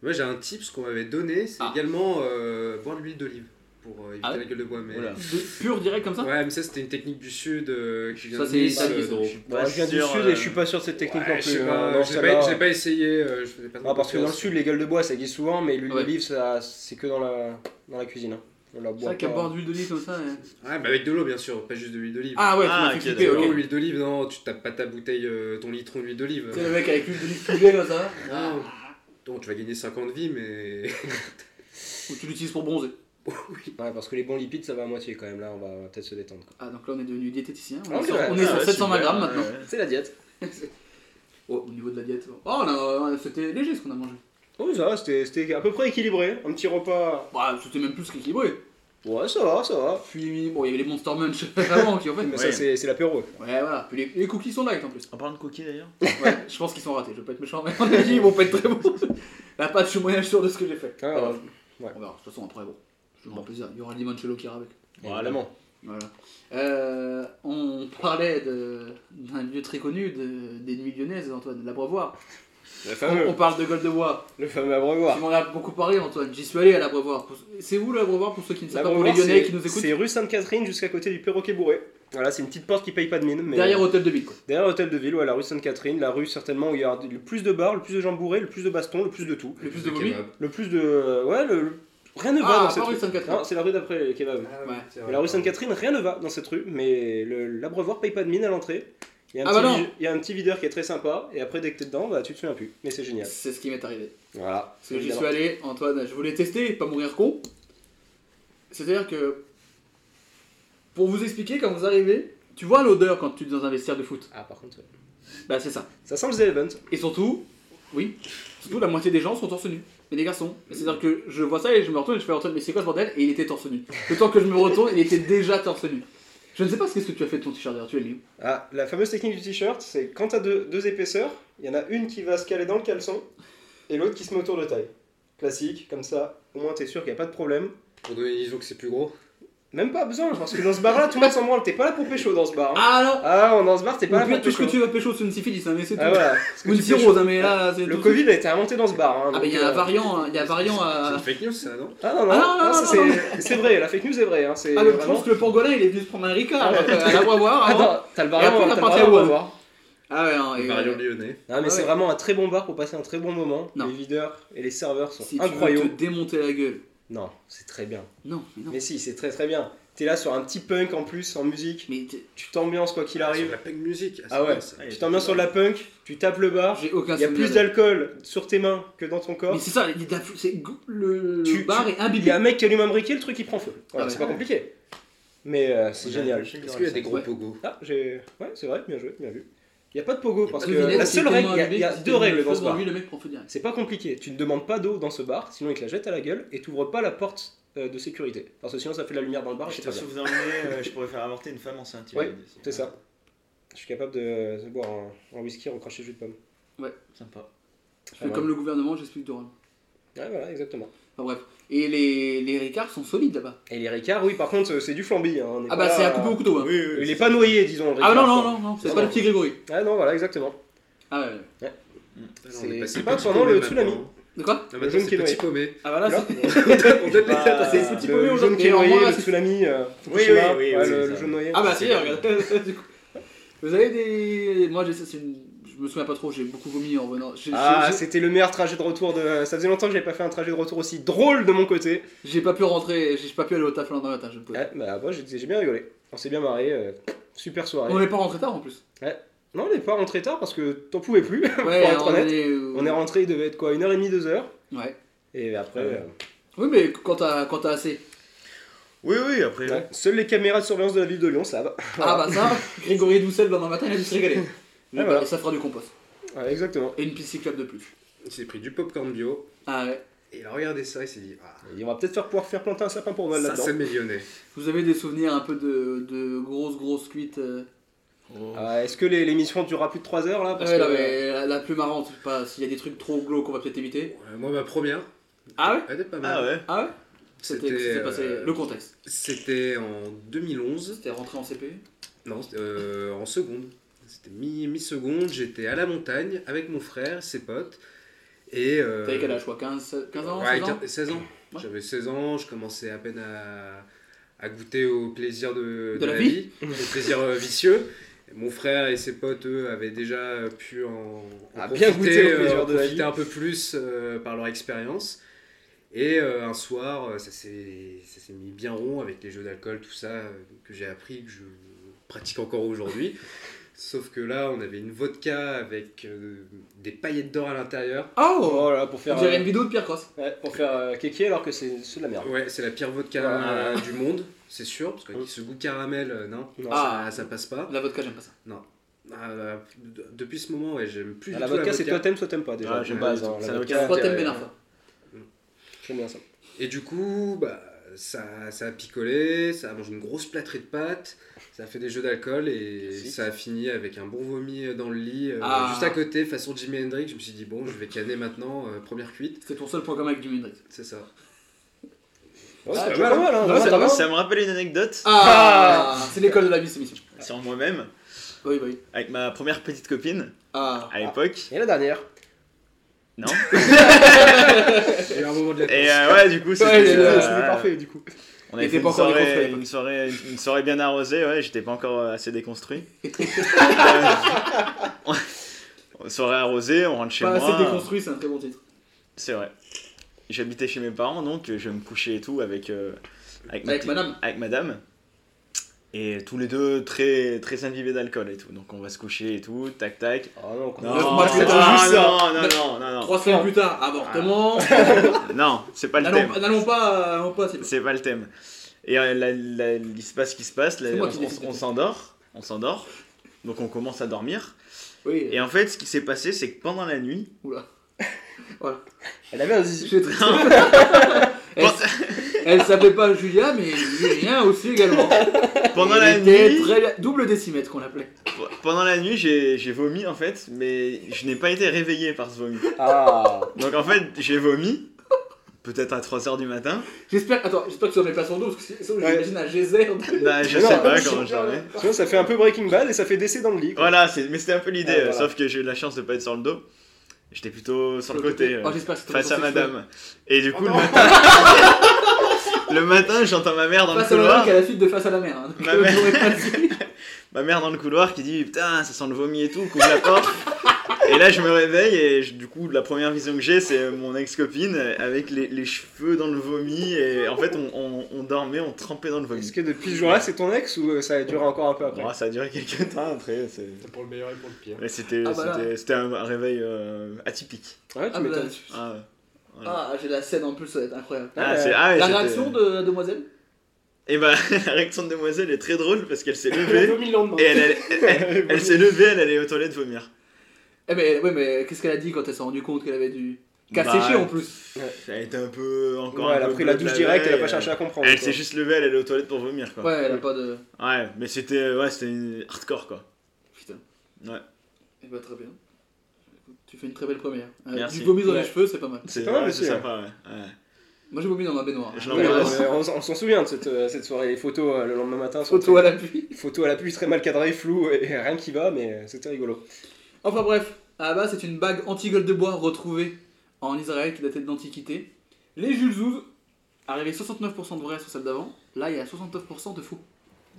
[SPEAKER 7] Moi j'ai un tip, ce qu'on m'avait donné, c'est
[SPEAKER 2] Ah.
[SPEAKER 7] également euh, boire de l'huile d'olive pour euh, éviter
[SPEAKER 2] Ah ouais
[SPEAKER 7] la gueule de bois. Mais...
[SPEAKER 6] Voilà.
[SPEAKER 2] De- Pur direct comme ça
[SPEAKER 7] Ouais, mais ça c'était une technique du sud euh, qui vient
[SPEAKER 2] Ça,
[SPEAKER 7] de
[SPEAKER 2] c'est
[SPEAKER 7] Nice,
[SPEAKER 2] italien,
[SPEAKER 7] euh,
[SPEAKER 2] ça.
[SPEAKER 7] donc-
[SPEAKER 6] Pas
[SPEAKER 5] Bon, je viens du
[SPEAKER 6] sûr,
[SPEAKER 5] sud
[SPEAKER 6] euh,
[SPEAKER 5] et je suis pas sûr de cette technique
[SPEAKER 7] Ouais,
[SPEAKER 5] non
[SPEAKER 7] je sais
[SPEAKER 5] plus.
[SPEAKER 7] pas,
[SPEAKER 5] hein. Non,
[SPEAKER 7] j'ai
[SPEAKER 5] celle-là-
[SPEAKER 7] pas- j'ai pas essayé. euh, je faisais pas trop
[SPEAKER 5] Ah, parce que dans le
[SPEAKER 7] confiance.
[SPEAKER 5] sud, les gueules de bois ça existe souvent, mais l'huile
[SPEAKER 2] Ouais.
[SPEAKER 5] d'olive ça c'est que dans la, dans la cuisine. hein. On la
[SPEAKER 2] C'est
[SPEAKER 5] boit.
[SPEAKER 2] vrai qu'à
[SPEAKER 5] pas.
[SPEAKER 2] boire d'huile d'olive comme ça. hein.
[SPEAKER 7] Ouais, mais avec de l'eau bien sûr, pas juste de l'huile d'olive.
[SPEAKER 2] Ah ouais, tu
[SPEAKER 6] Ah,
[SPEAKER 2] m'as fait
[SPEAKER 6] ok,
[SPEAKER 2] flipper,
[SPEAKER 7] de
[SPEAKER 6] d'accord.
[SPEAKER 2] ok.
[SPEAKER 7] l'eau, l'huile d'olive, non, tu tapes pas ta bouteille, euh, ton litron d'huile d'olive.
[SPEAKER 2] C'est le mec avec l'huile d'olive pilée comme ça.
[SPEAKER 7] Non. Donc tu vas gagner 50 vies, mais.
[SPEAKER 2] Ou tu l'utilises pour bronzer.
[SPEAKER 5] Ouais, parce que les bons lipides ça va à moitié quand même. Là, on va, on va peut-être se détendre. quoi.
[SPEAKER 2] Ah, donc là, on est devenu diététicien. On
[SPEAKER 5] Ah
[SPEAKER 2] est
[SPEAKER 5] oui,
[SPEAKER 2] sur,
[SPEAKER 5] ouais.
[SPEAKER 2] on est
[SPEAKER 5] Ah,
[SPEAKER 2] sur
[SPEAKER 6] ouais,
[SPEAKER 2] 700
[SPEAKER 6] super,
[SPEAKER 2] grammes
[SPEAKER 6] ouais,
[SPEAKER 2] maintenant.
[SPEAKER 6] ouais.
[SPEAKER 5] C'est la diète.
[SPEAKER 2] Oh, au niveau de la diète. Oh, on a- c'était léger ce qu'on a mangé.
[SPEAKER 5] Oh, ça va, c'était- c'était à peu près équilibré. Un petit repas.
[SPEAKER 2] Bah, c'était même plus qu'équilibré.
[SPEAKER 5] Ouais, ça va, ça va.
[SPEAKER 2] Puis, bon, il y avait les Monster Munch avant qui ont fait.
[SPEAKER 5] Mais
[SPEAKER 2] Ouais,
[SPEAKER 5] ça,
[SPEAKER 6] Ouais.
[SPEAKER 5] c'est c'est l'apéro.
[SPEAKER 2] voilà. Puis les, les cookies sont light en plus.
[SPEAKER 6] En parlant de cookies d'ailleurs.
[SPEAKER 2] Ouais, je pense qu'ils sont ratés. Je vais pas être méchant, mais on a dit, ils vont pas être très bons. La pâte, je suis moyen sûr de ce que j'ai fait.
[SPEAKER 5] Ah,
[SPEAKER 2] Voilà.
[SPEAKER 5] ouais.
[SPEAKER 2] On verra. De toute façon, après, bon. Je me rends plaisir. Il y aura le limoncello qui ira avec.
[SPEAKER 5] Évidemment.
[SPEAKER 2] Voilà. Euh, on parlait de- d'un lieu très connu, de- des nuits lyonnaises, Antoine, l'Abreuvoir.
[SPEAKER 5] Le
[SPEAKER 2] On,
[SPEAKER 5] fameux,
[SPEAKER 2] on parle de Goldebois.
[SPEAKER 5] le fameux abreuvoir.
[SPEAKER 2] Tu m'en as beaucoup parlé, Antoine. J'y suis allé à l'Abreuvoir. Pour- C'est où l'Abreuvoir pour ceux qui ne savent pas, pour les
[SPEAKER 5] L'abreuvoir,
[SPEAKER 2] Lyonnais
[SPEAKER 5] c'est-
[SPEAKER 2] qui nous écoutent
[SPEAKER 5] C'est rue Sainte-Catherine jusqu'à côté du perroquet bourré. Voilà, c'est une petite porte qui paye pas de mine. Mais
[SPEAKER 2] Derrière Hôtel de Ville, quoi.
[SPEAKER 5] derrière l'hôtel de ville, ouais, la rue Sainte-Catherine, la rue certainement où il y a le plus de bars, le plus de gens bourrés, le plus de bastons, le plus de tout.
[SPEAKER 2] Le plus de vomi.
[SPEAKER 7] kebab.
[SPEAKER 5] Le plus de. euh, Ouais, le. le- Rien ne va
[SPEAKER 2] Ah,
[SPEAKER 5] dans cette
[SPEAKER 2] pas rue
[SPEAKER 5] rue.
[SPEAKER 2] Sainte-Catherine.
[SPEAKER 5] Non, c'est la rue d'après les kebabs.
[SPEAKER 2] Ouais.
[SPEAKER 7] Ah c'est
[SPEAKER 5] Mais
[SPEAKER 7] vrai.
[SPEAKER 5] la rue Sainte-Catherine, rien ne va dans cette rue, mais le- l'abreuvoir paye pas de mine à l'entrée. Il y, a un
[SPEAKER 2] Ah bah
[SPEAKER 5] petit
[SPEAKER 2] non.
[SPEAKER 5] vi- il y a un petit videur qui est très sympa, et après, dès que t'es dedans, bah, tu te souviens plus. Mais c'est génial.
[SPEAKER 2] C'est ce qui m'est arrivé.
[SPEAKER 5] Voilà.
[SPEAKER 2] Parce que j'y suis allé, Antoine, je voulais tester, pas mourir con. C'est-à-dire que, pour vous expliquer, quand vous arrivez, tu vois l'odeur quand tu es dans un vestiaire de foot.
[SPEAKER 5] Ah, par contre, ouais.
[SPEAKER 2] Bah, c'est ça.
[SPEAKER 5] ça sent le The Event.
[SPEAKER 2] Et surtout, oui, surtout la moitié des gens sont torse nus. Mais des garçons. C'est-à-dire que je vois ça et je me retourne et je fais Antoine, mais c'est quoi ce bordel Et il était torse nu. Le temps que je me retourne, il était déjà torse nu. Je ne sais pas ce qu'est-ce que tu as fait de ton t-shirt d'ailleurs, tu l'as mis. où
[SPEAKER 5] Ah, la fameuse technique du t-shirt, c'est quand t'as deux, deux épaisseurs, il y en a une qui va se caler dans le caleçon et l'autre qui se met autour de taille. Classique, comme ça, au moins t'es sûr qu'il n'y a pas de problème.
[SPEAKER 7] Pour donner l'illusion que c'est plus gros.
[SPEAKER 5] Même pas besoin, parce que dans ce bar-là, tout le monde s'en branle, t'es pas là pour pécho dans ce bar. hein.
[SPEAKER 2] Ah non
[SPEAKER 5] Ah, on dans ce bar, t'es pas là
[SPEAKER 2] Ou
[SPEAKER 5] pour
[SPEAKER 2] Tout ce
[SPEAKER 5] pécho.
[SPEAKER 2] que tu vas pécho, c'est une syphilis, hein, mais c'est
[SPEAKER 5] Ah,
[SPEAKER 2] tout.
[SPEAKER 5] voilà. parce que
[SPEAKER 2] Ou une
[SPEAKER 5] tu pécho.
[SPEAKER 2] cirrhose, hein, mais là, c'est
[SPEAKER 5] Le
[SPEAKER 2] tout.
[SPEAKER 5] Covid a été inventé dans ce bar. hein,
[SPEAKER 2] Ah bah
[SPEAKER 5] donc,
[SPEAKER 2] il y a un
[SPEAKER 5] euh,
[SPEAKER 2] variant, hein, il y a un variant
[SPEAKER 7] C'est
[SPEAKER 2] à.
[SPEAKER 7] une fake news ça, non
[SPEAKER 5] Ah non, non,
[SPEAKER 2] Ah, non, non,
[SPEAKER 5] non, ça,
[SPEAKER 2] non,
[SPEAKER 5] c'est-
[SPEAKER 2] non.
[SPEAKER 5] c'est vrai, la fake news est vraie. Hein, c'est
[SPEAKER 2] Ah, le, je
[SPEAKER 5] vraiment-
[SPEAKER 2] pense que le pangolin il est venu se prendre un ricard
[SPEAKER 5] Ah,
[SPEAKER 2] euh, à la voir.
[SPEAKER 5] Ah,
[SPEAKER 2] avant.
[SPEAKER 5] non, t'as le
[SPEAKER 2] Et
[SPEAKER 5] bar,
[SPEAKER 2] après,
[SPEAKER 5] t'as
[SPEAKER 2] t'as
[SPEAKER 5] le
[SPEAKER 2] parti
[SPEAKER 5] bar
[SPEAKER 2] à
[SPEAKER 5] à
[SPEAKER 2] Wuhan.
[SPEAKER 5] voir.
[SPEAKER 2] Ah ouais, non, et,
[SPEAKER 7] Variant
[SPEAKER 2] euh,
[SPEAKER 7] lyonnais.
[SPEAKER 5] Non, mais
[SPEAKER 2] Ah
[SPEAKER 5] c'est
[SPEAKER 2] ouais.
[SPEAKER 5] vraiment un très bon bar pour passer un très bon moment.
[SPEAKER 2] Non.
[SPEAKER 5] Les videurs et les serveurs sont
[SPEAKER 2] si tu veux
[SPEAKER 5] incroyables.
[SPEAKER 2] te démonter la gueule.
[SPEAKER 5] Non, c'est très bien.
[SPEAKER 2] Non, mais non.
[SPEAKER 5] Mais si, c'est très très bien. T'es là sur un petit punk en plus, en musique.
[SPEAKER 2] Mais t'es-
[SPEAKER 5] Tu t'ambiances quoi qu'il
[SPEAKER 7] Sur
[SPEAKER 5] arrive.
[SPEAKER 7] la punk music.
[SPEAKER 5] Ah ouais.
[SPEAKER 7] c'est bien, ça.
[SPEAKER 5] Tu t'ambiances sur de la punk, tu tapes le bar.
[SPEAKER 2] j'ai aucun
[SPEAKER 5] Il y a
[SPEAKER 2] souvenir.
[SPEAKER 5] plus d'alcool sur tes mains que dans ton corps.
[SPEAKER 2] Mais c'est ça, il y a- c'est go- le
[SPEAKER 5] Tu-
[SPEAKER 2] bar
[SPEAKER 5] tu-
[SPEAKER 2] est
[SPEAKER 5] Il y
[SPEAKER 2] imbibé.
[SPEAKER 5] a un mec qui allume un briquet, le truc il prend feu. Voilà,
[SPEAKER 2] Ah ouais.
[SPEAKER 5] c'est pas compliqué. Mais euh, c'est génial.
[SPEAKER 7] Est-ce qu'il y a des gros
[SPEAKER 2] Ouais.
[SPEAKER 7] pogos
[SPEAKER 5] Ah, j'ai. Ouais, c'est vrai, bien joué, bien vu. Il y a pas de pogo
[SPEAKER 7] a
[SPEAKER 5] parce
[SPEAKER 7] pas
[SPEAKER 5] que
[SPEAKER 2] Le vinaigre,
[SPEAKER 5] la
[SPEAKER 2] c'est
[SPEAKER 5] seule règle,
[SPEAKER 2] tellement
[SPEAKER 5] il y a,
[SPEAKER 2] imbibé
[SPEAKER 5] il y a
[SPEAKER 2] que si
[SPEAKER 5] deux
[SPEAKER 2] tu
[SPEAKER 5] règles
[SPEAKER 2] mets
[SPEAKER 5] dans
[SPEAKER 2] le
[SPEAKER 5] ce
[SPEAKER 2] feu
[SPEAKER 5] bar.
[SPEAKER 2] lui, le mec prend feu direct.
[SPEAKER 5] C'est pas compliqué. Tu ne demandes pas d'eau dans ce bar, sinon il te la jette à la gueule et t'ouvres pas la porte euh, de sécurité. Parce que sinon ça fait de la lumière dans le bar. et
[SPEAKER 6] Je
[SPEAKER 5] c'est
[SPEAKER 6] te
[SPEAKER 5] pas bien.
[SPEAKER 6] vous emmener, euh, je pourrais faire avorter une femme enceinte. il
[SPEAKER 5] Ouais,
[SPEAKER 6] a dit.
[SPEAKER 5] C'est ça. Je suis capable de, de boire un, un whisky recraché de jus de pomme.
[SPEAKER 2] Je
[SPEAKER 6] Sympa.
[SPEAKER 5] Ah
[SPEAKER 2] fais
[SPEAKER 5] ouais.
[SPEAKER 2] comme le gouvernement, j'explique Doran.
[SPEAKER 5] Ouais, voilà, exactement.
[SPEAKER 2] Enfin bref. Et les, les Ricards sont solides là-bas.
[SPEAKER 5] Et les Ricards, oui, par contre, c'est du flambi. hein, on est
[SPEAKER 2] Ah bah
[SPEAKER 5] pas-
[SPEAKER 2] c'est à couper au couteau. hein.
[SPEAKER 6] Oui, oui.
[SPEAKER 5] Il est pas noyé, disons. le
[SPEAKER 2] Ah non,
[SPEAKER 5] Ricard,
[SPEAKER 2] non,
[SPEAKER 5] quoi.
[SPEAKER 2] non, non, c'est
[SPEAKER 5] Ah
[SPEAKER 2] pas
[SPEAKER 5] non.
[SPEAKER 2] le petit Grégory.
[SPEAKER 5] Ah non, voilà, exactement.
[SPEAKER 2] Ah ouais, ouais.
[SPEAKER 7] Ah, On est
[SPEAKER 5] C'est-
[SPEAKER 7] passé
[SPEAKER 5] c'est pas
[SPEAKER 7] petit
[SPEAKER 5] pendant
[SPEAKER 7] paumé
[SPEAKER 5] le
[SPEAKER 7] maintenant,
[SPEAKER 5] tsunami.
[SPEAKER 7] hein.
[SPEAKER 2] De quoi
[SPEAKER 7] Non,
[SPEAKER 5] Le
[SPEAKER 7] maintenant
[SPEAKER 5] jaune qui Ah,
[SPEAKER 7] c'est
[SPEAKER 5] est
[SPEAKER 7] petit
[SPEAKER 5] noyé.
[SPEAKER 7] paumé.
[SPEAKER 2] Ah bah là,
[SPEAKER 5] Là.
[SPEAKER 2] c'est.
[SPEAKER 7] On donne les
[SPEAKER 6] Bah,
[SPEAKER 7] dates.
[SPEAKER 2] c'est- c'est petit paumé
[SPEAKER 5] Le
[SPEAKER 2] au
[SPEAKER 5] jaune qui est
[SPEAKER 2] Et en
[SPEAKER 5] noyé,
[SPEAKER 2] moins,
[SPEAKER 5] le
[SPEAKER 2] hein, c'est-
[SPEAKER 5] tsunami. euh,
[SPEAKER 6] Oui,
[SPEAKER 5] Fukushima,
[SPEAKER 6] oui, oui,
[SPEAKER 5] ouais,
[SPEAKER 6] oui,
[SPEAKER 5] le,
[SPEAKER 6] c'est
[SPEAKER 5] le
[SPEAKER 6] ça.
[SPEAKER 5] jaune noyé.
[SPEAKER 2] Ah bah si, regarde. du coup. Vous avez des. Moi j'ai ça, c'est une. Je me souviens pas trop, j'ai beaucoup vomi en revenant. J'ai- j'ai-
[SPEAKER 5] Ah,
[SPEAKER 2] j'ai-
[SPEAKER 5] c'était le meilleur trajet de retour de. Ça faisait longtemps que j'avais pas fait un trajet de retour aussi drôle de mon côté.
[SPEAKER 2] J'ai pas pu rentrer, j'ai pas pu aller au taf le lendemain matin, je ne pouvais pas.
[SPEAKER 5] Ouais, bah moi j'ai j'ai bien rigolé. On s'est bien marré. euh, Super soirée.
[SPEAKER 2] On n'est pas rentré tard en plus.
[SPEAKER 5] Non, on n'est pas rentré tard parce que t'en pouvais plus. pour
[SPEAKER 2] Ouais,
[SPEAKER 5] être
[SPEAKER 2] on
[SPEAKER 5] honnête.
[SPEAKER 2] est. euh,
[SPEAKER 5] On est rentré, il devait être quoi, une heure et demie, deux heures.
[SPEAKER 2] Ah Ouais.
[SPEAKER 5] Et après,
[SPEAKER 6] Ouais.
[SPEAKER 5] euh,
[SPEAKER 2] Oui, mais quand t'as quand t'as assez.
[SPEAKER 6] Oui, oui, après.
[SPEAKER 5] ouais. seules les caméras de surveillance de la ville de Lyon savent.
[SPEAKER 2] Ah bah ça, Grégory Doucel le lendemain matin, il a dû se régaler.
[SPEAKER 5] Ah, voilà.
[SPEAKER 2] Et ça fera du compost.
[SPEAKER 5] Ouais, exactement.
[SPEAKER 2] Et une piste cyclable de plus.
[SPEAKER 7] Il s'est pris du popcorn bio.
[SPEAKER 2] Ah ouais.
[SPEAKER 7] Et il a regardé ça, il s'est dit Ah,
[SPEAKER 5] Et on va peut-être faire pouvoir faire planter un sapin pour Val
[SPEAKER 7] ça,
[SPEAKER 5] là-dedans.
[SPEAKER 7] c'est millionnaire.
[SPEAKER 2] Vous avez des souvenirs un peu de, de grosses, grosses cuites euh,
[SPEAKER 5] Ah, Est-ce que les- l'émission durera plus de 3 heures là Parce
[SPEAKER 2] ouais,
[SPEAKER 5] que
[SPEAKER 2] là, mais la, la plus marrante, je sais pas s'il y a des trucs trop glauques qu'on va peut-être éviter.
[SPEAKER 7] Ouais, Moi, ma première,
[SPEAKER 2] Ah ouais
[SPEAKER 7] elle était pas mal.
[SPEAKER 6] Ah ouais
[SPEAKER 2] Ah ouais C'était qu'est-ce qui s'est passé
[SPEAKER 7] euh,
[SPEAKER 2] Le contexte.
[SPEAKER 7] C'était en 2011.
[SPEAKER 2] C'était rentré en CP
[SPEAKER 7] Non, c'était, euh, en seconde. C'était mi- mi-seconde. J'étais à la montagne avec mon frère, ses potes. Et. euh,
[SPEAKER 2] T'avais quel âge quoi 15, 15 ans
[SPEAKER 7] Ouais,
[SPEAKER 2] 16 ans
[SPEAKER 7] 15 16 ans.
[SPEAKER 2] Ouais.
[SPEAKER 7] J'avais 16 ans, je commençais à peine à, à goûter au plaisir de,
[SPEAKER 2] De la vie.
[SPEAKER 7] au plaisir euh, vicieux. Et Mon frère et ses potes, eux, avaient déjà euh, pu en, en
[SPEAKER 5] Ah, bien goûter au plaisir
[SPEAKER 7] en
[SPEAKER 5] de la
[SPEAKER 7] profiter
[SPEAKER 5] vie.
[SPEAKER 7] un peu plus euh, par leur expérience. Et euh, un soir, euh, ça s'est ça s'est mis bien rond avec les jeux d'alcool, tout ça, euh, que j'ai appris, que je pratique encore aujourd'hui. Sauf que là, on avait une vodka avec euh, des paillettes d'or à l'intérieur.
[SPEAKER 2] Oh
[SPEAKER 5] Oh là, pour faire,
[SPEAKER 2] On dirait
[SPEAKER 5] euh,
[SPEAKER 2] une vidéo de Pierre Cross.
[SPEAKER 5] ouais, pour faire euh, kéké alors que c'est c'est de la merde.
[SPEAKER 7] Ouais, c'est la pire vodka
[SPEAKER 5] Ouais.
[SPEAKER 7] euh, du monde, c'est sûr, parce que avec ce goût caramel, euh, non,
[SPEAKER 5] Non,
[SPEAKER 2] Ah.
[SPEAKER 7] ça, ça passe pas.
[SPEAKER 2] La vodka, j'aime pas ça.
[SPEAKER 7] Ah, là, d- depuis ce moment, ouais, j'aime plus
[SPEAKER 5] Ah,
[SPEAKER 7] du
[SPEAKER 5] la
[SPEAKER 7] tout
[SPEAKER 5] vodka,
[SPEAKER 7] la
[SPEAKER 5] c'est
[SPEAKER 7] vodka.
[SPEAKER 5] toi t'aimes, soit t'aimes pas déjà.
[SPEAKER 6] Ah,
[SPEAKER 5] de
[SPEAKER 6] j'aime
[SPEAKER 5] base,
[SPEAKER 6] pas du tout.
[SPEAKER 5] hein, la
[SPEAKER 6] Ça n'a
[SPEAKER 5] vodka,
[SPEAKER 6] aucun
[SPEAKER 2] Soit t'aimes
[SPEAKER 5] euh,
[SPEAKER 2] bien l'info.
[SPEAKER 5] J'aime bien ça.
[SPEAKER 7] Et du coup, bah, ça, ça a picolé, ça a mangé une grosse plâtrée de pâtes, ça a fait des jeux d'alcool et
[SPEAKER 6] Si.
[SPEAKER 7] ça a fini avec un bon vomi dans le lit, euh,
[SPEAKER 2] Ah.
[SPEAKER 7] juste à côté, façon Jimi Hendrix. Je me suis dit, bon, je vais canner maintenant, euh, première cuite,
[SPEAKER 2] C'était ton seul programme avec Jimi Hendrix.
[SPEAKER 7] c'est ça.
[SPEAKER 5] Ouais,
[SPEAKER 2] Ah,
[SPEAKER 5] c'est
[SPEAKER 2] tu
[SPEAKER 5] pas
[SPEAKER 2] vois,
[SPEAKER 5] mal, hein,
[SPEAKER 2] non,
[SPEAKER 5] dans
[SPEAKER 2] c'est
[SPEAKER 5] la
[SPEAKER 2] pas
[SPEAKER 5] taverne.
[SPEAKER 6] Ça me rappelle une anecdote
[SPEAKER 2] Ah, C'est l'école de la vie, cette émission.
[SPEAKER 6] sur moi-même,
[SPEAKER 2] Oui, oui.
[SPEAKER 6] avec ma première petite copine
[SPEAKER 2] Ah.
[SPEAKER 6] à l'époque.
[SPEAKER 5] Et la dernière
[SPEAKER 6] Non
[SPEAKER 7] J'ai eu un moment de la
[SPEAKER 6] Et euh, ouais, du coup, c'était.
[SPEAKER 2] Ouais, c'était
[SPEAKER 6] euh,
[SPEAKER 5] parfait du coup.
[SPEAKER 6] On avait
[SPEAKER 2] T'étais
[SPEAKER 6] fait
[SPEAKER 2] pas
[SPEAKER 6] une
[SPEAKER 2] encore déconstruit, à
[SPEAKER 6] soirée,
[SPEAKER 2] l'époque.
[SPEAKER 6] une, soirée, une soirée bien arrosée, ouais, j'étais pas encore euh, assez déconstruit. Euh, on- soirée arrosée, on rentre chez
[SPEAKER 2] Pas
[SPEAKER 6] moi.
[SPEAKER 2] assez déconstruit, c'est un très bon titre.
[SPEAKER 6] C'est vrai. J'habitais chez mes parents, donc euh, je me couchais et tout avec, euh, avec, ma
[SPEAKER 2] Avec
[SPEAKER 6] petite-
[SPEAKER 2] madame.
[SPEAKER 6] avec madame. Et tous les deux très, très imbibés d'alcool et tout. Donc on va se coucher et tout, tac tac.
[SPEAKER 5] Ah non,
[SPEAKER 6] Non,
[SPEAKER 2] Neuf
[SPEAKER 6] non,
[SPEAKER 2] mois plus
[SPEAKER 6] non,
[SPEAKER 2] tard, juste ça.
[SPEAKER 6] non, non, non, non, non.
[SPEAKER 2] Trois semaines plus tard, avortement.
[SPEAKER 6] Ah. Non, c'est pas le
[SPEAKER 2] N'allons
[SPEAKER 6] thème.
[SPEAKER 2] n'allons pas, n'allons pas, c'est bon.
[SPEAKER 6] C'est pas le thème. Et euh, la- la- il se passe ce qui se passe, la-
[SPEAKER 2] C'est moi qui
[SPEAKER 6] on-
[SPEAKER 2] décide de
[SPEAKER 6] on, on
[SPEAKER 2] tout.
[SPEAKER 6] s'endort, on s'endort. Donc on commence à dormir.
[SPEAKER 2] Oui.
[SPEAKER 6] Et en fait, ce qui s'est passé, c'est que pendant la nuit,
[SPEAKER 5] Elle avait un zizi.
[SPEAKER 2] J'ai très- Elle,
[SPEAKER 6] Bon.
[SPEAKER 2] elle s'appelait pas Julia, mais Julien aussi également.
[SPEAKER 6] pendant
[SPEAKER 2] Elle
[SPEAKER 6] la
[SPEAKER 2] était
[SPEAKER 6] nuit,
[SPEAKER 2] très- Double décimètre qu'on l'appelait.
[SPEAKER 6] p- pendant la nuit, j'ai j'ai vomi en fait, mais je n'ai pas été réveillé par ce vomi.
[SPEAKER 5] Ah
[SPEAKER 6] Donc en fait, j'ai vomi peut-être à 3h du matin.
[SPEAKER 2] J'espère attends, j'espère que tu en mets pas son dos, parce que c'est- sinon
[SPEAKER 5] Ouais.
[SPEAKER 2] j'imagine un geyser. de-
[SPEAKER 6] Bah, je
[SPEAKER 5] Mais non,
[SPEAKER 6] sais pas
[SPEAKER 5] je
[SPEAKER 6] comment j'en ai.
[SPEAKER 5] Sinon, ça fait un peu Breaking Bad et ça fait décès dans le lit. quoi.
[SPEAKER 6] Voilà, c'est- mais c'était un peu l'idée,
[SPEAKER 5] Ah,
[SPEAKER 6] euh,
[SPEAKER 5] voilà.
[SPEAKER 6] sauf que j'ai eu la chance de pas être sur le dos. J'étais plutôt sur le côté, euh,
[SPEAKER 2] Oh, j'espère que Oh, c'était
[SPEAKER 6] face
[SPEAKER 2] pas
[SPEAKER 6] à
[SPEAKER 2] sur ses
[SPEAKER 6] madame. Et du coup, le matin, le matin, j'entends ma mère dans
[SPEAKER 2] cheveux.
[SPEAKER 6] le
[SPEAKER 2] Face à la mer
[SPEAKER 6] couloir.
[SPEAKER 2] qu'à la suite de face à la mer. hein.
[SPEAKER 6] Ma mère.
[SPEAKER 2] J'aurais pas dit. Ah,
[SPEAKER 6] Ma mère dans le couloir qui dit putain ça sent le vomi et tout, couvre la porte. et là je me réveille et je- du coup la première vision que j'ai c'est mon ex-copine avec les, les cheveux dans le vomi et en fait on, on- on dormait, on trempait dans le vomi.
[SPEAKER 5] Est-ce que depuis ce jour-là, c'est ton ex ou euh, ça a duré encore un peu après
[SPEAKER 6] Bon, ça a duré quelques temps après. c'est-
[SPEAKER 7] pour le meilleur et pour le pire.
[SPEAKER 6] Mais c'était
[SPEAKER 2] Ah, bah là.
[SPEAKER 6] c'était- c'était un réveil euh, atypique.
[SPEAKER 5] Ouais, tu
[SPEAKER 2] Ah, mais là,
[SPEAKER 5] m'étonnes.
[SPEAKER 6] Ah, voilà.
[SPEAKER 2] Ah, j'ai la scène en plus, ça va être incroyable.
[SPEAKER 6] Ah,
[SPEAKER 5] ouais.
[SPEAKER 6] c'est- ah, ouais,
[SPEAKER 2] La
[SPEAKER 6] c'était-
[SPEAKER 2] réaction de la demoiselle
[SPEAKER 6] Eh ben, la réaction de demoiselle est très drôle parce qu'elle s'est
[SPEAKER 7] Elle a
[SPEAKER 6] levée
[SPEAKER 7] vomi le lendemain.
[SPEAKER 6] et elle, allait- elle- elle s'est levée, elle allait aux toilettes vomir.
[SPEAKER 2] Eh mais, ouais, mais qu'est-ce qu'elle a dit quand elle s'est rendue compte qu'elle avait du. Qu'à
[SPEAKER 6] Bah,
[SPEAKER 2] sécher en plus
[SPEAKER 6] Elle était un peu encore.
[SPEAKER 5] Ouais,
[SPEAKER 6] un
[SPEAKER 5] elle a
[SPEAKER 6] peu
[SPEAKER 5] pris la
[SPEAKER 6] bleue de
[SPEAKER 5] douche directe, elle a
[SPEAKER 6] veille,
[SPEAKER 5] pas cherché à comprendre.
[SPEAKER 6] Elle
[SPEAKER 5] quoi.
[SPEAKER 6] s'est juste levée, elle allait aux toilettes pour vomir quoi.
[SPEAKER 2] Ouais, elle a pas de.
[SPEAKER 6] Ouais, mais c'était ouais, c'était une hardcore quoi.
[SPEAKER 2] Putain.
[SPEAKER 6] Ouais.
[SPEAKER 2] Eh bah, très bien. Écoute, Tu fais une très belle première. Euh,
[SPEAKER 6] Merci.
[SPEAKER 2] Du vomi dans les
[SPEAKER 5] Ouais.
[SPEAKER 2] cheveux, c'est pas mal.
[SPEAKER 6] C'est
[SPEAKER 5] pas mal, hein.
[SPEAKER 6] ouais, c'est
[SPEAKER 5] monsieur.
[SPEAKER 6] sympa, ouais. ouais.
[SPEAKER 2] Moi, j'ai vomi dans ma baignoire.
[SPEAKER 6] Je
[SPEAKER 5] Ouais,
[SPEAKER 6] l'embrasse.
[SPEAKER 5] ouais, on s- on s'en souvient de cette, euh, cette soirée. Les photos euh, le lendemain matin sont
[SPEAKER 2] Photo à l'appui.
[SPEAKER 5] photos à l'appui très mal cadrées, floues et rien qui va, mais euh, c'était rigolo.
[SPEAKER 2] Enfin bref, à la base, c'est une bague anti-gueule de bois retrouvée en Israël qui datait de l'Antiquité. Les Jules Zouz, arrivés 69% de vrai sur celle d'avant, là, il y a 69% de faux.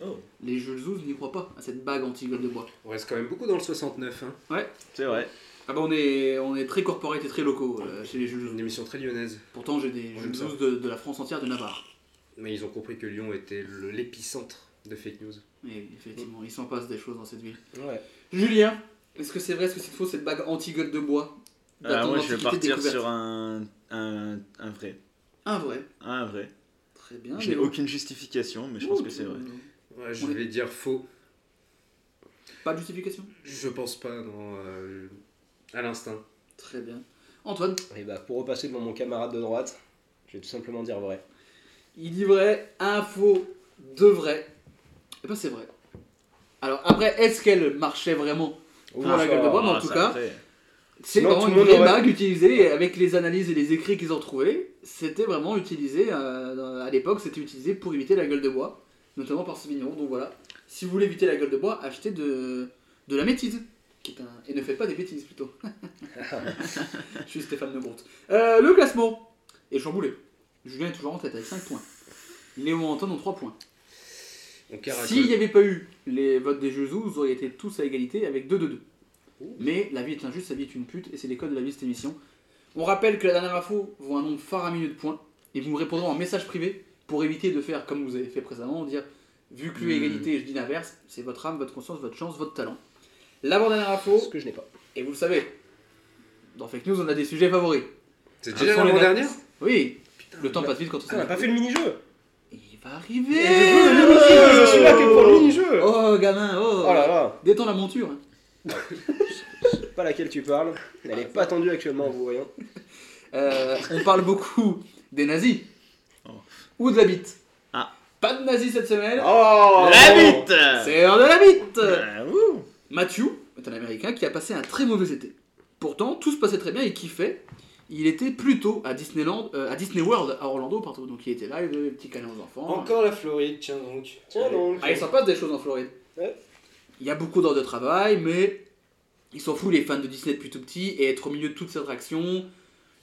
[SPEAKER 6] Oh.
[SPEAKER 2] Les Jules Zouz n'y croient pas à cette bague anti-gueule de bois.
[SPEAKER 7] On reste quand même beaucoup dans le 69, hein.
[SPEAKER 6] C'est vrai.
[SPEAKER 2] Ah bah, on est, on est très corporate et très locaux euh, chez les Jules Zouz.
[SPEAKER 7] une émission très lyonnaise.
[SPEAKER 2] Pourtant, j'ai des
[SPEAKER 7] On
[SPEAKER 2] Jules
[SPEAKER 7] aime ça.
[SPEAKER 2] Zouz de, de la France entière, de Navarre.
[SPEAKER 7] Mais ils ont compris que Lyon était le- l'épicentre de fake news.
[SPEAKER 2] Mais effectivement, il s'en passe des choses dans cette ville.
[SPEAKER 5] Ouais.
[SPEAKER 2] Julien, est-ce que c'est vrai, est-ce que c'est faux cette bague anti-gueule de bois
[SPEAKER 6] Ah,
[SPEAKER 2] datant
[SPEAKER 6] moi je vais
[SPEAKER 2] d'Antiquité
[SPEAKER 6] partir
[SPEAKER 2] découverte
[SPEAKER 6] sur un, un, un vrai.
[SPEAKER 2] Un vrai.
[SPEAKER 6] Un vrai.
[SPEAKER 2] Très bien.
[SPEAKER 6] Je n'ai
[SPEAKER 2] Léo.
[SPEAKER 6] aucune justification, mais je pense que c'est vrai.
[SPEAKER 7] Ouais, je
[SPEAKER 2] Ouais.
[SPEAKER 7] vais dire faux.
[SPEAKER 2] Pas de justification
[SPEAKER 7] Je pense pas, non. euh, à l'instinct.
[SPEAKER 2] Très bien. Antoine,
[SPEAKER 5] Et bah, pour repasser devant mon camarade de droite, je vais tout simplement dire vrai.
[SPEAKER 2] il dit vrai, un faux, deux vrais. Et ben c'est vrai. Alors après, est-ce qu'elle marchait vraiment
[SPEAKER 5] Ouh,
[SPEAKER 2] la
[SPEAKER 5] ça
[SPEAKER 2] gueule de
[SPEAKER 5] va.
[SPEAKER 2] bois, mais en tout
[SPEAKER 6] Ah, ça,
[SPEAKER 2] cas,
[SPEAKER 6] après,
[SPEAKER 2] C'est
[SPEAKER 5] Sinon,
[SPEAKER 2] vraiment
[SPEAKER 5] tout le
[SPEAKER 2] une
[SPEAKER 5] monde
[SPEAKER 2] vraie
[SPEAKER 5] aurait-
[SPEAKER 2] bague utilisée et avec les analyses et les écrits qu'ils ont trouvés. C'était vraiment utilisé euh, dans- à l'époque, c'était utilisé pour éviter la gueule de bois, notamment par Sévignon. Donc voilà, si vous voulez éviter la gueule de bois, achetez de, de la métise. qui est un- Et ne faites pas des bêtises plutôt. Je suis Stéphane Neubrout. Euh, le classement est chamboulé. Julien est toujours en tête avec 5 points. Léo et Anton ont 3 points.
[SPEAKER 7] On caracole.
[SPEAKER 2] S'il n'y avait pas eu les votes des Jésus, vous auriez été tous à égalité avec 2-2-2. Mais la vie est injuste, la vie est une pute, et c'est les codes de la vie de cette émission. On rappelle que la dernière info vaut un nombre faramineux de points, et vous me répondrez en message privé pour éviter de faire comme vous avez fait précédemment, dire vu que lui est
[SPEAKER 5] Hmm.
[SPEAKER 6] Mhm.
[SPEAKER 2] égalité, je dis l'inverse, c'est votre âme, votre conscience, votre chance, votre talent. L'avant-dernière info,
[SPEAKER 5] Ce que je n'ai pas.
[SPEAKER 2] et vous le savez, dans Fake News, on a des sujets favoris.
[SPEAKER 7] C'est
[SPEAKER 2] Ce
[SPEAKER 7] déjà
[SPEAKER 2] sont Ah, les
[SPEAKER 7] l'avant dernière
[SPEAKER 2] dernières Oui, le temps
[SPEAKER 5] on a-
[SPEAKER 2] passe vite quand on
[SPEAKER 5] On n'a
[SPEAKER 2] s'en
[SPEAKER 5] pas fait le mini-jeu
[SPEAKER 2] Il va arriver Euh,
[SPEAKER 5] Et je veux le mini-jeu, Je suis là que pour le mini-jeu Oh
[SPEAKER 2] Oh, gamin, oh,
[SPEAKER 5] là là
[SPEAKER 2] Détends la monture. hein.
[SPEAKER 5] Je sais pas laquelle tu parles. Elle est pas tendue actuellement, vous voyons.
[SPEAKER 2] Euh, on parle beaucoup des nazis.
[SPEAKER 6] Oh.
[SPEAKER 2] Ou de la bite.
[SPEAKER 6] Ah.
[SPEAKER 2] Pas de nazis cette semaine.
[SPEAKER 5] Oh
[SPEAKER 6] La bite
[SPEAKER 2] C'est l'heure de la bite
[SPEAKER 6] Ah, ouh.
[SPEAKER 2] Matthew est un Américain qui a passé un très mauvais été. Pourtant, tout se passait très bien, il kiffait. Il était plutôt à Disneyland, euh, à Disney World, à Orlando, partout. Donc il était là, il avait des petits câlins aux enfants.
[SPEAKER 7] Encore la Floride, tiens donc.
[SPEAKER 5] Tiens donc
[SPEAKER 2] Ah, il s'en passe des choses en Floride.
[SPEAKER 5] Ouais.
[SPEAKER 2] Il y a beaucoup d'heures de travail, mais ils s'en foutent, les fans de Disney depuis tout petit, et être au milieu de toutes ces attractions,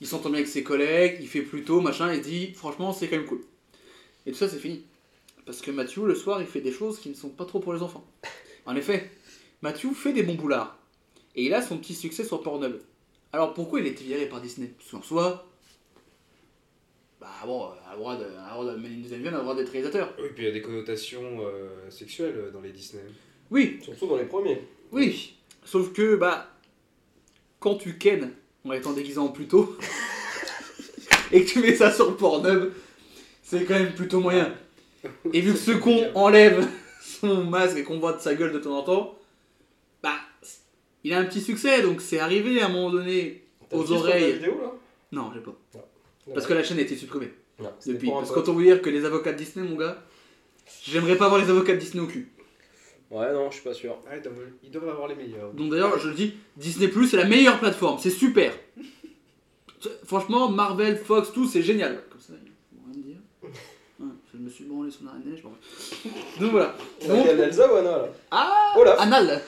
[SPEAKER 2] il s'entend bien avec ses collègues, il fait plus tôt, machin, il se dit, franchement, c'est quand même cool. Et tout ça, c'est fini. Parce que Mathieu, le soir, il fait des choses qui ne sont pas trop pour les enfants. En effet, Mathieu fait des bons boulards. Et il a son petit succès sur Pornhub. Alors pourquoi il a été viré par Disney Parce qu'en soi, bah bon, à droit de, à droit de mener une deuxième vie, on a le droit d'être réalisateur.
[SPEAKER 7] Oui, puis il y a des connotations euh, sexuelles euh, dans les Disney.
[SPEAKER 2] Oui,
[SPEAKER 5] Surtout dans les premiers.
[SPEAKER 2] Oui, sauf que bah quand tu ken en étant déguisé en Pluto et que tu mets ça sur Pornhub, c'est quand même plutôt moyen. Et vu que ce con enlève son masque et qu'on voit de sa gueule de temps en temps, bah il a un petit succès donc c'est arrivé à un moment donné aux oreilles.
[SPEAKER 5] vidéo là
[SPEAKER 2] Non, j'ai pas. Parce que la chaîne a été supprimée
[SPEAKER 5] Non, c'était
[SPEAKER 2] depuis.
[SPEAKER 5] pour un
[SPEAKER 2] Parce
[SPEAKER 5] pote.
[SPEAKER 2] qu'on vous dire que les avocats de Disney, mon gars, j'aimerais pas avoir les avocats de Disney au cul.
[SPEAKER 5] Ouais, non, je suis pas sûr.
[SPEAKER 7] Ah, ils doivent- ils doivent avoir les meilleurs.
[SPEAKER 2] Donc d'ailleurs, je le dis, Disney Plus c'est la meilleure plateforme, c'est super. C'est- Franchement, Marvel, Fox, tout, c'est génial. Comme ça, ils vont rien me dire. Ouais, je me suis branlé son araignée, je pense. Donc voilà. Donc,
[SPEAKER 5] Regarde Elsa ou Anna là
[SPEAKER 2] Ah
[SPEAKER 5] Olaf
[SPEAKER 2] Anal,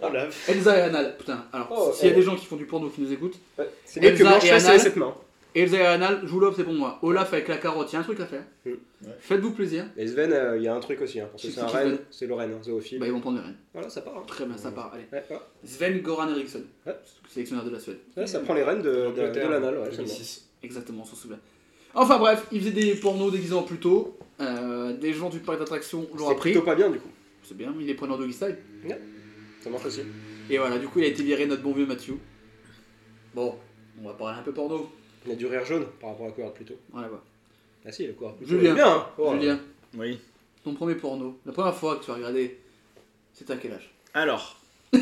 [SPEAKER 5] Olaf
[SPEAKER 2] Elsa et Anal. Putain, alors,
[SPEAKER 5] Oh,
[SPEAKER 2] s'il y a
[SPEAKER 5] eh.
[SPEAKER 2] des gens qui font du porno qui nous écoutent,
[SPEAKER 5] Ouais, C'est mieux que
[SPEAKER 2] Elsa
[SPEAKER 5] Blanche
[SPEAKER 2] et
[SPEAKER 5] fasse
[SPEAKER 2] Anna.
[SPEAKER 5] avec cette main.
[SPEAKER 2] Elsa et Anal, Joulop, c'est pour moi. Olaf avec la carotte, il y a un truc à faire.
[SPEAKER 5] Mm.
[SPEAKER 2] Faites-vous plaisir.
[SPEAKER 5] Et Sven, euh, il y a un truc aussi, hein, parce que
[SPEAKER 2] C'est
[SPEAKER 5] c'est un
[SPEAKER 2] qui,
[SPEAKER 5] reine,
[SPEAKER 2] Sven
[SPEAKER 5] c'est le reine, hein, zoophile.
[SPEAKER 2] Bah, ils vont prendre le reine.
[SPEAKER 5] Voilà, ça part. hein.
[SPEAKER 2] Très bien, ça part. Allez.
[SPEAKER 5] Ouais, ouais.
[SPEAKER 2] Sven Goran Eriksson,
[SPEAKER 5] Ouais.
[SPEAKER 2] sélectionneur de la Suède.
[SPEAKER 5] Là, ça prend les reines de,
[SPEAKER 2] euh,
[SPEAKER 5] de, de
[SPEAKER 7] Angleterre,
[SPEAKER 5] l'anal, ouais, j'aime bien.
[SPEAKER 7] 2006.
[SPEAKER 2] Exactement, on s'en souvient. Enfin bref, il faisait des pornos déguisés en Pluto. Euh, des gens du parc d'attraction l'ont
[SPEAKER 5] C'est
[SPEAKER 2] appris.
[SPEAKER 5] plutôt pas bien du coup.
[SPEAKER 2] C'est bien, il est preneur de style.
[SPEAKER 5] Ça marche aussi.
[SPEAKER 2] Et voilà, du coup, il a été viré, notre bon vieux Mathieu. Bon, on va parler un peu porno.
[SPEAKER 5] Il y a du rire jaune par rapport à la couleur plutôt.
[SPEAKER 2] Voilà, voilà.
[SPEAKER 5] Ah si, la couleur plutôt.
[SPEAKER 2] Julien.
[SPEAKER 5] elle est bien. hein. Oh,
[SPEAKER 2] Julien,
[SPEAKER 6] Oui.
[SPEAKER 2] ton premier porno, la première fois que tu as regardé, c'était à quel âge
[SPEAKER 6] Alors.
[SPEAKER 2] Il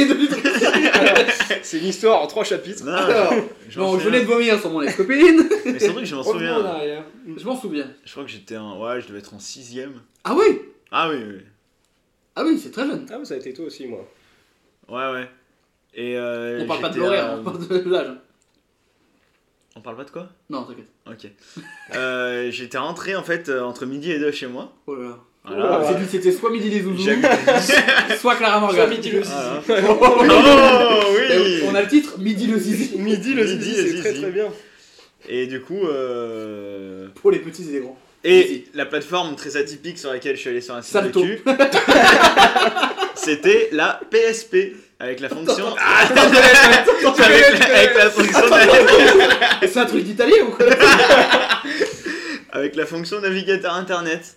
[SPEAKER 2] est devenu très-
[SPEAKER 5] C'est une histoire en trois chapitres.
[SPEAKER 6] Non,
[SPEAKER 2] Alors,
[SPEAKER 6] je m'en
[SPEAKER 2] Non, je
[SPEAKER 6] souviens.
[SPEAKER 2] venais de vomir sur mon ex-copine.
[SPEAKER 6] Mais c'est vrai que je m'en
[SPEAKER 7] Revenons en
[SPEAKER 6] souviens.
[SPEAKER 7] arrière.
[SPEAKER 2] je m'en souviens.
[SPEAKER 6] Je crois que j'étais en. Ouais, je devais être en 6ème.
[SPEAKER 2] Ah oui
[SPEAKER 6] Ah oui, oui.
[SPEAKER 2] Ah oui, c'est très jeune.
[SPEAKER 5] Ah, mais ça a été toi aussi, moi.
[SPEAKER 6] Ouais, ouais. Et euh,
[SPEAKER 2] On parle pas de
[SPEAKER 6] j'étais,
[SPEAKER 2] l'horaire,
[SPEAKER 6] euh,
[SPEAKER 2] on parle de l'âge.
[SPEAKER 6] On parle pas de quoi
[SPEAKER 2] Non, t'inquiète.
[SPEAKER 6] Ok. Euh, j'étais rentré en fait euh, entre midi et deux chez moi.
[SPEAKER 2] Oh là là.
[SPEAKER 6] Voilà.
[SPEAKER 2] C'est dit, c'était soit Midi les Zouzous,
[SPEAKER 6] J'avais-
[SPEAKER 2] soit Clara Morgan.
[SPEAKER 6] Voilà.
[SPEAKER 2] Oh,
[SPEAKER 6] Oh
[SPEAKER 2] Et
[SPEAKER 6] oui
[SPEAKER 2] On a le titre Midi le zizi
[SPEAKER 5] Midi, le
[SPEAKER 6] Midi, le
[SPEAKER 5] Midi, c'est très
[SPEAKER 6] zizi.
[SPEAKER 5] très bien.
[SPEAKER 6] Et du coup, euh...
[SPEAKER 2] pour les petits et les grands.
[SPEAKER 6] et la plateforme très atypique sur laquelle je suis allé sur un site de
[SPEAKER 2] Salto.
[SPEAKER 6] cul, c'était la PSP avec la fonction Ah, avec, la- avec la fonction
[SPEAKER 2] Et C'est un truc d'Italie ou quoi
[SPEAKER 6] avec la fonction navigateur internet.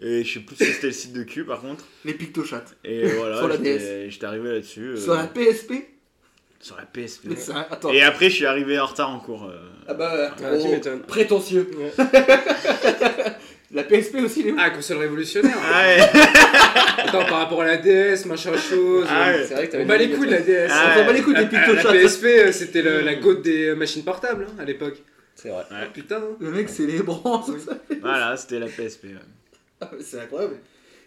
[SPEAKER 6] Et je sais plus si c'était le site de cul par contre.
[SPEAKER 2] Les pictochats.
[SPEAKER 6] Et voilà,
[SPEAKER 2] Sur la
[SPEAKER 6] j'étais-
[SPEAKER 2] DS.
[SPEAKER 6] j'étais arrivé là-dessus. euh,
[SPEAKER 2] Sur la PSP
[SPEAKER 6] sur la PSP.
[SPEAKER 2] Mais c'est un- Attends.
[SPEAKER 6] Et après, je suis arrivé en retard en cours. euh.
[SPEAKER 2] Ah bah.
[SPEAKER 5] Ah, tu
[SPEAKER 2] oh,
[SPEAKER 5] m'étonnes.
[SPEAKER 2] prétentieux.
[SPEAKER 5] Ouais.
[SPEAKER 2] La PSP aussi, les
[SPEAKER 7] Ah, console révolutionnaire
[SPEAKER 6] Ouais.
[SPEAKER 7] Attends, par rapport à la DS, machin chose. euh,
[SPEAKER 6] Ah ouais.
[SPEAKER 2] C'est vrai que
[SPEAKER 7] On bat les couilles de la DS.
[SPEAKER 6] Ah
[SPEAKER 2] On
[SPEAKER 6] ouais.
[SPEAKER 2] bat les couilles des
[SPEAKER 7] la
[SPEAKER 2] PictoChat.
[SPEAKER 7] PSP, euh, c'était le- la goutte des euh, machines portables hein, à l'époque.
[SPEAKER 5] C'est vrai.
[SPEAKER 6] Ouais.
[SPEAKER 7] Putain. hein.
[SPEAKER 2] Le mec, c'est les branches.
[SPEAKER 6] Voilà, c'était la PSP. ouais.
[SPEAKER 2] C'est incroyable.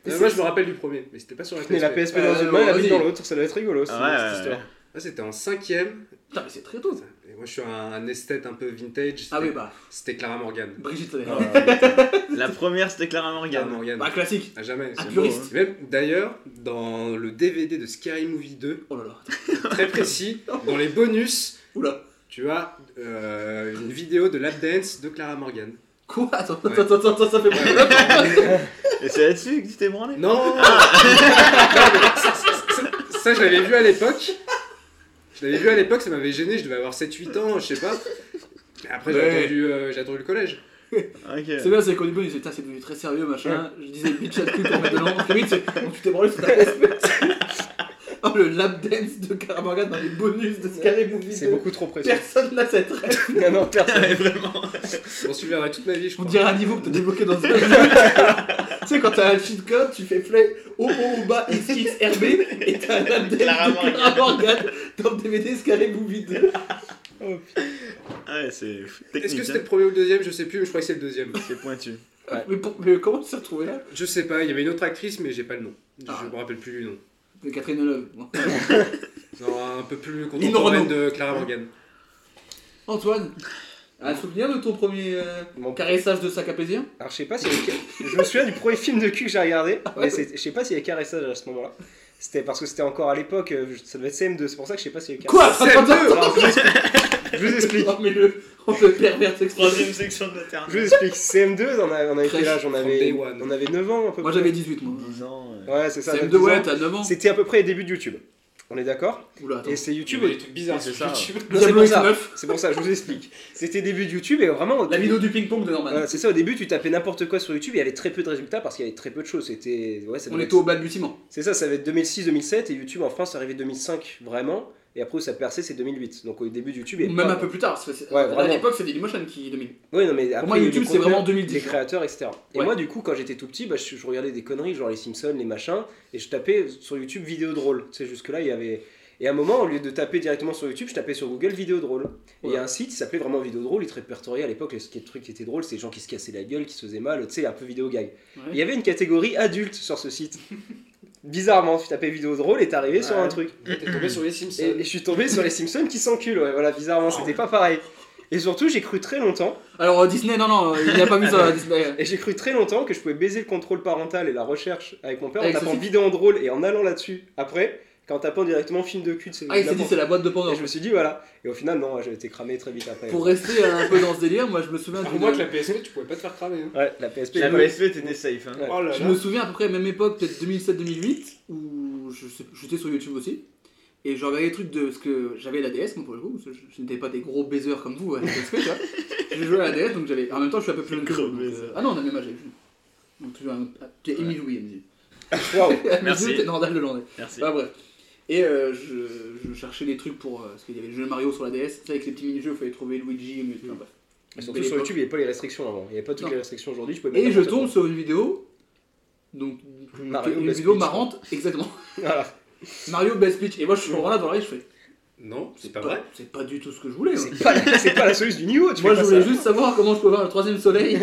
[SPEAKER 7] Euh, moi, je me rappelle du premier, mais c'était pas sur la PSP.
[SPEAKER 5] Mais la PSP
[SPEAKER 2] Euh,
[SPEAKER 5] dans une main, la bite
[SPEAKER 2] vas-y.
[SPEAKER 5] dans l'autre, ça doit être rigolo. c'est-
[SPEAKER 6] Ah ouais,
[SPEAKER 5] cette
[SPEAKER 6] ouais,
[SPEAKER 5] histoire.
[SPEAKER 7] Ah, c'était en cinquième.
[SPEAKER 2] Putain, mais c'est très tôt. ça.
[SPEAKER 7] Et moi, je suis un, un esthète un peu vintage. C'était-
[SPEAKER 2] Ah oui, bah,
[SPEAKER 7] C'était Clara Morgan.
[SPEAKER 2] Brigitte Lahaie.
[SPEAKER 7] Ah
[SPEAKER 6] La première, c'était Clara
[SPEAKER 7] Clara
[SPEAKER 6] Morgan.
[SPEAKER 7] Morgan.
[SPEAKER 2] Bah, classique.
[SPEAKER 7] À jamais.
[SPEAKER 2] Ah,
[SPEAKER 7] c'est
[SPEAKER 2] puriste.
[SPEAKER 7] beau, hein. Même d'ailleurs, dans le DVD de Scary Movie 2,
[SPEAKER 2] Oh là là.
[SPEAKER 7] très précis, dans les bonus,
[SPEAKER 2] Oula.
[SPEAKER 7] tu as euh, une vidéo de lap dance de Clara Morgan.
[SPEAKER 2] Quoi Attends, attends,
[SPEAKER 7] Ouais.
[SPEAKER 2] attends, attends, ça fait mal.
[SPEAKER 6] Et c'est là-dessus que tu t'es branlé
[SPEAKER 7] Non Non, mais ça, ça, ça- ça, je l'avais vu à l'époque. Je l'avais vu à l'époque, ça m'avait gêné, je devais avoir 7-8 ans, je sais pas. Mais Après, j'ai
[SPEAKER 2] Ouais.
[SPEAKER 7] attendu, euh, j'ai attendu le collège.
[SPEAKER 6] Ok.
[SPEAKER 2] C'est bien, c'est connu, bonus. Putain, c'est devenu très sérieux, machin. Je disais bitch à cul pour mettre de l'ombre. Limite, c'est. Bon, tu t'es branlé sur ta PSP. Oh, le lap dance de Caramarga dans les bonus de Scary Movie.
[SPEAKER 5] C'est
[SPEAKER 2] 2.
[SPEAKER 5] beaucoup trop précis.
[SPEAKER 2] Personne n'a cette rêve.
[SPEAKER 5] Non, non, personne.
[SPEAKER 6] Ouais, vraiment.
[SPEAKER 7] On suivra toute ma vie, je
[SPEAKER 2] On
[SPEAKER 7] crois.
[SPEAKER 2] dirait un niveau que t'as débloqué dans un jeu. tu sais, quand t'as un cheat code, tu fais play au haut, au bas, XXRB et t'as un update de
[SPEAKER 6] Clara Morgan.
[SPEAKER 2] Clara Morgan dans le DVD Scary Movie 2.
[SPEAKER 6] Ah Ouais, c'est
[SPEAKER 7] Est-ce que
[SPEAKER 6] technique.
[SPEAKER 7] c'était
[SPEAKER 6] hein.
[SPEAKER 7] le premier ou le deuxième Je sais plus, mais je crois que c'est le deuxième.
[SPEAKER 6] C'est pointu.
[SPEAKER 5] Ouais.
[SPEAKER 2] Mais, pour- mais comment tu t'es retrouvé là
[SPEAKER 7] Je sais pas, il y avait une autre actrice, mais j'ai pas le nom. Je
[SPEAKER 2] Ah.
[SPEAKER 7] me rappelle plus du nom.
[SPEAKER 2] De Catherine Deneuve. Bon.
[SPEAKER 7] Non, un peu plus
[SPEAKER 2] Lynn
[SPEAKER 7] contemporaine de Clara Morgan.
[SPEAKER 2] Antoine, un souvenir de ton premier euh,
[SPEAKER 5] Mon-
[SPEAKER 2] caressage de sac à plaisir
[SPEAKER 5] Alors, je sais pas si. Je me souviens du premier film de cul que j'ai regardé,
[SPEAKER 2] Ah
[SPEAKER 5] mais c'est- je sais pas s'il y a caressage à ce moment-là. C'était parce que c'était encore à l'époque, euh, je- ça devait être CM2, c'est pour ça que je sais pas s'il y a eu caressage.
[SPEAKER 2] Quoi Attends, attends,
[SPEAKER 5] Alors, je vous explique. Je vous explique.
[SPEAKER 2] Oh, mais le, oh, le pervers
[SPEAKER 6] Troisième
[SPEAKER 2] sexuel.
[SPEAKER 6] section de maternelle.
[SPEAKER 5] Je vous explique. CM2, on, a- on avait
[SPEAKER 2] Crèche
[SPEAKER 5] quel âge on
[SPEAKER 7] from day
[SPEAKER 5] avait,
[SPEAKER 7] one.
[SPEAKER 5] on avait 9 ans à peu
[SPEAKER 2] Moi
[SPEAKER 5] près.
[SPEAKER 2] j'avais 18 moi.
[SPEAKER 6] 10 ans. euh.
[SPEAKER 5] Ouais, c'est ça.
[SPEAKER 2] C'est
[SPEAKER 5] 9,
[SPEAKER 2] M2,
[SPEAKER 5] 10
[SPEAKER 2] ouais,
[SPEAKER 5] ans.
[SPEAKER 2] t'as 9 ans.
[SPEAKER 5] C'était à peu près les débuts de YouTube. On est d'accord
[SPEAKER 2] Oula, attends.
[SPEAKER 5] Et c'est
[SPEAKER 7] Tu
[SPEAKER 5] YouTube.
[SPEAKER 7] vois, des trucs bizarres
[SPEAKER 6] c'est
[SPEAKER 7] sur
[SPEAKER 6] ça.
[SPEAKER 7] YouTube.
[SPEAKER 5] Non, c'est
[SPEAKER 2] Diablo
[SPEAKER 5] pour ça.
[SPEAKER 2] X9.
[SPEAKER 5] C'est pour ça, je vous explique. C'était début de YouTube et vraiment.
[SPEAKER 2] La vidéo du ping-pong de Norman.
[SPEAKER 5] Voilà, Euh, c'est ça, au début, tu tapais n'importe quoi sur YouTube, il y avait très peu de résultats parce qu'il y avait très peu de choses. C'était. Ouais, ça
[SPEAKER 2] On
[SPEAKER 5] devait
[SPEAKER 2] était au balbutiement.
[SPEAKER 5] C'est ça, ça va être 2006-2007 et YouTube en France est arrivé 2005 vraiment et après où ça percé c'est 2008. Donc au début de YouTube
[SPEAKER 2] Ou Même un peu plus tard. parce que c'est-
[SPEAKER 5] Ouais,
[SPEAKER 2] à
[SPEAKER 5] vraiment.
[SPEAKER 2] l'époque, c'est Dailymotion qui domine.
[SPEAKER 5] Oui, non mais après,
[SPEAKER 2] moi,
[SPEAKER 5] il y a eu
[SPEAKER 2] YouTube,
[SPEAKER 5] des
[SPEAKER 2] c'est vraiment
[SPEAKER 5] contenus,
[SPEAKER 2] 2010,
[SPEAKER 5] Des
[SPEAKER 2] genre.
[SPEAKER 5] créateurs etc. Et
[SPEAKER 2] Ouais.
[SPEAKER 5] moi du coup quand j'étais tout petit, bah, je, je regardais des conneries genre les Simpsons, les machins et je tapais sur YouTube vidéo drôle. Tu sais jusque là il y avait et à un moment, au lieu de taper directement sur YouTube, je tapais sur Google vidéo drôle. Et il y a un site qui s'appelait vraiment vidéo drôle, il te répertoriait à l'époque les les trucs qui étaient drôles, c'est les gens qui se cassaient la gueule, qui se faisaient mal, tu sais, un peu vidéo gag.
[SPEAKER 2] Ouais.
[SPEAKER 5] Il y avait une catégorie adulte sur ce site. Bizarrement, tu tapais vidéo drôle et t'arrivais sur
[SPEAKER 7] Ouais.
[SPEAKER 5] un truc.
[SPEAKER 7] T'es tombé sur les Simpsons.
[SPEAKER 5] Et, et je suis tombé sur les Simpsons qui s'enculent, ouais, voilà, bizarrement, c'était pas pareil. Et surtout, j'ai cru très longtemps,
[SPEAKER 2] Alors euh, Disney, non, non, euh, il n'a pas vu ça. Disney.
[SPEAKER 5] et j'ai cru très longtemps que je pouvais baiser le contrôle parental et la recherche avec mon père
[SPEAKER 2] Avec
[SPEAKER 5] en
[SPEAKER 2] ce
[SPEAKER 5] tapant
[SPEAKER 2] site.
[SPEAKER 5] vidéo en drôle et en allant là-dessus après, qu'en tapant directement film de cul de ces
[SPEAKER 2] Ah, il s'est dit, c'est la boîte de Pandore.
[SPEAKER 5] Et je me suis dit, voilà. Et au final, non, j'ai été cramé très vite après.
[SPEAKER 2] Pour rester euh, un peu dans ce délire, moi je me souviens
[SPEAKER 7] Pour
[SPEAKER 2] d'une-
[SPEAKER 7] Ah, moi, que la PSP, tu pouvais pas te faire cramer. hein.
[SPEAKER 5] Ouais, la PSP.
[SPEAKER 6] La
[SPEAKER 5] ouais.
[SPEAKER 6] PSP, t'étais safe. Hein.
[SPEAKER 5] Ouais.
[SPEAKER 7] Oh là
[SPEAKER 2] Je
[SPEAKER 7] là.
[SPEAKER 2] me souviens à peu près à la même époque, peut-être 2007-2008, où je sais- j'étais sur YouTube aussi. Et je regardais des trucs de. Parce que j'avais la DS, moi pour le coup, parce que je, je n'étais pas des gros baiseurs comme vous, à la PSP, tu vois. J'ai joué à la DS, donc j'avais. En même temps, je suis un peu plus jeune que
[SPEAKER 6] Gros
[SPEAKER 2] vous. donc, euh,
[SPEAKER 6] baiser.
[SPEAKER 2] Ah non, on a le même âge, j'ai vu. Donc tu es un. ah, Tu es Émile Louis, à mes yeux.
[SPEAKER 5] Waouh.
[SPEAKER 2] À mes
[SPEAKER 6] Merci.
[SPEAKER 2] yeux, t'es- Non, Dave Lelandais.
[SPEAKER 6] Merci.
[SPEAKER 2] Bah bref. Et euh, je, je cherchais des trucs pour. euh, parce qu'il y avait le jeu Mario sur la DS, ça avec les petits mini-jeux, il fallait trouver Luigi, mais enfin, bref.
[SPEAKER 5] Et
[SPEAKER 2] Mais
[SPEAKER 5] surtout sur
[SPEAKER 2] l'époque-
[SPEAKER 5] YouTube, il n'y avait pas les restrictions avant. Il n'y avait pas toutes
[SPEAKER 2] Non.
[SPEAKER 5] les restrictions aujourd'hui. tu pouvais
[SPEAKER 2] Et
[SPEAKER 5] mettre
[SPEAKER 2] je
[SPEAKER 5] n'importe
[SPEAKER 2] tombe sur une vidéo. Donc,
[SPEAKER 5] hein. Mario
[SPEAKER 2] une
[SPEAKER 5] Best
[SPEAKER 2] vidéo
[SPEAKER 5] Pitch.
[SPEAKER 2] marrante, exactement.
[SPEAKER 5] quoi. Voilà.
[SPEAKER 2] Mario Best Pitch. Et moi, je suis vraiment là dans la rue, je fais.
[SPEAKER 7] Non, c'est pas
[SPEAKER 2] Ouais,
[SPEAKER 7] vrai.
[SPEAKER 2] C'est pas du tout ce que je voulais. hein.
[SPEAKER 5] C'est pas, la- c'est pas la solution du niveau. Tu
[SPEAKER 2] Moi,
[SPEAKER 5] fais
[SPEAKER 2] je
[SPEAKER 5] pas
[SPEAKER 2] voulais
[SPEAKER 5] ça.
[SPEAKER 2] juste savoir comment je peux voir le troisième soleil.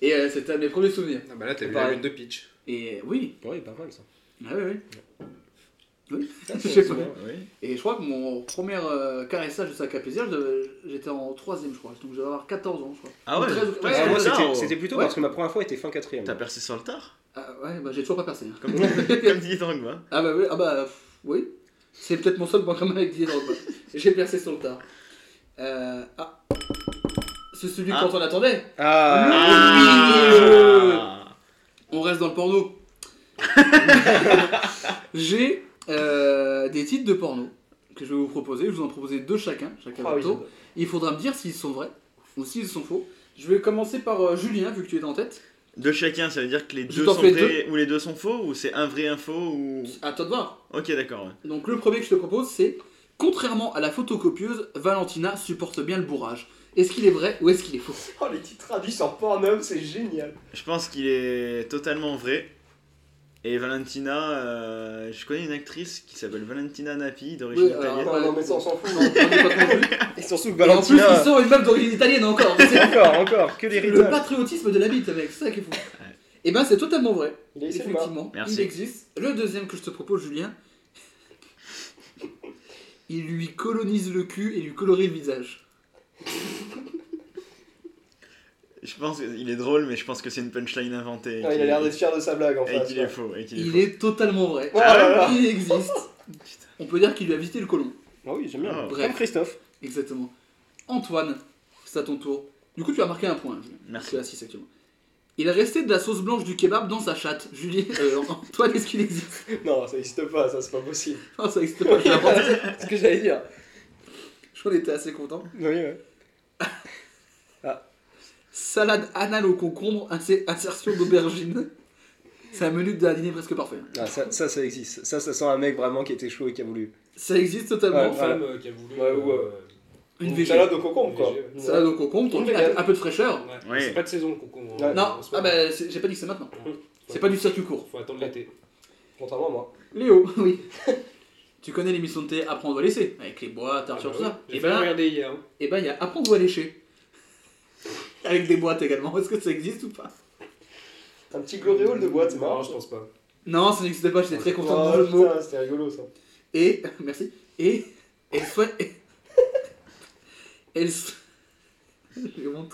[SPEAKER 2] Et euh, c'était un de mes premiers souvenirs.
[SPEAKER 7] Ah bah là, t'as vu
[SPEAKER 5] Pareil.
[SPEAKER 7] la lune de Peach.
[SPEAKER 2] Et euh, oui,
[SPEAKER 5] Ouais, pas mal ça.
[SPEAKER 2] ah oui, oui.
[SPEAKER 5] Ça,
[SPEAKER 2] Je
[SPEAKER 5] c'est-
[SPEAKER 2] sais
[SPEAKER 5] c'est
[SPEAKER 2] pas.
[SPEAKER 5] bien.
[SPEAKER 6] Oui.
[SPEAKER 2] Et je crois que mon premier euh, caressage de sac à plaisir, je- j'étais en troisième, je crois. Donc, je devais avoir 14 ans, je crois.
[SPEAKER 6] Ah ouais,
[SPEAKER 2] Ou 13,
[SPEAKER 6] putain,
[SPEAKER 2] ouais,
[SPEAKER 5] Ah,
[SPEAKER 6] c'est
[SPEAKER 5] moi,
[SPEAKER 6] bizarre,
[SPEAKER 5] c'était-
[SPEAKER 6] oh.
[SPEAKER 5] c'était plutôt
[SPEAKER 2] Ouais.
[SPEAKER 5] parce que ma première fois était fin quatrième.
[SPEAKER 6] T'as percé sur le tard
[SPEAKER 2] Ah, ouais, bah, j'ai toujours pas percé. hein.
[SPEAKER 6] Comme comme dit Tang, moi.
[SPEAKER 2] Ah bah oui, ah bah pff, oui. C'est peut-être mon seul point commun avec Didier Drogba. J'ai percé sur le tard. Euh, ah. C'est celui
[SPEAKER 6] Ah.
[SPEAKER 2] qu'on attendait.
[SPEAKER 5] Ah,
[SPEAKER 6] Ah.
[SPEAKER 2] On reste dans le porno. J'ai euh, des titres de porno que je vais vous proposer. Je vais vous en proposer deux chacun, chacun
[SPEAKER 5] Ah
[SPEAKER 2] votre
[SPEAKER 5] oui,
[SPEAKER 2] tour. Il faudra me dire s'ils sont vrais ou s'ils sont faux. Je vais commencer par euh, Julien, vu que tu es en tête.
[SPEAKER 6] De chacun, ça veut dire que les
[SPEAKER 2] Je
[SPEAKER 6] deux
[SPEAKER 2] t'en
[SPEAKER 6] sont
[SPEAKER 2] fais
[SPEAKER 6] vrais ou les deux sont faux ou c'est un vrai info ou.
[SPEAKER 2] À toi de voir.
[SPEAKER 6] Ok, d'accord. ouais.
[SPEAKER 2] Donc le premier que je te propose, c'est Contrairement à la photocopieuse, Valentina supporte bien le bourrage. Est-ce qu'il est vrai ou est-ce qu'il est faux
[SPEAKER 5] Oh, les titres traduits en porno, c'est génial.
[SPEAKER 6] Je pense qu'il est totalement vrai. Et Valentina, euh, je connais une actrice qui s'appelle Valentina Napi, d'origine
[SPEAKER 2] Oui, alors,
[SPEAKER 6] italienne.
[SPEAKER 5] Non, non, mais ça, on s'en fout.
[SPEAKER 2] Non, on est pas convaincu.
[SPEAKER 5] Et surtout que
[SPEAKER 2] Et en plus,
[SPEAKER 5] Valentina.
[SPEAKER 2] il sort une meuf d'origine italienne encore. C'est
[SPEAKER 5] Encore, encore, que
[SPEAKER 2] le
[SPEAKER 5] l'héritage.
[SPEAKER 2] patriotisme de la bite, mec, c'est ça qui est fou. Et ben, c'est totalement vrai.
[SPEAKER 5] Il est hein. ici, le mort.
[SPEAKER 2] Effectivement,
[SPEAKER 6] Merci.
[SPEAKER 2] il existe. Le deuxième que je te propose, Julien, il lui colonise le cul et lui colorie le visage.
[SPEAKER 6] Je pense qu'il est drôle, mais je pense que c'est une punchline inventée. et
[SPEAKER 5] Ah, il a
[SPEAKER 6] qu'il-
[SPEAKER 5] l'air d'être fier de sa blague en
[SPEAKER 6] Et
[SPEAKER 5] face.
[SPEAKER 6] qu'il est faux. Et qu'il est
[SPEAKER 2] Il
[SPEAKER 6] faux.
[SPEAKER 2] est totalement vrai.
[SPEAKER 5] Oh là là.
[SPEAKER 2] Il existe. On peut dire qu'il lui a visité le colon.
[SPEAKER 5] Ah oui, j'aime bien.
[SPEAKER 6] Oh.
[SPEAKER 5] Comme Christophe.
[SPEAKER 2] Exactement. Antoine, c'est à ton tour. Du coup, tu as marqué un point, Julien. Tu
[SPEAKER 6] Merci.
[SPEAKER 2] es à 6 actuellement. Il restait de la sauce blanche du kebab dans sa chatte. Julien, euh, Antoine, est-ce qu'il existe
[SPEAKER 5] Non, ça existe pas, ça, c'est pas possible.
[SPEAKER 2] Non, ça existe pas. je l'ai inventé.
[SPEAKER 5] c'est ce que j'allais dire.
[SPEAKER 2] J'en étais assez content.
[SPEAKER 5] Oui, ouais.
[SPEAKER 2] Salade anale au concombre, insé- insertion d'aubergine. C'est un menu d'un dîner presque parfait.
[SPEAKER 5] Ah, ça, ça, ça existe. Ça, ça sent un mec vraiment qui était chaud et qui a voulu.
[SPEAKER 2] Ça existe totalement.
[SPEAKER 5] Ouais,
[SPEAKER 7] bah,
[SPEAKER 9] Une femme euh, qui a voulu.
[SPEAKER 5] Ouais, ou, euh,
[SPEAKER 2] Une VG.
[SPEAKER 5] Salade au concombre,
[SPEAKER 9] une
[SPEAKER 5] quoi.
[SPEAKER 9] VG, ouais.
[SPEAKER 2] Salade au concombre, tranquille, un, un peu de fraîcheur.
[SPEAKER 9] Ouais.
[SPEAKER 6] Ouais.
[SPEAKER 9] C'est pas de saison le concombre.
[SPEAKER 5] Ouais.
[SPEAKER 9] hein,
[SPEAKER 2] Non,
[SPEAKER 9] en ce
[SPEAKER 2] ah
[SPEAKER 9] moment.
[SPEAKER 2] bah, c'est- j'ai pas dit que c'est maintenant. C'est pas du circuit court.
[SPEAKER 9] Faut attendre l'été.
[SPEAKER 5] Contrairement à moi.
[SPEAKER 2] Léo, oui. tu connais l'émission de télé Apprendre ou à laisser, avec les boîtes, Arthur,
[SPEAKER 9] Ah
[SPEAKER 2] tout
[SPEAKER 9] bah
[SPEAKER 2] ça.
[SPEAKER 9] oui.
[SPEAKER 2] Et
[SPEAKER 9] J'ai pas
[SPEAKER 2] ben,
[SPEAKER 9] regardé hier. hein.
[SPEAKER 2] et ben, il y a Apprendre ou à lécher. Avec des boîtes également. Est-ce que ça existe ou pas
[SPEAKER 5] Un petit gloriole de boîte, c'est marrant.
[SPEAKER 9] Non, je pense pas.
[SPEAKER 2] Non, ça n'existe pas, j'étais très content
[SPEAKER 5] Ah,
[SPEAKER 2] de mon jeu de mots.
[SPEAKER 5] putain, C'était rigolo, ça.
[SPEAKER 2] Et, merci, et, elle soigne. Elle. so- J'ai honte.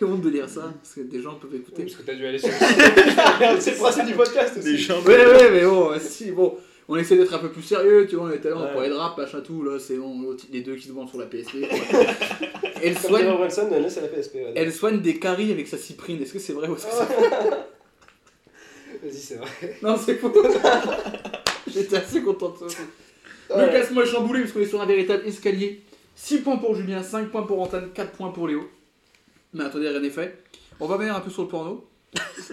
[SPEAKER 2] J'ai honte de lire ça, parce que des gens peuvent
[SPEAKER 9] Oui,
[SPEAKER 2] écouter.
[SPEAKER 9] Parce que t'as dû aller sur.
[SPEAKER 5] c'est le principe du podcast aussi.
[SPEAKER 6] Des gens.
[SPEAKER 2] Ouais, ouais, mais bon, si, bon. On essaie d'être un peu plus sérieux, tu vois, on est allé, on parlait de rap, machin tout, là, c'est bon, l'autre- les deux qui se vendent sur la PSP. quoi. elle,
[SPEAKER 5] Comme
[SPEAKER 2] soigne,
[SPEAKER 5] Taylor Wilson, là, c'est la PSP. ouais.
[SPEAKER 2] elle soigne des caries avec sa cyprine, est-ce que c'est vrai ou est-ce que c'est
[SPEAKER 9] Vas-y, c'est vrai.
[SPEAKER 2] Non, c'est faux. J'étais assez content de ça.
[SPEAKER 5] Ah,
[SPEAKER 2] Le
[SPEAKER 5] ouais.
[SPEAKER 2] classement est chamboulé parce qu'on est sur un véritable escalier. 6 points pour Julien, 5 points pour Antoine, 4 points pour Léo. Mais attendez, rien n'est fait. On va venir un peu sur le porno.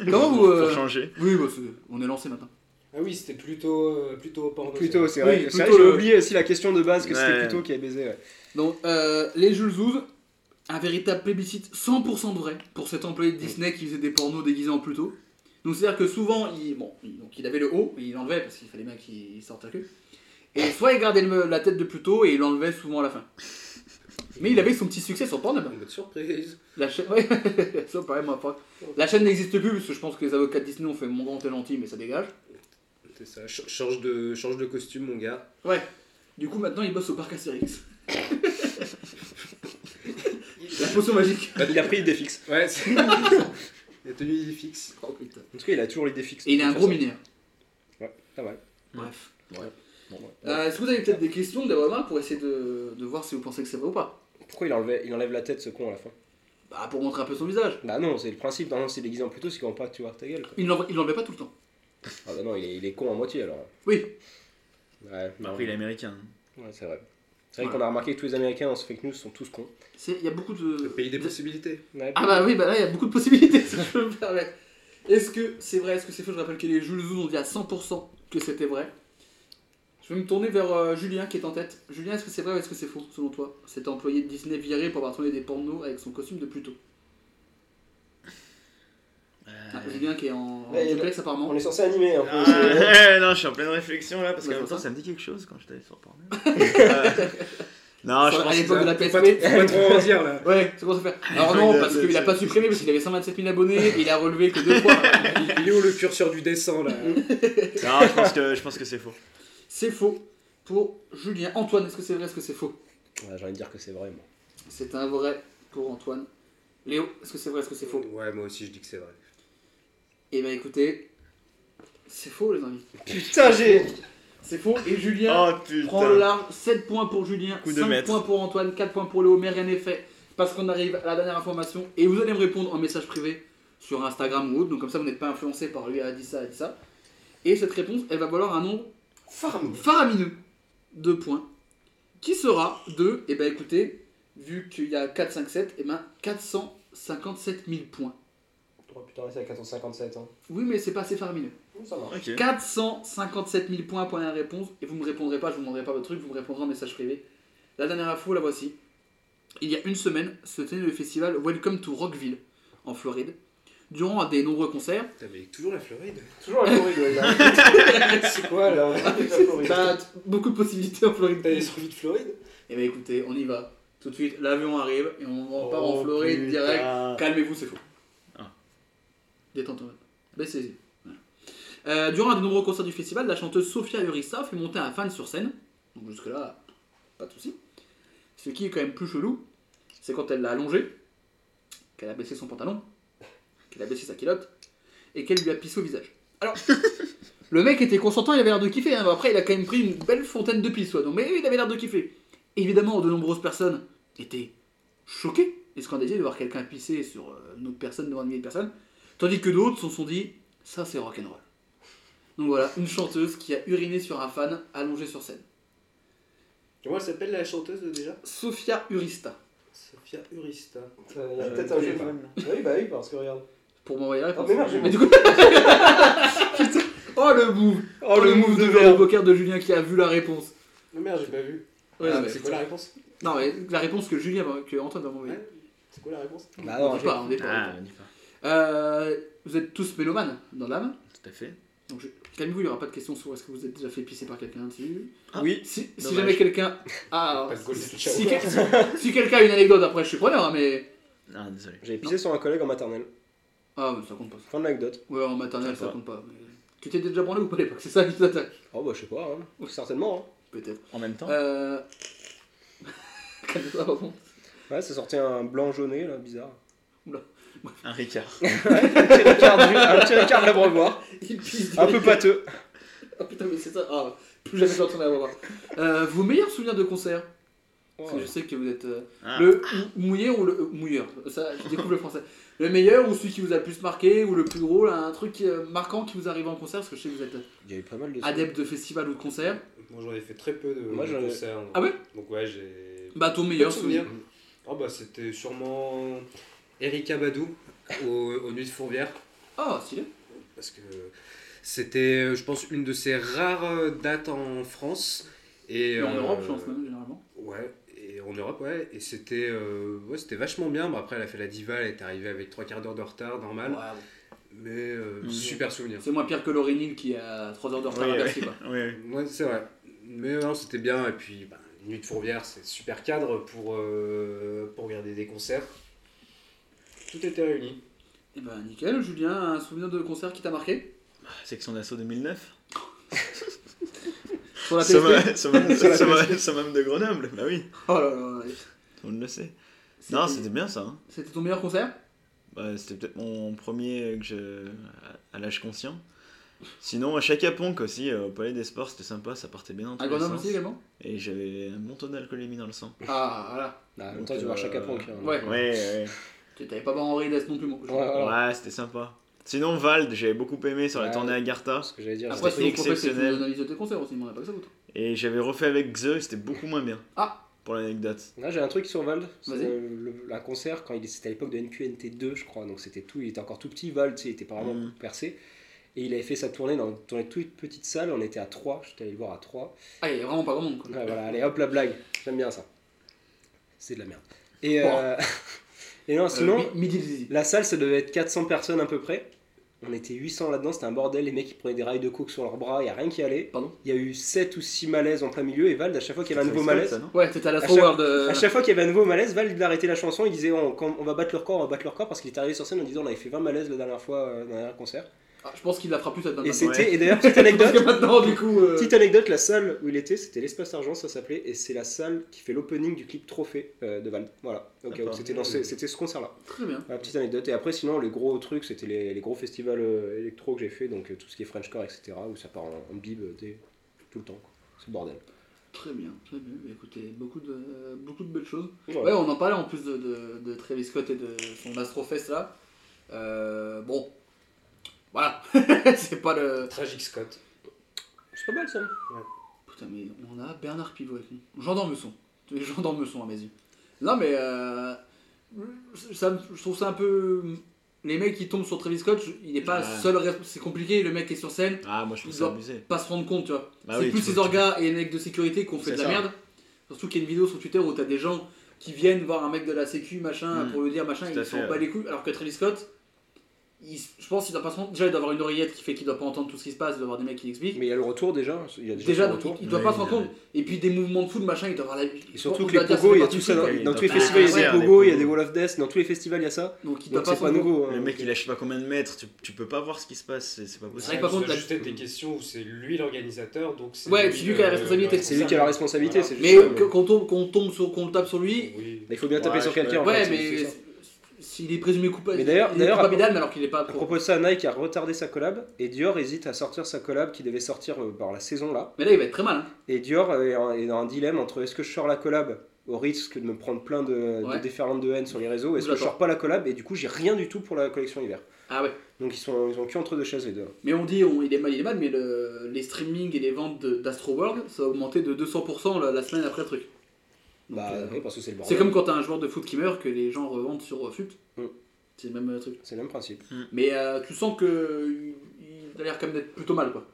[SPEAKER 2] Comment vous. euh,
[SPEAKER 6] Pour changer.
[SPEAKER 2] Oui, bah, c'est- on est lancé maintenant.
[SPEAKER 9] Ah oui, c'était plutôt, euh, plutôt porno.
[SPEAKER 5] Plutôt,
[SPEAKER 9] ça.
[SPEAKER 5] c'est
[SPEAKER 2] Oui,
[SPEAKER 5] vrai.
[SPEAKER 2] plutôt
[SPEAKER 5] c'est vrai, j'ai
[SPEAKER 2] le-
[SPEAKER 5] oublié aussi la question de base que c'était
[SPEAKER 6] Ouais.
[SPEAKER 5] plutôt qui a baisé. ouais.
[SPEAKER 2] Donc, euh, les Jules Zouz, un véritable plébiscite 100% de vrai pour cet employé de Disney qui faisait des pornos déguisés en Pluto. Donc, c'est-à-dire que souvent, il, bon, il- donc, il avait le haut, mais il l'enlevait parce qu'il fallait bien qu'il sorte la queue. Et soit il gardait le- la tête de Pluto et il l'enlevait souvent à la fin. Mais il avait son petit succès sur Pornhub.
[SPEAKER 9] En mode surprise.
[SPEAKER 2] La chaîne, ouais, ça pareil, moi, pas. La chaîne n'existe plus parce que je pense que les avocats de Disney ont fait mon grand t'es gentil, mais ça dégage.
[SPEAKER 9] C'est ça. Ch- change, de, change de costume, mon gars.
[SPEAKER 2] Ouais. Du coup, maintenant, ils bossent au parc Astérix. la potion magique.
[SPEAKER 5] Bah, Il a pris l'idée fixe.
[SPEAKER 9] Ouais, c'est. La tenue est fixe.
[SPEAKER 2] Oh putain.
[SPEAKER 5] En tout cas, il a toujours l'idée fixe.
[SPEAKER 2] Et il est un gros mineur.
[SPEAKER 5] Ah, Ouais, pas mal.
[SPEAKER 2] Bref.
[SPEAKER 5] Bon, ouais.
[SPEAKER 2] Euh, Est-ce que vous avez peut-être des questions, des remarques pour essayer de, de voir si vous pensez que c'est vrai ou pas
[SPEAKER 5] Pourquoi il, enlevait- il enlève la tête, ce con, à la fin
[SPEAKER 2] Bah, pour montrer un peu son visage.
[SPEAKER 5] Bah non, c'est le principe. Non, non, c'est déguisé en plutôt, c'est qu'on pas que tu vois ta gueule. Quoi.
[SPEAKER 2] Il l'enlevait il l'enlevait pas tout le temps.
[SPEAKER 5] Ah bah non, il est, il est con à moitié alors.
[SPEAKER 2] Oui.
[SPEAKER 5] Ouais,
[SPEAKER 6] Bah,
[SPEAKER 5] non.
[SPEAKER 6] Après, il est américain.
[SPEAKER 5] Ouais, c'est vrai. C'est vrai
[SPEAKER 2] Ouais.
[SPEAKER 5] qu'on a remarqué que tous les Américains dans ce fake news sont tous cons.
[SPEAKER 2] C'est- Il y a beaucoup
[SPEAKER 9] Le
[SPEAKER 2] de.
[SPEAKER 9] pays des
[SPEAKER 2] de-
[SPEAKER 9] possibilités.
[SPEAKER 5] Ouais.
[SPEAKER 2] Ah bah oui, bah là, il y a beaucoup de possibilités, si je peux me permettre. Est-ce que c'est vrai, est-ce que c'est faux Je rappelle que les Jules Zouz ont dit à 100% que c'était vrai. Je vais me tourner vers euh, Julien qui est en tête. Julien, est-ce que c'est vrai ou est-ce que c'est faux, selon toi Cet employé de Disney viré pour avoir tourné des pornos avec son costume de Pluto. Ah, Julien qui est en, en
[SPEAKER 5] Ouais, il-
[SPEAKER 2] complexe apparemment.
[SPEAKER 5] On est censé animer hein, un peu.
[SPEAKER 6] Ah,
[SPEAKER 5] c'est-
[SPEAKER 6] ouais, non, je suis en pleine réflexion là parce
[SPEAKER 2] Bah,
[SPEAKER 6] qu'en même
[SPEAKER 2] c'est
[SPEAKER 6] temps
[SPEAKER 2] ça.
[SPEAKER 6] ça me dit quelque chose quand je t'avais sur Pornhub. Euh, Non, je
[SPEAKER 2] Sur- à
[SPEAKER 6] pense que
[SPEAKER 2] l'époque de la
[SPEAKER 9] Faut pas, trop-
[SPEAKER 2] PSP.
[SPEAKER 9] faut pas trop en dire là.
[SPEAKER 2] Ouais, c'est pour ça faire. Alors non, parce qu'il a pas supprimé, parce qu'il avait 127 000 abonnés, et il a relevé que deux fois.
[SPEAKER 9] Il, il est où le curseur du dessin là
[SPEAKER 6] Non, je pense que je pense que c'est faux.
[SPEAKER 2] C'est faux pour Julien. Antoine, est-ce que c'est vrai, est-ce que c'est faux
[SPEAKER 5] Ouais, J'ai envie de dire que c'est vrai, moi.
[SPEAKER 2] C'est un vrai pour Antoine. Léo, est-ce que c'est vrai, est-ce que c'est faux
[SPEAKER 9] Ouais, moi aussi je dis que c'est vrai.
[SPEAKER 2] Eh ben écoutez, c'est faux les amis.
[SPEAKER 5] Putain, j'ai.
[SPEAKER 2] C'est faux et Julien
[SPEAKER 6] Oh
[SPEAKER 2] prend le
[SPEAKER 6] putain.
[SPEAKER 2] large, 7 points pour Julien,
[SPEAKER 6] Coup de
[SPEAKER 2] 5
[SPEAKER 6] maître.
[SPEAKER 2] points pour Antoine, 4 points pour Léo, mais rien n'est fait parce qu'on arrive à la dernière information et vous allez me répondre en message privé sur Instagram ou autre, donc comme ça vous n'êtes pas influencé par lui a dit ça, a dit ça. Et cette réponse, elle va valoir un nombre
[SPEAKER 5] Farm
[SPEAKER 2] faramineux de points qui sera de, et ben écoutez, vu qu'il y a 4, 5, 7, et ben 457 000 points.
[SPEAKER 5] Oh putain, c'est à 457. Hein.
[SPEAKER 2] Oui mais c'est pas assez faramineux.
[SPEAKER 5] Ça marche.
[SPEAKER 6] Ok.
[SPEAKER 2] 457 000 points pour la réponse. Et vous me répondrez pas, je vous demanderai pas votre truc, vous me répondrez en message privé. La dernière info, la voici. Il y a une semaine se tenait le festival Welcome to Rockville en Floride. Durant des nombreux concerts,
[SPEAKER 7] Putain, mais toujours la Floride.
[SPEAKER 5] Toujours la Floride, ouais, là. C'est quoi, là La Floride.
[SPEAKER 2] bah, t- beaucoup de possibilités en Floride.
[SPEAKER 5] Elle est sur de Floride
[SPEAKER 2] Et bah écoutez, on y va. Tout de suite, l'avion arrive et on, on part
[SPEAKER 6] Oh,
[SPEAKER 2] en Floride direct. Calmez-vous, c'est faux.
[SPEAKER 6] Ah.
[SPEAKER 2] Détente-toi. Baissez-y. Voilà. Euh, durant un de nombreux concerts du festival, la chanteuse Sofia Urissa fait monter un fan sur scène. Donc jusque-là, pas de souci. Ce qui est quand même plus chelou, c'est quand elle l'a allongé, qu'elle a baissé son pantalon, qu'elle a baissé sa culotte, et qu'elle lui a pissé au visage. Alors, le mec était consentant, il avait l'air de kiffer. hein. Après, il a quand même pris une belle fontaine de pisse, quoi. Donc, mais il avait l'air de kiffer. Évidemment, de nombreuses personnes étaient choquées et scandalisées de voir quelqu'un pisser sur euh, une autre personne devant un millier de personnes, tandis que d'autres se sont dit ça c'est rock'n'roll. Donc voilà, une chanteuse qui a uriné sur un fan allongé sur scène.
[SPEAKER 9] Comment elle s'appelle la chanteuse déjà
[SPEAKER 2] Sofia Urista.
[SPEAKER 9] Sophia Urista.
[SPEAKER 5] Euh, Il y a peut-être un jeu. Oui, bah oui, parce que regarde.
[SPEAKER 2] Pour m'envoyer la
[SPEAKER 5] Oh,
[SPEAKER 2] réponse.
[SPEAKER 5] mais merde, j'ai
[SPEAKER 2] Mais du coup. Putain. Oh le move
[SPEAKER 5] Oh, le move de
[SPEAKER 2] joueur
[SPEAKER 5] verre.
[SPEAKER 2] de poker de Julien qui a vu la réponse.
[SPEAKER 9] Non Oh, merde, j'ai pas vu.
[SPEAKER 2] Ouais,
[SPEAKER 9] Ah,
[SPEAKER 2] non, mais-
[SPEAKER 9] c'est quoi la réponse
[SPEAKER 2] non, mais la réponse que Julien va- que Antoine va m'envoyer.
[SPEAKER 9] Ouais. C'est quoi la réponse
[SPEAKER 5] Bah
[SPEAKER 2] on dit pas, on dit pas.
[SPEAKER 6] Ah, on dit pas.
[SPEAKER 2] Euh, vous êtes tous mélomanes dans l'âme.
[SPEAKER 6] Tout à fait.
[SPEAKER 2] Donc je- calmez-vous, il n'y aura pas de question sur est-ce que vous êtes déjà fait pisser par quelqu'un dessus.
[SPEAKER 6] Ah,
[SPEAKER 2] oui. Si, si
[SPEAKER 6] dommage.
[SPEAKER 2] jamais quelqu'un. Ah,
[SPEAKER 9] Pas de goal,
[SPEAKER 2] si,
[SPEAKER 9] ciao.
[SPEAKER 2] si quel- si- si quelqu'un a une anecdote, après je suis preneur, hein, mais.
[SPEAKER 6] Ah, désolé.
[SPEAKER 5] J'avais pissé sur un collègue en maternelle.
[SPEAKER 2] Ah, mais ça compte pas. ça.
[SPEAKER 5] Fin de l'anecdote.
[SPEAKER 2] Ouais, en maternelle,
[SPEAKER 6] Ça
[SPEAKER 2] ça
[SPEAKER 6] va.
[SPEAKER 2] compte pas. mais- Tu t'étais déjà branlé ou pas à l'époque C'est ça qui t'attaque
[SPEAKER 5] Oh, bah je sais pas, hein. certainement. hein.
[SPEAKER 2] Peut-être.
[SPEAKER 6] En même temps
[SPEAKER 2] Euh. Calme-toi, pardon.
[SPEAKER 5] Ouais, ça sortait un blanc jauné, là, bizarre.
[SPEAKER 6] Un Ricard.
[SPEAKER 5] Ricard du- un petit Ricard de la Brevoire.
[SPEAKER 2] Il pisse.
[SPEAKER 5] Un peu pâteux.
[SPEAKER 2] Ah putain, mais c'est ça. Ah, plus jamais je retourner à voir. Euh, vos meilleurs souvenirs de concert Parce que je sais que vous êtes. euh,
[SPEAKER 6] Ah.
[SPEAKER 2] Le mou- mouilleur ou le. euh, mouilleur, ça, je découvre le français. Le meilleur ou celui qui vous a le plus marqué ou le plus gros, là, un truc euh, marquant qui vous arrive en concert Parce que je sais que vous êtes
[SPEAKER 5] Il y avait pas mal de
[SPEAKER 2] adepte de festival ou de concert.
[SPEAKER 9] Moi j'en ai fait très peu de,
[SPEAKER 5] Moi,
[SPEAKER 9] de
[SPEAKER 5] j'en ai-
[SPEAKER 9] concerts. donc-
[SPEAKER 2] Ah ouais
[SPEAKER 9] Donc ouais, j'ai.
[SPEAKER 2] Bah, ton meilleur souvenir.
[SPEAKER 9] Oh bah c'était sûrement Erika Badou au- aux Nuits de Fourvière.
[SPEAKER 2] Ah, stylé.
[SPEAKER 9] parce que c'était, euh, je pense, une de ces rares euh, dates en France. Et,
[SPEAKER 2] Et en
[SPEAKER 9] euh,
[SPEAKER 2] Europe, je pense même, généralement.
[SPEAKER 9] Ouais, et en Europe, ouais. Et c'était euh, ouais, c'était vachement bien. Bon, après, elle a fait la diva, elle est arrivée avec trois quarts d'heure de retard, normal.
[SPEAKER 2] Ouais, Mmh.
[SPEAKER 9] Mais euh,
[SPEAKER 6] Mhm.
[SPEAKER 9] super souvenir.
[SPEAKER 2] C'est moins pire que Laurénine qui a 3 heures de retard
[SPEAKER 6] Oui,
[SPEAKER 2] à
[SPEAKER 6] oui.
[SPEAKER 2] Bercy, quoi.
[SPEAKER 6] Oui,
[SPEAKER 9] Ouais, c'est vrai. Mais non, c'était bien. Et puis, bah, Nuit de Fourvière, c'est super cadre pour, euh, pour regarder des concerts. Tout était réuni.
[SPEAKER 2] Et bah, nickel. Julien, un souvenir de concert qui t'a marqué
[SPEAKER 6] Section d'assaut 2009.
[SPEAKER 2] Sur la télé
[SPEAKER 6] Summum Summum- Summum- Summum de Grenoble, bah oui,
[SPEAKER 2] Oh là là.
[SPEAKER 6] on le sait. Non, c'était bien ça. hein.
[SPEAKER 2] C'était ton meilleur concert
[SPEAKER 6] Bah, c'était peut-être mon premier que je... à- à l'âge conscient. Sinon, à Chacapong aussi, euh, au Palais des Sports, c'était sympa, ça partait bien dans tous
[SPEAKER 2] À
[SPEAKER 6] les
[SPEAKER 2] Grenoble
[SPEAKER 6] sens.
[SPEAKER 2] aussi également
[SPEAKER 6] Et j'avais un bon taux d'alcoolémie dans le sang.
[SPEAKER 2] Ah, voilà.
[SPEAKER 5] Ah, en même temps, tu vois Chaka Ponk. hein.
[SPEAKER 2] Ouais.
[SPEAKER 6] Ouais, ouais.
[SPEAKER 2] Tu- T'avais pas Henri Dess non plus, mon
[SPEAKER 5] Ouais, ouais.
[SPEAKER 6] Ouais, c'était sympa. Sinon, Vald, j'avais beaucoup aimé sur la
[SPEAKER 5] Ouais.
[SPEAKER 6] tournée à Gartha.
[SPEAKER 5] Ce que j'allais dire.
[SPEAKER 2] Après,
[SPEAKER 5] c'est-
[SPEAKER 2] c'est mon professeur, c'est
[SPEAKER 6] exceptionnel.
[SPEAKER 2] une analyse de tes concerts aussi, mais on n'a pas que ça, autre.
[SPEAKER 6] Et j'avais refait avec Xe, c'était beaucoup moins bien.
[SPEAKER 2] Ah.
[SPEAKER 6] Pour l'anecdote.
[SPEAKER 5] Là, j'ai un truc sur Vald. C'est,
[SPEAKER 2] Vas-y.
[SPEAKER 5] euh, le- un concert, quand il c'était à l'époque de NQNT2, je crois. Donc, c'était tout. Il était encore tout petit, Vald, tu sais, il était pas vraiment
[SPEAKER 6] Mhm.
[SPEAKER 5] percé. Et il avait fait sa tournée dans une tournée toute petite salle. On était à 3. J'étais allé le voir à 3.
[SPEAKER 2] Ah, il y a vraiment pas grand monde, quoi.
[SPEAKER 5] Ouais, voilà, allez, hop la blague. J'aime bien ça. C'est de la merde. Et, euh, et non,
[SPEAKER 2] Sinon,
[SPEAKER 5] sinon,
[SPEAKER 2] midi Zizi.
[SPEAKER 5] la salle, ça devait être 400 personnes à peu près. On était 800 là-dedans, c'était un bordel. Les mecs, ils prenaient des rails de coke sur leurs bras, il n'y a rien qui allait.
[SPEAKER 2] Pardon
[SPEAKER 5] Il y a eu 7 ou 6 malaises en plein milieu. Et Vald, à chaque fois qu'il y avait un nouveau malaise,
[SPEAKER 6] non
[SPEAKER 2] Ouais, t'étais à la
[SPEAKER 5] À
[SPEAKER 2] Throw
[SPEAKER 5] chaque-
[SPEAKER 2] World. euh,
[SPEAKER 5] à chaque fois qu'il y avait un nouveau malaise, Val il arrêtait la chanson, il disait on, quand on va battre leur corps, on va battre leur corps parce qu'il est arrivé sur scène en disant on avait fait 20 malaises la dernière fois euh, dans le dernier concert.
[SPEAKER 2] ah, Je pense qu'il la fera plus à demain.
[SPEAKER 5] Et
[SPEAKER 2] matin.
[SPEAKER 5] c'était et d'ailleurs petite anecdote,
[SPEAKER 2] Parce que maintenant, du coup. euh,
[SPEAKER 5] petite anecdote, la salle où il était, c'était l'espace argent ça s'appelait et c'est la salle qui fait l'opening du clip Trophée euh, de Val. Voilà. Donc
[SPEAKER 6] D'accord.
[SPEAKER 5] c'était dans ce, c'était ce concert là.
[SPEAKER 2] Très bien.
[SPEAKER 5] Voilà, petite anecdote et après sinon les gros trucs, c'était les, les gros festivals euh, électro que j'ai fait donc euh, tout ce qui est Frenchcore etc où ça part en, en bib euh, dès- tout le temps. quoi. C'est le bordel.
[SPEAKER 2] Très bien, très bien. Bah, Écoutez, beaucoup de, euh, beaucoup de belles choses.
[SPEAKER 5] Voilà.
[SPEAKER 2] Ouais, on en parlait en plus de, de, de Travis Scott et de son Astrofest là. Euh, bon. Voilà. c'est pas le.
[SPEAKER 9] Tragic Scott.
[SPEAKER 5] C'est pas mal ça.
[SPEAKER 2] Putain, mais on a Bernard Pivot avec nous. J'endors son. J'endors son à mes yeux. Non, mais euh, ça, me- je trouve ça un peu les mecs qui tombent sur Travis Scott, je- il n'est pas
[SPEAKER 6] Ouais.
[SPEAKER 2] seul, resp- c'est compliqué, le mec est sur scène,
[SPEAKER 6] Ah, moi je trouve ça abusé.
[SPEAKER 2] pas se rendre compte, tu vois.
[SPEAKER 6] Bah
[SPEAKER 2] c'est
[SPEAKER 6] oui,
[SPEAKER 2] plus
[SPEAKER 6] tu peux-
[SPEAKER 2] ces orgas et les mecs de sécurité qui ont fait de
[SPEAKER 6] C'est
[SPEAKER 2] la
[SPEAKER 6] ça.
[SPEAKER 2] merde. Surtout qu'il y a une vidéo sur Twitter où t'as des gens qui viennent voir un mec de la sécu, machin,
[SPEAKER 6] Mm.
[SPEAKER 2] pour lui dire machin,
[SPEAKER 6] Tout à
[SPEAKER 2] ils
[SPEAKER 6] fait,
[SPEAKER 2] sont pas
[SPEAKER 6] ouais.
[SPEAKER 2] les couilles. Alors que Travis Scott, il s- je pense qu'il doit pas se rendre. Déjà, il doit avoir une oreillette qui fait qu'il doit pas entendre tout ce qui se passe, il doit avoir des mecs qui l'expliquent.
[SPEAKER 5] Mais il y a le retour déjà. Il y a déjà,
[SPEAKER 2] Déjà,
[SPEAKER 5] le
[SPEAKER 2] donc,
[SPEAKER 5] retour.
[SPEAKER 2] il, il doit
[SPEAKER 6] Oui,
[SPEAKER 2] pas se rendre
[SPEAKER 6] bien,
[SPEAKER 2] compte. Et puis des mouvements de foot, machin, il doit avoir la.
[SPEAKER 5] Et surtout
[SPEAKER 2] on
[SPEAKER 5] que les
[SPEAKER 2] doit dire,
[SPEAKER 5] pogos,
[SPEAKER 2] c'est
[SPEAKER 5] il y a
[SPEAKER 2] parti
[SPEAKER 5] tout
[SPEAKER 2] du
[SPEAKER 5] ça.
[SPEAKER 2] foot,
[SPEAKER 5] Dans,
[SPEAKER 2] quoi.
[SPEAKER 6] quoi.
[SPEAKER 5] dans tous les
[SPEAKER 6] Bah,
[SPEAKER 5] festivals, il y a
[SPEAKER 6] ouais, les
[SPEAKER 5] des pogos, il y a
[SPEAKER 6] pogos.
[SPEAKER 5] des wall of death. Dans tous les festivals, il y a ça.
[SPEAKER 2] Donc il doit
[SPEAKER 5] Donc
[SPEAKER 2] pas
[SPEAKER 5] c'est
[SPEAKER 2] se
[SPEAKER 5] pas
[SPEAKER 2] rendre compte.
[SPEAKER 5] nouveau. hein.
[SPEAKER 6] Le mec il a je sais pas combien de mètres, tu, tu peux pas voir ce qui se passe, c'est c'est pas
[SPEAKER 2] C'est vrai
[SPEAKER 6] possible.
[SPEAKER 2] que par contre,
[SPEAKER 9] c'est
[SPEAKER 2] la-
[SPEAKER 9] juste des questions où c'est lui l'organisateur, donc c'est.
[SPEAKER 2] Ouais, et puis lui qui a la responsabilité.
[SPEAKER 5] C'est lui qui a la responsabilité. c'est juste
[SPEAKER 2] Mais
[SPEAKER 5] ça,
[SPEAKER 2] que- quand on tombe, quand on tombe sur, qu'on tape sur lui,
[SPEAKER 9] Oui.
[SPEAKER 5] Mais Il faut bien taper
[SPEAKER 6] Ouais,
[SPEAKER 5] sur
[SPEAKER 6] je sais
[SPEAKER 5] quelqu'un. en
[SPEAKER 2] ouais,
[SPEAKER 5] fait, c'est-
[SPEAKER 2] mais
[SPEAKER 5] c'est ça.
[SPEAKER 2] s'il est présumé coupable,
[SPEAKER 5] Mais d'ailleurs-
[SPEAKER 2] il est
[SPEAKER 5] d'ailleurs,
[SPEAKER 2] coupable
[SPEAKER 5] à-
[SPEAKER 2] d'âme alors qu'il est pas.
[SPEAKER 5] À propos de ça, Nike a retardé sa collab et Dior hésite à sortir sa collab qui devait sortir euh, par la saison là.
[SPEAKER 2] Mais là, il va être très mal. hein.
[SPEAKER 5] Et Dior euh, est en- est dans un dilemme entre est-ce que je sors la collab au risque de me prendre plein de, de
[SPEAKER 2] Ouais.
[SPEAKER 5] déferlantes de haine sur les réseaux, est-ce que je
[SPEAKER 2] D'accord.
[SPEAKER 5] sors pas la collab et du coup j'ai rien du tout pour la collection hiver.
[SPEAKER 2] Ah ouais.
[SPEAKER 5] Donc ils sont ils ont le cul entre deux chaises les deux.
[SPEAKER 2] Mais on dit, on- il est mal, il est mal, mais le- les streamings et les ventes de- d'Astro World, ça a augmenté de 200% la, la semaine après le truc. Donc,
[SPEAKER 5] Bah
[SPEAKER 2] euh,
[SPEAKER 5] oui, parce que c'est le
[SPEAKER 2] c'est
[SPEAKER 5] bordel.
[SPEAKER 2] comme quand t'as un joueur de foot qui meurt que les gens revendent sur euh, FUT.
[SPEAKER 5] Mm.
[SPEAKER 2] C'est le même euh, truc.
[SPEAKER 5] C'est le même principe.
[SPEAKER 2] Mais euh, tu sens que il il a l'air quand même d'être plutôt mal quoi.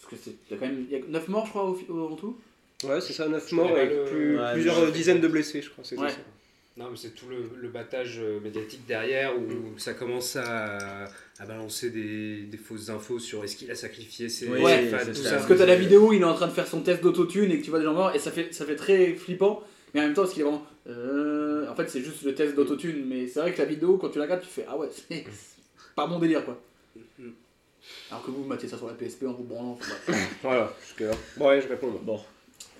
[SPEAKER 2] Parce que c'est il y a quand même il y a 9 morts je crois au, fi- au- en tout.
[SPEAKER 5] Ouais, c'est ça, 9
[SPEAKER 9] Je
[SPEAKER 5] morts
[SPEAKER 9] connais
[SPEAKER 5] et
[SPEAKER 9] pas le-
[SPEAKER 5] plus-
[SPEAKER 6] Ouais,
[SPEAKER 5] plusieurs
[SPEAKER 6] mais-
[SPEAKER 5] euh, dizaines de blessés, je crois. c'était
[SPEAKER 2] Ouais.
[SPEAKER 5] ça.
[SPEAKER 9] Non, mais c'est tout le, le battage euh, médiatique derrière où
[SPEAKER 2] Mm.
[SPEAKER 9] ça commence à, à balancer des, des fausses infos sur est-ce qu'il a sacrifié ses,
[SPEAKER 6] Oui,
[SPEAKER 9] ses
[SPEAKER 2] ouais,
[SPEAKER 9] fans,
[SPEAKER 6] c'est
[SPEAKER 9] tout
[SPEAKER 6] ça.
[SPEAKER 9] ça.
[SPEAKER 2] Parce que t'as la vidéo où il est en train de faire son test d'autotune et que tu vois des gens morts et ça fait ça fait très flippant. Mais en même temps parce qu'il est vraiment euh, en fait c'est juste le test d'autotune mais c'est vrai que la vidéo quand tu la regardes tu fais ah ouais c'est c'est pas mon délire quoi. Alors que vous vous matez ça sur la PSP en vous branlant. enfin, bref.
[SPEAKER 5] Voilà, parce que- Bon, ouais, je réponds. moi.
[SPEAKER 6] Bon,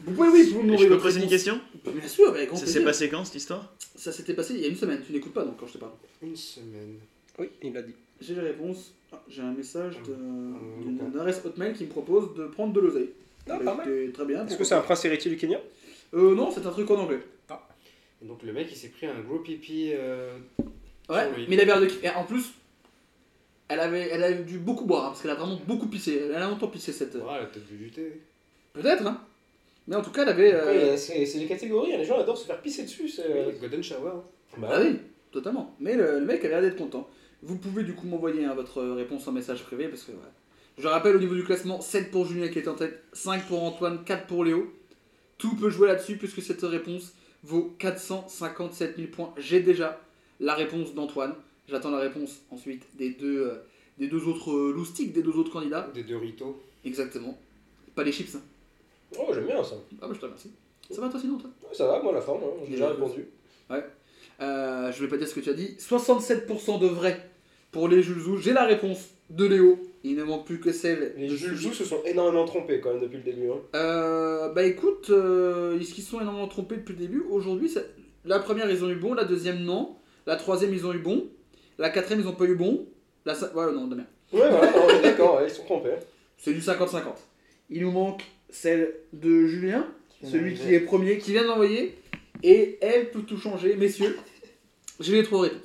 [SPEAKER 2] Vous pouvez oui, vous
[SPEAKER 6] Et
[SPEAKER 2] m'aurez
[SPEAKER 6] je peux
[SPEAKER 2] votre
[SPEAKER 6] poser une
[SPEAKER 2] réponse.
[SPEAKER 6] question
[SPEAKER 2] Bien sûr, mais
[SPEAKER 6] Ça s'est passé quand cette histoire
[SPEAKER 2] Ça s'était passé il y a une semaine, tu n'écoutes pas donc quand je te parle.
[SPEAKER 9] Une semaine.
[SPEAKER 5] Oui, il l'a dit.
[SPEAKER 2] J'ai les réponses. Ah, J'ai un message de, de
[SPEAKER 9] d'accord.
[SPEAKER 2] mon adresse Hotmail qui me propose de prendre de l'oseille.
[SPEAKER 5] Ah,
[SPEAKER 2] Bah,
[SPEAKER 5] pas mal.
[SPEAKER 2] écoutez, Très bien.
[SPEAKER 5] Est-ce que
[SPEAKER 2] pourquoi
[SPEAKER 5] c'est un
[SPEAKER 2] pas.
[SPEAKER 5] prince héritier du Kenya
[SPEAKER 2] Euh, non, c'est un truc en anglais.
[SPEAKER 9] Et donc le mec il s'est pris un gros pipi. euh,
[SPEAKER 2] Ouais,
[SPEAKER 9] Sur lui.
[SPEAKER 2] mais la verre de qui- et En plus, elle avait, elle avait dû beaucoup boire hein, parce qu'elle a vraiment beaucoup pissé. Elle a longtemps pissé cette.
[SPEAKER 9] ouais, elle a peut-être bu du thé.
[SPEAKER 2] Peut-être, hein. Mais en tout cas, elle avait. euh,
[SPEAKER 5] C'est les catégories, hein. les gens adorent se faire pisser dessus. euh,
[SPEAKER 9] Golden Shower. hein.
[SPEAKER 2] Bah oui, totalement. Mais le, le mec avait l'air d'être content. Vous pouvez du coup m'envoyer hein, votre euh, réponse en message privé parce que voilà. Je rappelle au niveau du classement 7 pour Julien qui est en tête, 5 pour Antoine, 4 pour Léo. Tout peut jouer là-dessus puisque cette réponse vaut 457 000 points. J'ai déjà la réponse d'Antoine. J'attends la réponse ensuite des deux, euh, des deux autres euh, loustiques, des deux autres candidats.
[SPEAKER 9] Des Doritos.
[SPEAKER 2] Exactement. Pas les chips. Hein.
[SPEAKER 5] Oh, j'aime bien ça.
[SPEAKER 2] Ah bah je te remercie. Ça va toi sinon toi
[SPEAKER 5] Ouais, Ça va, moi, la forme, hein, j'ai déjà
[SPEAKER 2] Ouais.
[SPEAKER 5] répondu.
[SPEAKER 2] Euh, je vais pas dire ce que tu as dit. 67% de vrai pour les Julzou. J'ai la réponse de Léo. Il ne manque plus que celle.
[SPEAKER 5] Les
[SPEAKER 2] de
[SPEAKER 5] Jules
[SPEAKER 2] Suzy.
[SPEAKER 5] se sont énormément trompés quand même depuis le début. hein.
[SPEAKER 2] Euh, bah écoute, euh, ils se sont énormément trompés depuis le début. Aujourd'hui, ça- la première, ils ont eu bon. La deuxième, non. La troisième, ils ont eu bon. La quatrième, ils ont pas eu bon. La cin- Ouais, non, de la merde.
[SPEAKER 5] Ouais, voilà, on est d'accord, ouais, ils se sont trompés.
[SPEAKER 2] C'est du 50-50. Il nous manque celle de Julien, celui qui est premier, qui vient d'envoyer. Et elle peut tout changer, messieurs. J'ai les trois réponses.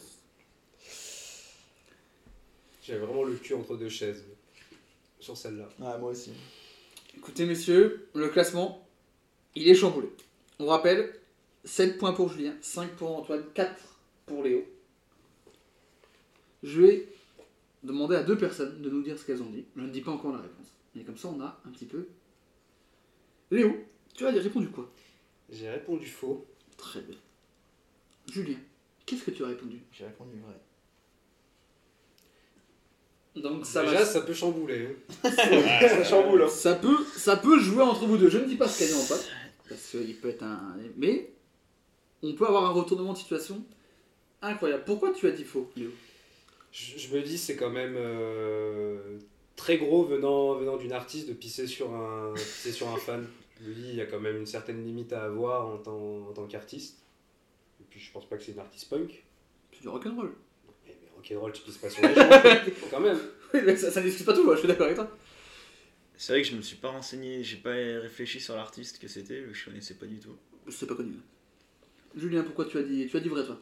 [SPEAKER 9] J'avais vraiment le cul entre deux chaises. Sur celle-là.
[SPEAKER 6] Ah, moi aussi.
[SPEAKER 2] Écoutez, messieurs, le classement, il est chamboulé. On rappelle 7 points pour Julien, 5 pour Antoine, 4 pour Léo. Je vais demander à deux personnes de nous dire ce qu'elles ont dit. Je ne dis pas encore la réponse. Mais comme ça, on a un petit peu. Léo, tu as répondu quoi
[SPEAKER 9] J'ai répondu faux.
[SPEAKER 2] Très bien. Julien, qu'est-ce que tu as répondu
[SPEAKER 6] J'ai répondu vrai.
[SPEAKER 2] Donc ça
[SPEAKER 9] Déjà,
[SPEAKER 2] va.
[SPEAKER 9] ça peut chambouler. hein.
[SPEAKER 5] Ça chamboule. hein.
[SPEAKER 2] Ça peut, ça peut jouer entre vous deux. Je ne dis pas ce qu'elle est en face, parce qu'il peut être un. Mais on peut avoir un retournement de situation incroyable. Pourquoi tu as dit faux, Léo
[SPEAKER 9] Je, je me dis, c'est quand même euh, très gros venant, venant d'une artiste de pisser sur un, pisser sur un fan. Je me dis, il y a quand même une certaine limite à avoir en tant, en tant qu'artiste. Et puis, je pense pas que c'est une artiste punk.
[SPEAKER 2] C'est du rock'n'roll.
[SPEAKER 9] Mais, mais rock'n'roll, tu pisses pas sur les gens. quand même.
[SPEAKER 2] Oui, mais ça, ça n'excuse pas tout, moi, je suis d'accord avec toi.
[SPEAKER 6] C'est vrai que je me suis pas renseigné, j'ai pas réfléchi sur l'artiste que c'était, vu que je connaissais pas du tout.
[SPEAKER 2] C'est pas connu. Julien, pourquoi tu as dit, tu as dit vrai, toi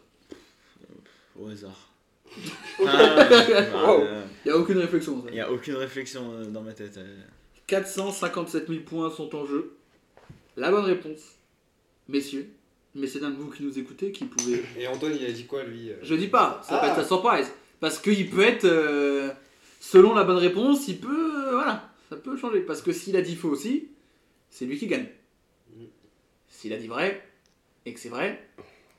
[SPEAKER 6] Au hasard. Ah,
[SPEAKER 5] Wow.
[SPEAKER 2] Il n'y a aucune réflexion. dans ça.
[SPEAKER 6] Il y a aucune réflexion euh, dans ma tête. euh.
[SPEAKER 2] 457 000 points sont en jeu. La bonne réponse, messieurs, mais c'est d'un de vous qui nous écoutez qui pouvez
[SPEAKER 9] Et Antoine, il a dit quoi, lui euh
[SPEAKER 2] Je dis pas, ça
[SPEAKER 9] Ah.
[SPEAKER 2] va être sa surprise. Parce qu'il peut être, euh, selon la bonne réponse, il peut, euh, voilà, ça peut changer. Parce que s'il a dit faux aussi, c'est lui qui gagne. S'il a dit vrai, et que c'est vrai,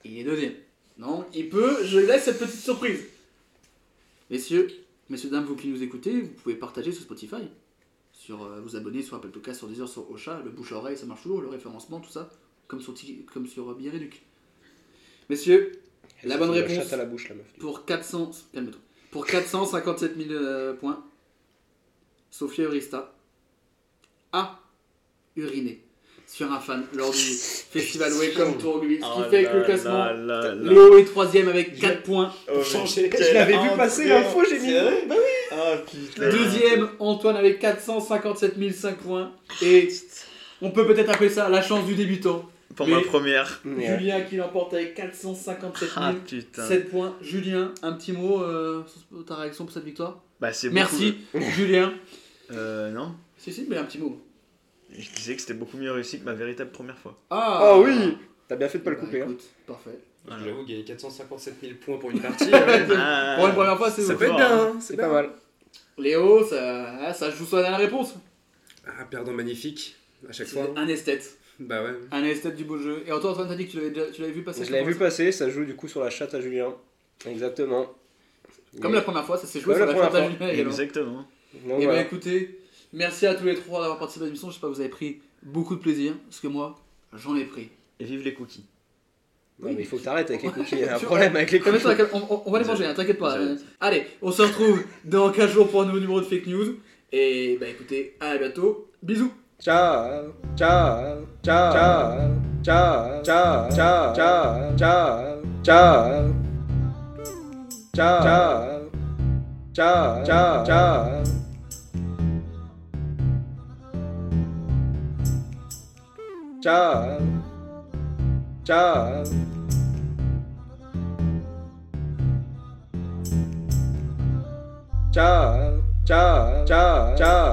[SPEAKER 2] il est deuxième. Non, il peut, je laisse cette petite surprise. Messieurs, messieurs, dames, vous qui nous écoutez, vous pouvez partager sur Spotify, sur euh, vous abonner sur Apple Podcast, sur Deezer, sur Ocha, le bouche à oreille, ça marche toujours, le référencement, tout ça, comme sur, Ti- comme sur euh, Biréduc. Messieurs, La bonne
[SPEAKER 5] Elle se fout de
[SPEAKER 2] réponse.
[SPEAKER 5] chatte à la bouche, la meuf.
[SPEAKER 2] pour 400, calme-toi. Pour 457 000 euh, points, Sofia Eurista a uriné sur un fan lors du festival Welcome to Rugby, ce qui
[SPEAKER 6] Oh
[SPEAKER 2] fait que le classement, Léo est troisième avec 4 points.
[SPEAKER 6] Oh,
[SPEAKER 9] changer.
[SPEAKER 5] Je l'avais vu passer l'info, j'ai mis. Bah oui.
[SPEAKER 6] Ah putain.
[SPEAKER 2] Deuxième, Antoine avec 457 005 points. Et on peut peut-être appeler ça la chance du débutant.
[SPEAKER 6] Pour
[SPEAKER 2] Mais-
[SPEAKER 6] ma première.
[SPEAKER 5] Mais, euh,
[SPEAKER 2] Julien qui l'emporte avec 457
[SPEAKER 6] Ah putain.
[SPEAKER 2] 007 points. Julien, un petit mot euh, sur ta réaction pour cette victoire
[SPEAKER 6] Bah c'est beaucoup-
[SPEAKER 2] Merci, Julien.
[SPEAKER 6] Euh, non.
[SPEAKER 2] Si, si, mais un petit mot.
[SPEAKER 6] Je disais que c'était beaucoup mieux réussi que ma véritable première fois.
[SPEAKER 2] Ah,
[SPEAKER 5] Ah oui T'as bien fait de pas le
[SPEAKER 2] Bah,
[SPEAKER 5] couper. hein.
[SPEAKER 2] écoute, Parfait.
[SPEAKER 6] Voilà.
[SPEAKER 9] Je l'avoue, gagner 457 000 points pour une partie. euh,
[SPEAKER 6] Ah,
[SPEAKER 2] Pour une première fois, c'est Ah,
[SPEAKER 6] ça
[SPEAKER 2] vous.
[SPEAKER 6] fait-
[SPEAKER 7] C'est bien, hein,
[SPEAKER 5] C'est
[SPEAKER 7] c'est
[SPEAKER 5] pas
[SPEAKER 7] bien.
[SPEAKER 5] mal.
[SPEAKER 2] Léo, ça, ah, ça joue sur la dernière réponse.
[SPEAKER 7] Ah, perdant magnifique, à chaque
[SPEAKER 2] C'est
[SPEAKER 7] fois.
[SPEAKER 2] un esthète.
[SPEAKER 7] Bah ouais.
[SPEAKER 2] Un esthète du beau jeu. Et Antoine, Antoine t'as dit que tu l'avais déjà- tu l'avais vu passer
[SPEAKER 5] Je l'avais
[SPEAKER 2] comment
[SPEAKER 5] vu passer, ça joue du coup sur la chatte à Julien. Exactement.
[SPEAKER 2] Comme
[SPEAKER 5] Mais-
[SPEAKER 2] la première fois, ça s'est joué
[SPEAKER 5] Comme
[SPEAKER 2] sur
[SPEAKER 5] la
[SPEAKER 2] la chatte
[SPEAKER 5] première
[SPEAKER 2] à Julien également.
[SPEAKER 6] Exactement.
[SPEAKER 5] Donc,
[SPEAKER 2] Et
[SPEAKER 5] voilà.
[SPEAKER 2] ben écoutez, merci à tous les trois d'avoir participé à l'émission. J'espère que vous avez pris beaucoup de plaisir, parce que moi, j'en ai pris.
[SPEAKER 6] Et vive les cookies.
[SPEAKER 5] Non, mais il faut que t'arrêtes avec les cookies. Il y a un
[SPEAKER 2] Tu-
[SPEAKER 5] problème avec les
[SPEAKER 2] Comme
[SPEAKER 5] cookies.
[SPEAKER 2] ça, on, on- on va les manger, hein, t'inquiète pas.
[SPEAKER 6] Désolé.
[SPEAKER 2] Allez, on se retrouve dans 15 jours pour un nouveau numéro de fake news. Et bah écoutez, à bientôt. Bisous
[SPEAKER 5] Ciao, ciao, ciao, ciao, ciao, ciao, ciao, ciao, ciao, ciao, ciao, ciao, ciao, ciao. Ciao. Ciao. Ciao. Ciao. Ciao. Ciao.